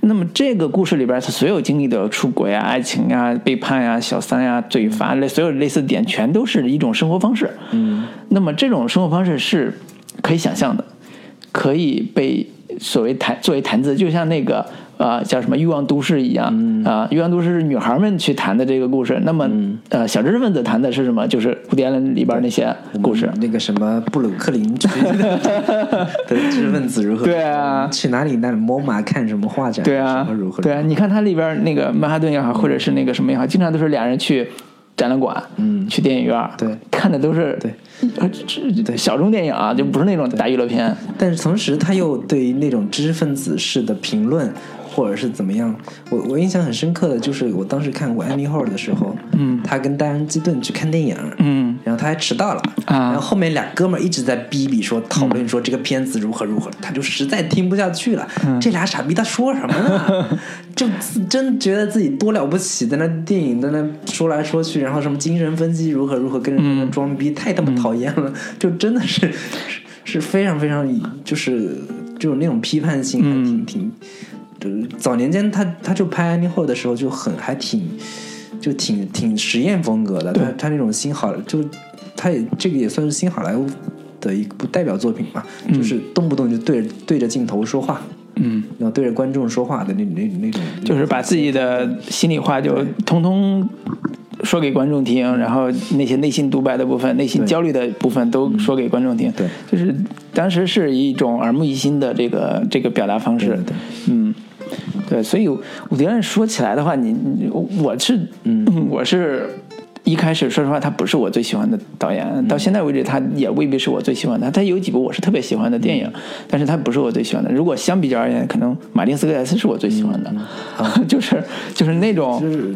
那么这个故事里边，他所有经历的出轨啊、爱情啊、背叛啊、小三啊、罪罚类所有类似的点，全都是一种生活方式。嗯，那么这种生活方式是可以想象的，可以被所谓谈作为谈资，就像那个呃叫什么《欲望都市》一样，啊、欲望都市》是女孩们去谈的这个故事。那么、呃，小知识分子谈的是什么？就是《蝴蝶兰》里边那些故事。
那个什么布鲁克林区 的的知识分子如何？
对啊
去哪里？那里 MoMA 看什么画展？
对啊
什么如，何？
对啊，你看它里边那个曼哈顿也好，或者是那个什么也好，经常都是俩人去展览馆，嗯，去电影院，
对
看的都是
对
呃这这小众电影啊，就不是那种大娱乐片。
但是同时，他又对于那种知识分子式的评论，或者是怎么样，我我印象很深刻的就是我当时看过《Annie Hall》的时候，嗯，他跟戴安基顿去看电影，
嗯，
然后他还迟到了，
啊
然后后面俩哥们儿一直在逼逼说讨论说这个片子如何如何，他就实在听不下去了，
嗯
这俩傻逼他说什 么呢？就真觉得自己多了不起，在那电影在那说来说去，然后什么精神分析如何如何，跟人在那装
嗯
逼，太他妈讨厌了，就真的是是是非常非常就是就有那种批判性，还
嗯
挺挺。就是早年间他他就拍《安妮后》的时候就很还挺就挺挺实验风格的，他他那种新好就他也这个也算是新好莱坞的一部代表作品吧，就是动不动就对着对着镜头说话，
嗯，
然后对着观众说话的那那那种，
就是把自己的心里话就通通说给观众
嗯
听，然后那些内心独白的部分、内心焦虑的部分都说给观众听。
嗯对，
就是当时是一种耳目一新的这个这个表达方式。
对对对
嗯，对，所以伍迪伦说起来的话，你你我是嗯， 我是一开始说实话，他不是我最喜欢的导演，
嗯
到现在为止，他也未必是我最喜欢的。他有几部我是特别喜欢的电影，
嗯
但是他不是我最喜欢的。如果相比较而言，可能马丁斯科塞斯是我最喜欢的， 就是就是那种
嗯就是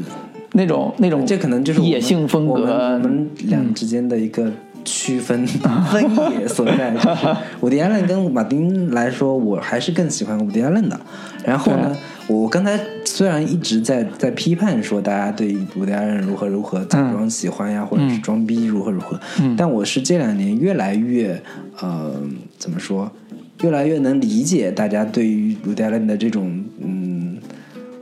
那种那种
这可能就是我们
野性风
我们我
格，
们俩之间的一个区分分野所在。就是伍迪·艾伦跟马丁来说，我还是更喜欢伍迪·艾伦的。然后呢，我刚才虽然一直在在批判说大家对伍迪·艾伦如何如何假装喜欢呀，或者是装逼如何如何，但我是这两年越来越呃怎么说，越来越能理解大家对于伍迪·艾伦的这种嗯。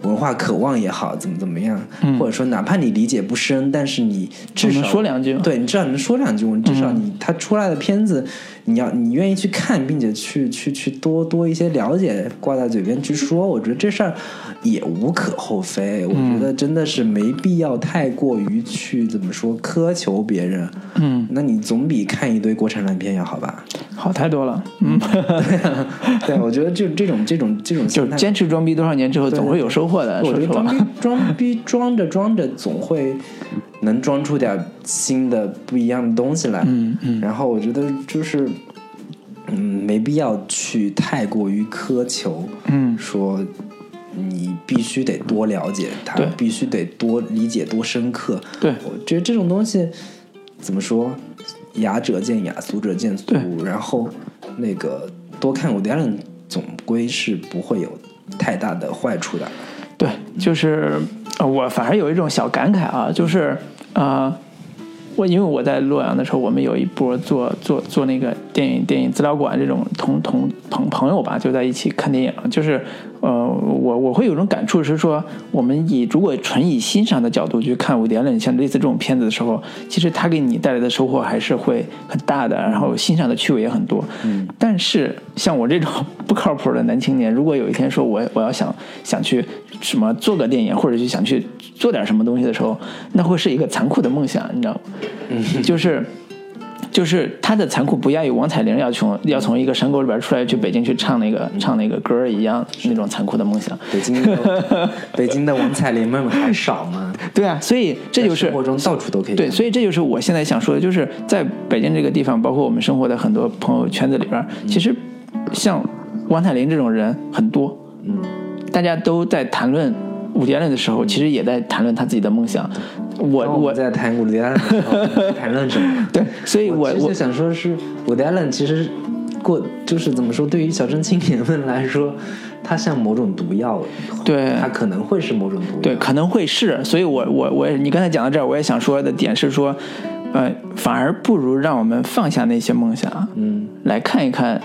文化渴望也好，怎么怎么样，或者说哪怕你理解不深，但是你至
我
少
能说两句嗯
对你至少能说两句，至少你他出来的片子，你要你愿意去看，并且去去去多多一些了解，挂在嘴边去说，我觉得这事儿也无可厚非。我
嗯
觉得真的是没必要太过于去怎么说苛求别人，嗯，那你总比看一堆国产烂片要好吧？
好太多了。嗯，
对，啊我觉得就这种这种这
就
种心
是
态
坚持装逼多少年之后，总会有收获的。
我
说
觉
实
得装
话，
逼装逼装着装着总会能装出点新的不一样的东西来。嗯嗯。然后我觉得就是，嗯，没必要去太过于苛求。嗯，说你必须得多了解它
对，
必须得多理解多深刻。
对
我觉得这种东西怎么说，雅者见雅，俗者见俗
对。
然后那个多看伍迪·艾伦，总归是不会有太大的坏处的。
对，就是呃，我反而有一种小感慨啊，就是呃，我因为我在洛阳的时候，我们有一波做做做那个电影电影资料馆这种同同朋朋友吧，就在一起看电影，就是呃，我我会有一种感触是说，我们以如果纯以欣赏的角度去看伍迪·艾伦像类似这种片子的时候，其实他给你带来的收获还是会很大的，然后欣赏的趣味也很多。嗯，但是像我这种 不靠谱的男青年，如果有一天说我我要想想去什么做个电影，或者去想去做点什么东西的时候，那会是一个残酷的梦想，你知道吗？就是。就是他的残酷不亚于王彩玲要从要从一个山沟里边出来去北京去唱那个唱那个歌儿一样那种残酷的梦想。
北京的北京的王彩玲妹妹还少吗？
对啊，所以 这就是
生活中到处都可以
对，所以这就是我现在想说的，就是在北京这个地方，包括我们生活的很多朋友圈子里边儿，其实像王彩玲这种人很多，嗯，大家都在谈论伍迪·艾伦的时候，其实也在谈论他自己的梦想。我
当我
我
们在谈伍迪·艾伦的时候，谈论什么？
对，所以我
我其
我
实想说是伍迪·艾伦其实过就是怎么说，对于小镇青年们来说，他像某种毒药，
对
他可能会是某种毒药，
对，可能会是，所以我我我，你刚才讲到这儿，我也想说的点是说，呃，反而不如让我们放下那些梦想，嗯，来看一看，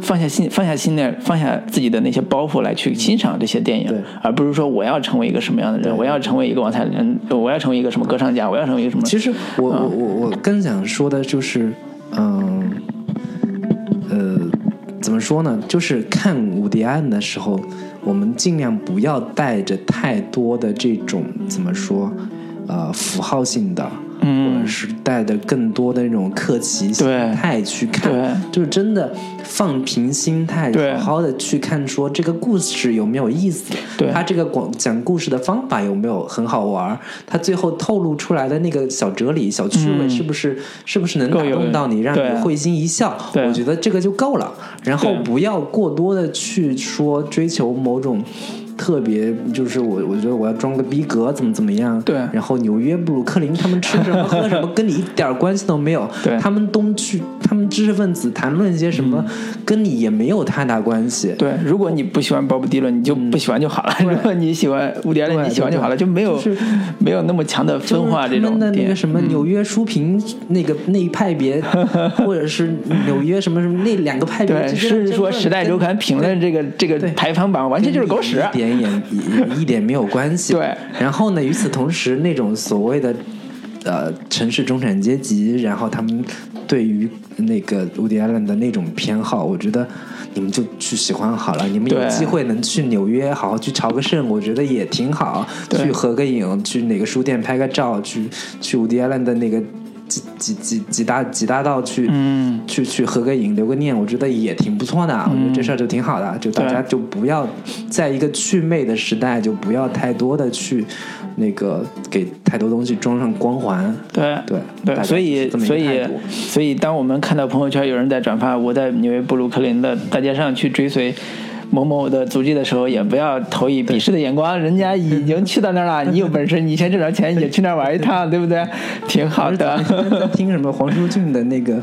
放下心，放下心的，放下自己的那些包袱来去欣赏这些电影，
对
而不是说我要成为一个什么样的人，我要成为一个王彩玲，我要成为一个什么歌唱家，我要成为一个什么，
其实我我我我更想说的就是，嗯、呃，怎么说呢？就是看伍迪·艾伦的时候，我们尽量不要带着太多的这种怎么说，呃，符号性的，或者是带着更多的那种客气心
嗯对
态去看，
对
就是真的放平心态，
对
好好的去看，说这个故事有没有意思，
对
他这个广讲故事的方法有没有很好玩儿？他最后透露出来的那个小哲理、小趣味，是不是、是不是能打
够有
动到你，让
对
你会心一笑？
对
我觉得这个就够了。然后
对
不要过多的去说追求某种。特别就是我，我觉得我要装个逼格，怎么怎么样？
对
然后纽约布鲁克林他们吃什么喝什 么，跟你一点儿关系都没有。
对
他们东去，他们知识分子谈论一些什么，跟你也没有太大关系。对
嗯对，如果你不喜欢鲍勃迪伦，你就不喜欢就好了；如果你喜欢伍迪·艾伦，
嗯对
你喜欢就好了，
对
就没有、
就是
没有那么强的分化这
就是他
种
们的那
点嗯
个。什么纽约书评那个那一 派别，或者是纽约什么什么那两个派别
对，
之间的
是说《
争论
时代周刊》评论这个这个
对
排行榜，完
跟
全就是狗屎。
一点也也一点没有关系。
对
然后呢，与此同时，那种所谓的呃城市中产阶级，然后他们对于那个伍迪·艾伦的那种偏好，我觉得你们就去喜欢好了。你们有
对
机会能去纽约好好去朝个圣，我觉得也挺好。
对
去合个影，去哪个书店拍个照，去去伍迪·艾伦的那个。几几几几大几大道去，嗯，去去合个影留个念，我觉得也挺不错的。啊我
嗯
觉得这事儿就挺好的，啊就大家就不要在一个祛魅的时代，就不要太多的去那个给太多东西装上光环。
对
对大
对，
概
所以
是这么一
所
个
以
态度
所以，当我们看到朋友圈有人在转发我在纽约布鲁克林的大街上去追随某某的足迹的时候，也不要投以鄙视的眼光，人家已经去到那儿了，你有本事，你先挣点钱也去那儿玩一 趟，对不对？挺好的。
在 听什么黄舒骏的那个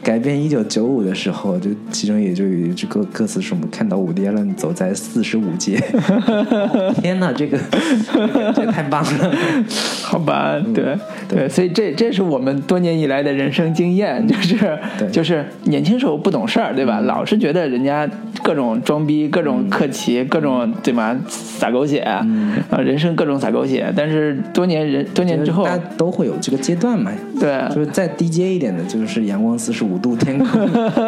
改编《一九九五》的时候，就其中也就有一句歌歌词是我们看到伍迪·艾伦走在四十五 街。天哪，这个这个太棒 了！
好吧，
嗯
对对，所以这这是我们多年以来的人生经验，就是
对嗯
就是年轻时候不懂事儿，对吧？老是觉得人家各种装逼、各种客气、各种对吧撒狗血，啊，
嗯
人生各种撒狗血。但是多年人多年之后，
大家都会有这个阶段嘛。
对
就是再低阶一点的，就是阳光四十五 度天空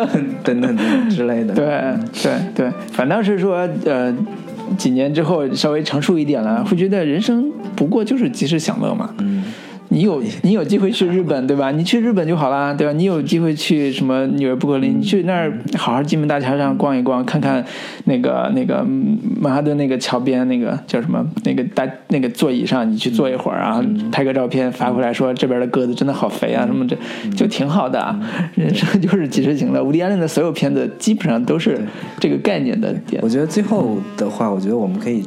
等等等等之类的。
对对对，反倒是说呃。几年之后稍微成熟一点了，会觉得人生不过就是及时享乐嘛。嗯，你有你有机会去日本对吧？你去日本就好啦，对吧？你有机会去什么纽约布克林，你去那儿好好金门大桥上逛一逛，看看那个那个嗯曼哈顿那个桥边那个叫什么那个大那个座椅上，你去坐一会儿啊，拍个照片发回来说这边的鸽子真的好肥啊什么这就挺好的啊。人生就是及时行乐。伍迪·艾伦的所有片子基本上都是这个概念的点
我。觉得最后的话，我觉得我们可以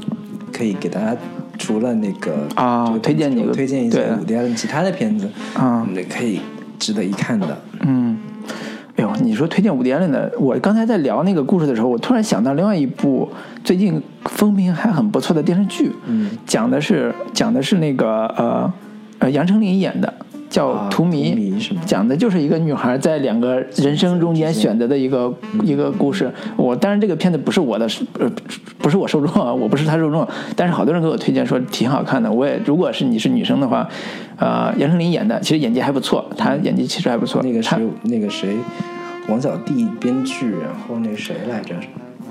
可以给大家除了那个
啊
这个
推荐几个
推荐一些
对
伍迪·艾伦其他的片子
啊
嗯可以值得一看的。
嗯，哎呦，你说推荐伍迪·艾伦的，我刚才在聊那个故事的时候，我突然想到另外一部最近风评还很不错的电视剧，嗯，讲的是讲的是那个呃呃杨丞琳演的。叫
啊
《荼蘼》
荼蘼是吗
讲的就是一个女孩在两个人生中间选择的一个
嗯
一个故事。我当然这个片子不是我的，呃，不是我受众啊，我不是她受众，但是好多人给我推荐说挺好看的。我也如果是你是女生的话，呃，杨丞琳演的其实演技还不错，她演技其实还不错。
那个
她
谁，那个谁，王小棣编剧，然后那谁来着？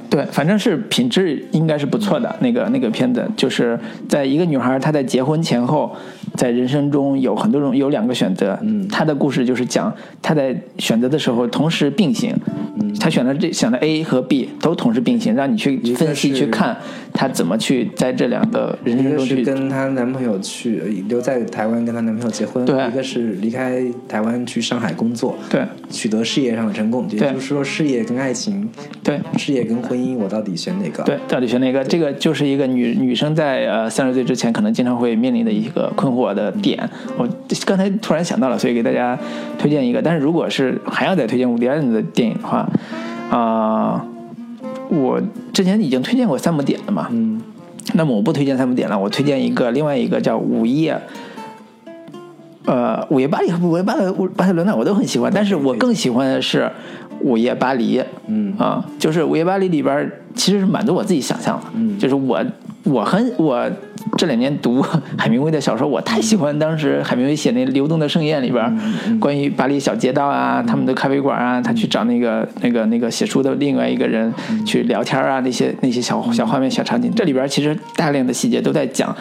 对，反正是品质应该是不错的。那个那个片子，就是在一个女孩她在结婚前后，在人生中有很多种有两个选择。嗯，她的故事就是讲她在选择的时候同时并行，嗯，她选了这选了 A 和 B 都同时并行，让你去分析
是
去看她怎么去在这两个人
一
生
个
中
是
去
跟她男朋友去留在台湾跟她男朋友结婚，
对
一个是离开台湾去上海工作，
对
取得事业上的成功。也
对
就是说，事业跟爱情，
对
事业跟婚姻，我到底选哪个？
对，到底选哪个？这个就是一个女女生在呃三十岁之前可能经常会面临的一个困惑的点。我刚才突然想到了，所以给大家推荐一个。但是如果是还要再推荐伍迪·艾伦的电影的话，啊、我之前已经推荐过三部点了嘛，嗯，那么我不推荐三部点了，我推荐一个另外一个叫《午夜》。呃，午夜巴黎和午夜巴黎、巴塞罗那我都很喜欢，但是我更喜欢的是午夜巴黎。嗯啊，就是午夜巴黎里边儿其实是满足我自己想象的。嗯，就是我我很我这两年读 海明威的小说，我太喜欢当时海明威写那《流动的盛宴》里边儿关于巴黎小街道啊、他们的咖啡馆啊，他去找那个那个那个写书的另外一个人去聊天啊，那些那些小小画面、小场景，这里边儿其实大量的细节都在讲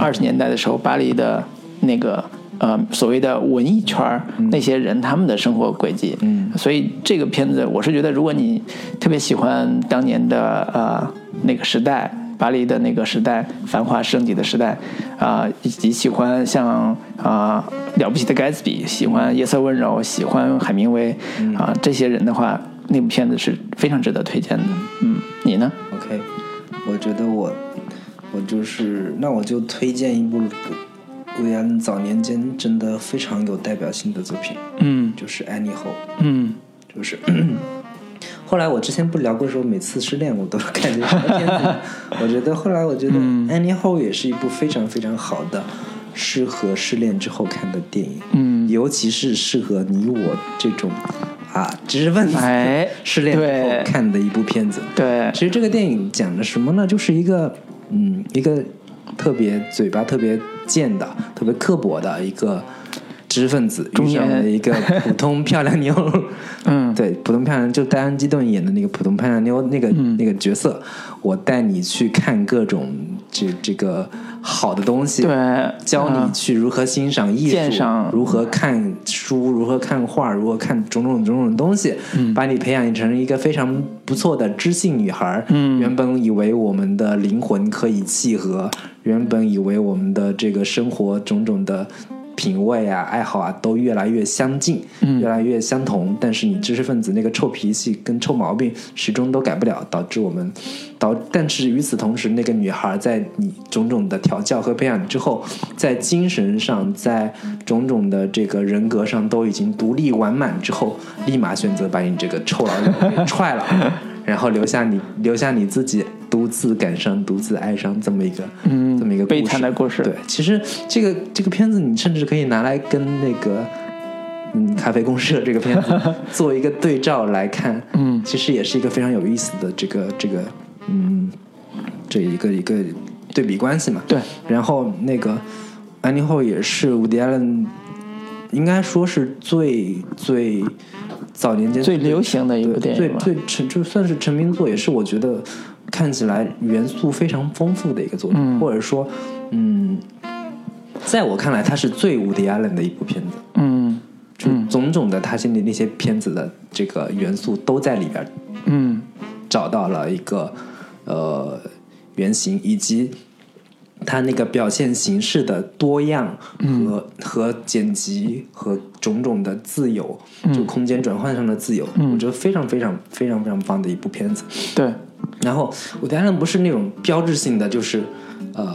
二十年代的时候巴黎的那个。呃所谓的文艺圈儿、那些人他们的生活轨迹。嗯，所以这个片子我是觉得，如果你特别喜欢当年的呃那个时代。巴黎的那个时代，繁华盛景的时代，啊、以及喜欢像啊、了不起的盖茨比，喜欢夜色温柔，喜欢海明威，啊、这些人的话，那部片子是非常值得推荐的。嗯，你呢？
OK，我觉得我我就是那我就推荐一部伍迪·艾伦早年间真的非常有代表性的作品，
嗯
就是《安妮后》。
嗯，
就是 后来我之前不聊过说，每次失恋我都 看这个片子。我觉得后来我觉得
嗯
《安妮后》也是一部非常非常好的，适合失恋之后看的电影。
嗯
尤其是适合你我这种啊知识分子
哎
失恋之
对
后看的一部片子。
对
其实这个电影讲的什么呢？就是一个，嗯，一个特别嘴巴特别贱的、特别刻薄的一个知识分子
中
遇上
年
了一个普通漂亮妞。
嗯
对，普通漂亮就戴安·
嗯
基顿演的那个普通漂亮妞那个、那个角色，我带你去看各种这这个好的东西，
对
教你
嗯
去如何欣赏艺术，
鉴赏嗯
如何看书，如何看画，如何看种种种种东西，
嗯
把你培养成一个非常不错的知性女孩。嗯，原本以为我们的灵魂可以契合，原本以为我们的这个生活种种的。品味啊、爱好啊，都越来越相近，
嗯
越来越相同。但是你知识分子那个臭脾气跟臭毛病，始终都改不了，导致我们导。但是与此同时，那个女孩在你种种的调教和培养之后，在精神上，在种种的这个人格上都已经独立完满之后，立马选择把你这个臭老鼠给 踹了，然后留下你留下你自己独自感伤、独自哀伤这么一个、
嗯
这么一个故
悲
事
惨的故事
对，其实这个这个片子，你甚至可以拿来跟那个。嗯，咖啡公社这个片子 做一个对照来看，嗯，其实也是一个非常有意思的这个这个，嗯，这一个一个对比关系嘛。
对，
然后那个安妮后也是伍迪·艾伦，应该说是最最早年间
最流行的一部电影
最
吧
最成就算是成名作，也是我觉得看起来元素非常丰富的一个作品，或者说，嗯，在我看来，它是最伍迪·艾伦的一部片子。
嗯
就种种的他心里那些片子的这个元素都在里边
嗯
找到了一个呃原型，以及他那个表现形式的多样和、和剪辑和种种的自由，就空间转换上的自由，我觉得非常非常非常非常棒的一部片子。
对，
然后伍迪·艾伦不是那种标志性的，就是呃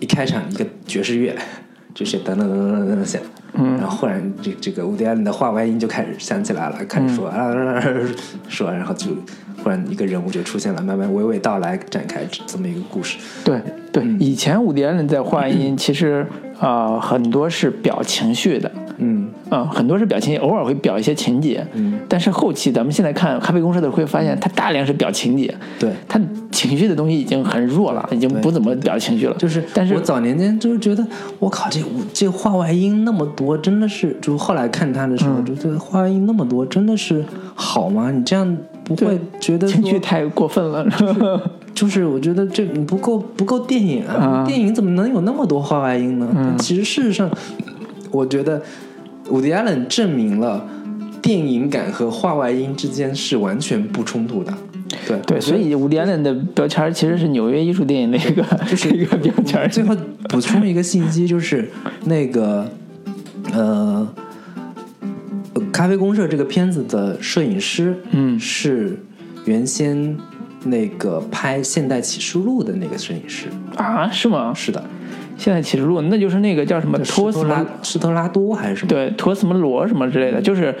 一开场一个爵士乐， 就是噔噔噔噔噔噔响，嗯，然后忽然这这个伍迪·艾伦的话外音就开始响起来了，开始说
嗯
啊、 说，然后就忽然一个人物就出现了，慢慢娓娓道来展开这么一个故事，
对对，
嗯
以前伍迪·艾伦在画 音，其实呃很多是表情绪的，
嗯，
嗯，很多是表情，偶尔会表一些情节，嗯，但是后期咱们现在看咖啡公社的会发现，它大量是表情节，
嗯对
它情绪的东西已经很弱了，已经不怎么表情绪了，
就是，
但是
我早年间就是觉得，我靠，这我这话外音那么多，真的是，就后来看他的时候，
嗯
就觉得话外音那么多，真的是好吗？你这样不会
对
觉得
情绪
说
太过分了，
就是我觉得这你不够不够电影啊，
啊嗯
电影怎么能有那么多话外音呢？但其实事实上，我觉得伍迪·艾伦证明了电影感和话外音之间是完全不冲突的。 对
对，所以伍迪·艾伦的标签儿其实是纽约艺术电影的一个
就是
一个标签儿，
最后补充一个信息，就是那个呃，呃咖啡公社这个片子的摄影师，
嗯
是原先那个拍《现代启示录》的那个摄影师，
啊，是吗？
是的，
现在启示录那就是那个叫什么托
施
斯
特拉
拉。
施特拉多还是什么？
对，托斯摩罗什么之类
嗯
的，就是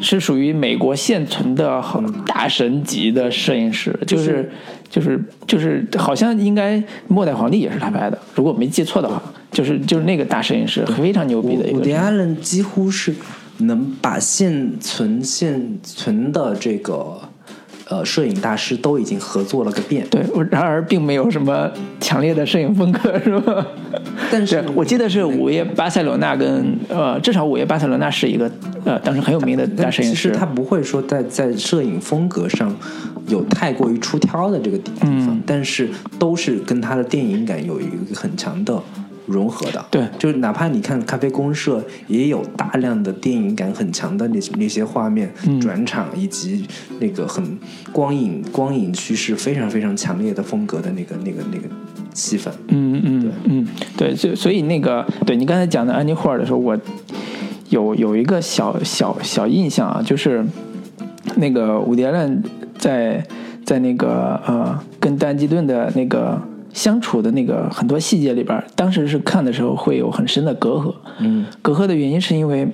是属于美国现存的很大神级的摄影师，
嗯
就是就是就是，好像应该《末代皇帝》也是他拍的，如果我没记错的话，就是就是那个大摄影师，非常牛逼的一
伍
个
迪·
人。
艾伦几乎是能把现存现存的这个呃摄影大师都已经合作了个遍。
对，我然而并没有什么强烈的摄影风格，是吧？
但是
对我记得是午夜巴塞罗那跟呃，至少午夜巴塞罗那是一个呃当时很有名的大
但
摄影
其实
师。
他不会说在在摄影风格上有太过于出挑的这个地地方，但是都是跟他的电影感有一个很强的融合的。
对
就是哪怕你看《咖啡公社》，也有大量的电影感很强的那些那些画面、转场以及那个很光影光影趋势非常非常强烈的风格的那个那个那个戏份。
嗯嗯嗯，对，所以所以那个，对你刚才讲的安妮霍尔的时候，我有有一个小小小印象啊，就是那个伍迪·艾伦在在那个呃跟丹吉顿的那个相处的那个很多细节里边儿，当时是看的时候会有很深的隔阂。嗯，隔阂的原因是因为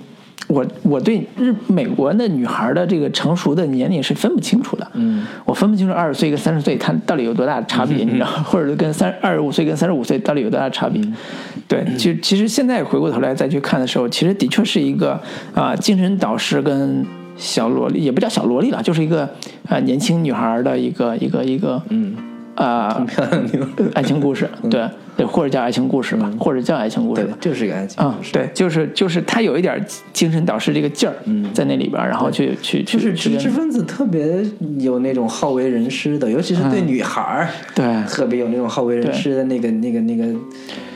我我对日美国的女孩的这个成熟的年龄是分不清楚的。嗯，我分不清楚二十岁跟三十岁她到底有多大的 差别，你知道吗，或者是跟三二十五岁跟三十五岁到底有多大的差别？对，其实其实现在回过头来再去看的时候，其实的确是一个啊、精神导师跟。啊小萝莉也不叫小萝莉了，就是一个呃年轻女孩的一个一个一个嗯 嗯啊、
漂亮妞，
爱情故事，对对，或者叫爱情故事吧，或者叫爱情故事
对
吧，。
就是一个爱情
啊、
故事，
对，就是就是他有一点精神导师这个劲儿在那里边儿，然后去去去
嗯就是知
去
识分子特别有那种好为人师的，尤其是对女孩儿，
嗯对
特别有那种好为人师的那个那个那个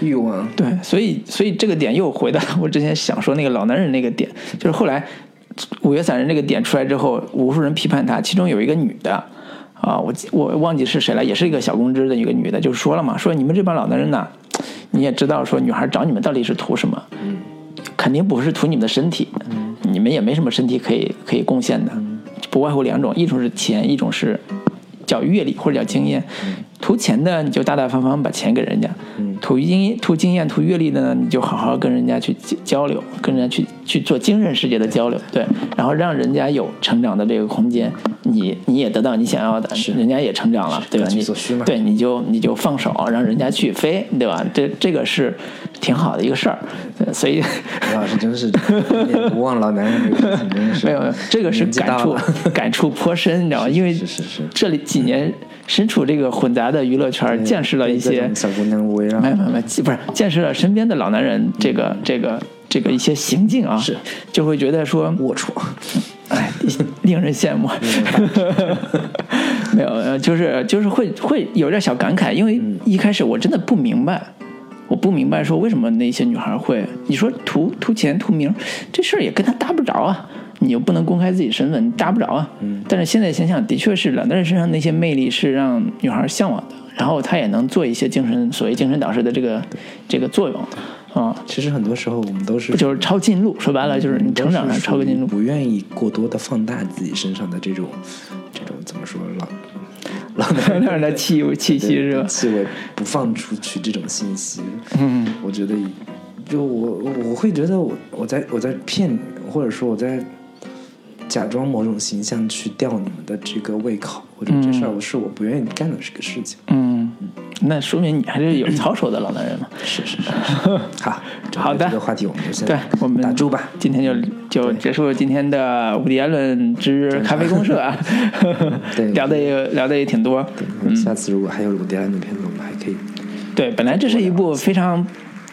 欲望。
对，所以所以这个点又回到我之前想说那个老男人那个点，就是后来五月散人这个点出来之后，无数人批判他，其中有一个女的啊，我记我忘记是谁了，也是一个小公知的一个女的，就说了嘛，说你们这帮老男人呐，你也知道说女孩找你们到底是图什么，
嗯
肯定不是图你们的身体，你们也没什么身体可以可以贡献的，不外乎两种，一种是钱，一种是叫阅历或者叫经验。图钱的你就大大方方把钱给人家，图经图经验图阅历的呢，你就好好跟人家去交交流，跟人家去去做精神世界的交流，对，然后让人家有成长的这个空间，你你也得到你想要的，人家也成长了，对吧？
各取
你
所需嘛
对，你就你就放手让人家去飞，对吧？这这个是挺好的一个事儿，对所以。
李老师哎 真是有点不忘老男人这个事情，真是
没有，没有，这个是
年纪
感
大
触
了
感触颇深，你知道吗？因为
是是是
这里几年身处这个混杂的娱乐圈，见识了一
被各
些
种小姑娘围绕
没。有没有没有，不是见识了身边的老男人这个这个这个一些行径啊，
是
就会觉得说龌龊，哎， 令人羡慕。 没有，呃就是就是会会有点小感慨，因为一开始我真的不明白。我不明白，说为什么那些女孩会？你说图图钱图名，这事儿也跟他搭不着啊。你又不能公开自己身份，你搭不着啊。但是现在想想，的确是冷淡人身上那些魅力是让女孩向往的，然后她也能做一些精神所谓精神导师的这个这个作用，啊、
其实很多时候我们都是
不就是抄近路？说白了就是你成长上抄个近
都是属于
路。
不愿意过多的放大自己身上的这种这种怎么说老 老男人
那样的气 气息是吧？
气味不放出去这种信息，嗯，我觉得就我我我会觉得我我在我在骗你们，或者说我在假装某种形象去吊你们的这个胃口，我觉得这事儿我是我不愿意干的这个事情。
嗯，那说明你还是有操守的老男人嘛。
是是是，好，
好的
这个话题我们就先
对，我们
打住吧。
今天就就结束今天的伍迪·艾伦之咖啡公社 啊，
对
聊的也聊的也挺多。
嗯下次如果还有伍迪·艾伦的片子，我们还可以
对，本来这是一部非常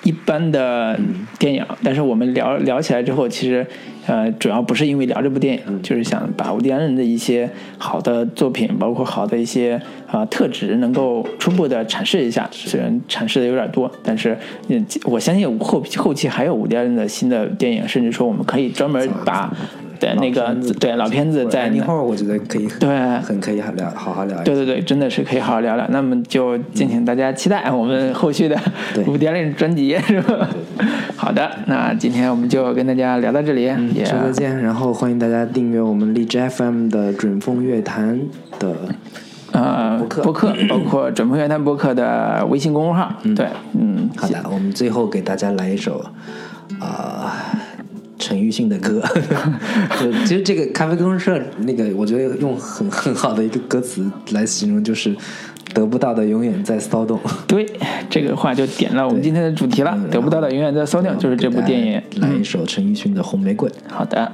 一般的电影，但是我们聊聊起来之后，其实呃，主要不是因为聊这部电影，就是想把伍迪·艾伦的一些好的作品，包括好的一些啊、呃特质，能够初步的阐释一下。虽然阐释的有点多，但是嗯，我相信后后期还有伍迪·艾伦的新的电影，甚至说我们可以专门把对那个对老片子在
一会儿，我觉得可以很
对
很可以好聊，好好聊一下。
对对对，真的是可以好好聊聊。那么就敬请大家期待我们后续的
对
五点零专辑，是吧？好的，那今天我们就跟大家聊到这里，也
说再见，然后欢迎大家订阅我们荔枝 FM 的准风乐坛的，
呃播客播客包 括准风乐坛播客的微信公众号，对，嗯，
好的，我们最后给大家来一首，啊、陈奕迅的歌， 就其实这个咖啡公社那个，我觉得用很很好的一个歌词来形容，就是得不到的永远在 骚动。
对，这个话就点了我们今天的主题了，得不到的永远在骚动，就是这部电影。嗯
来一首陈奕迅的《红玫瑰》。
好的，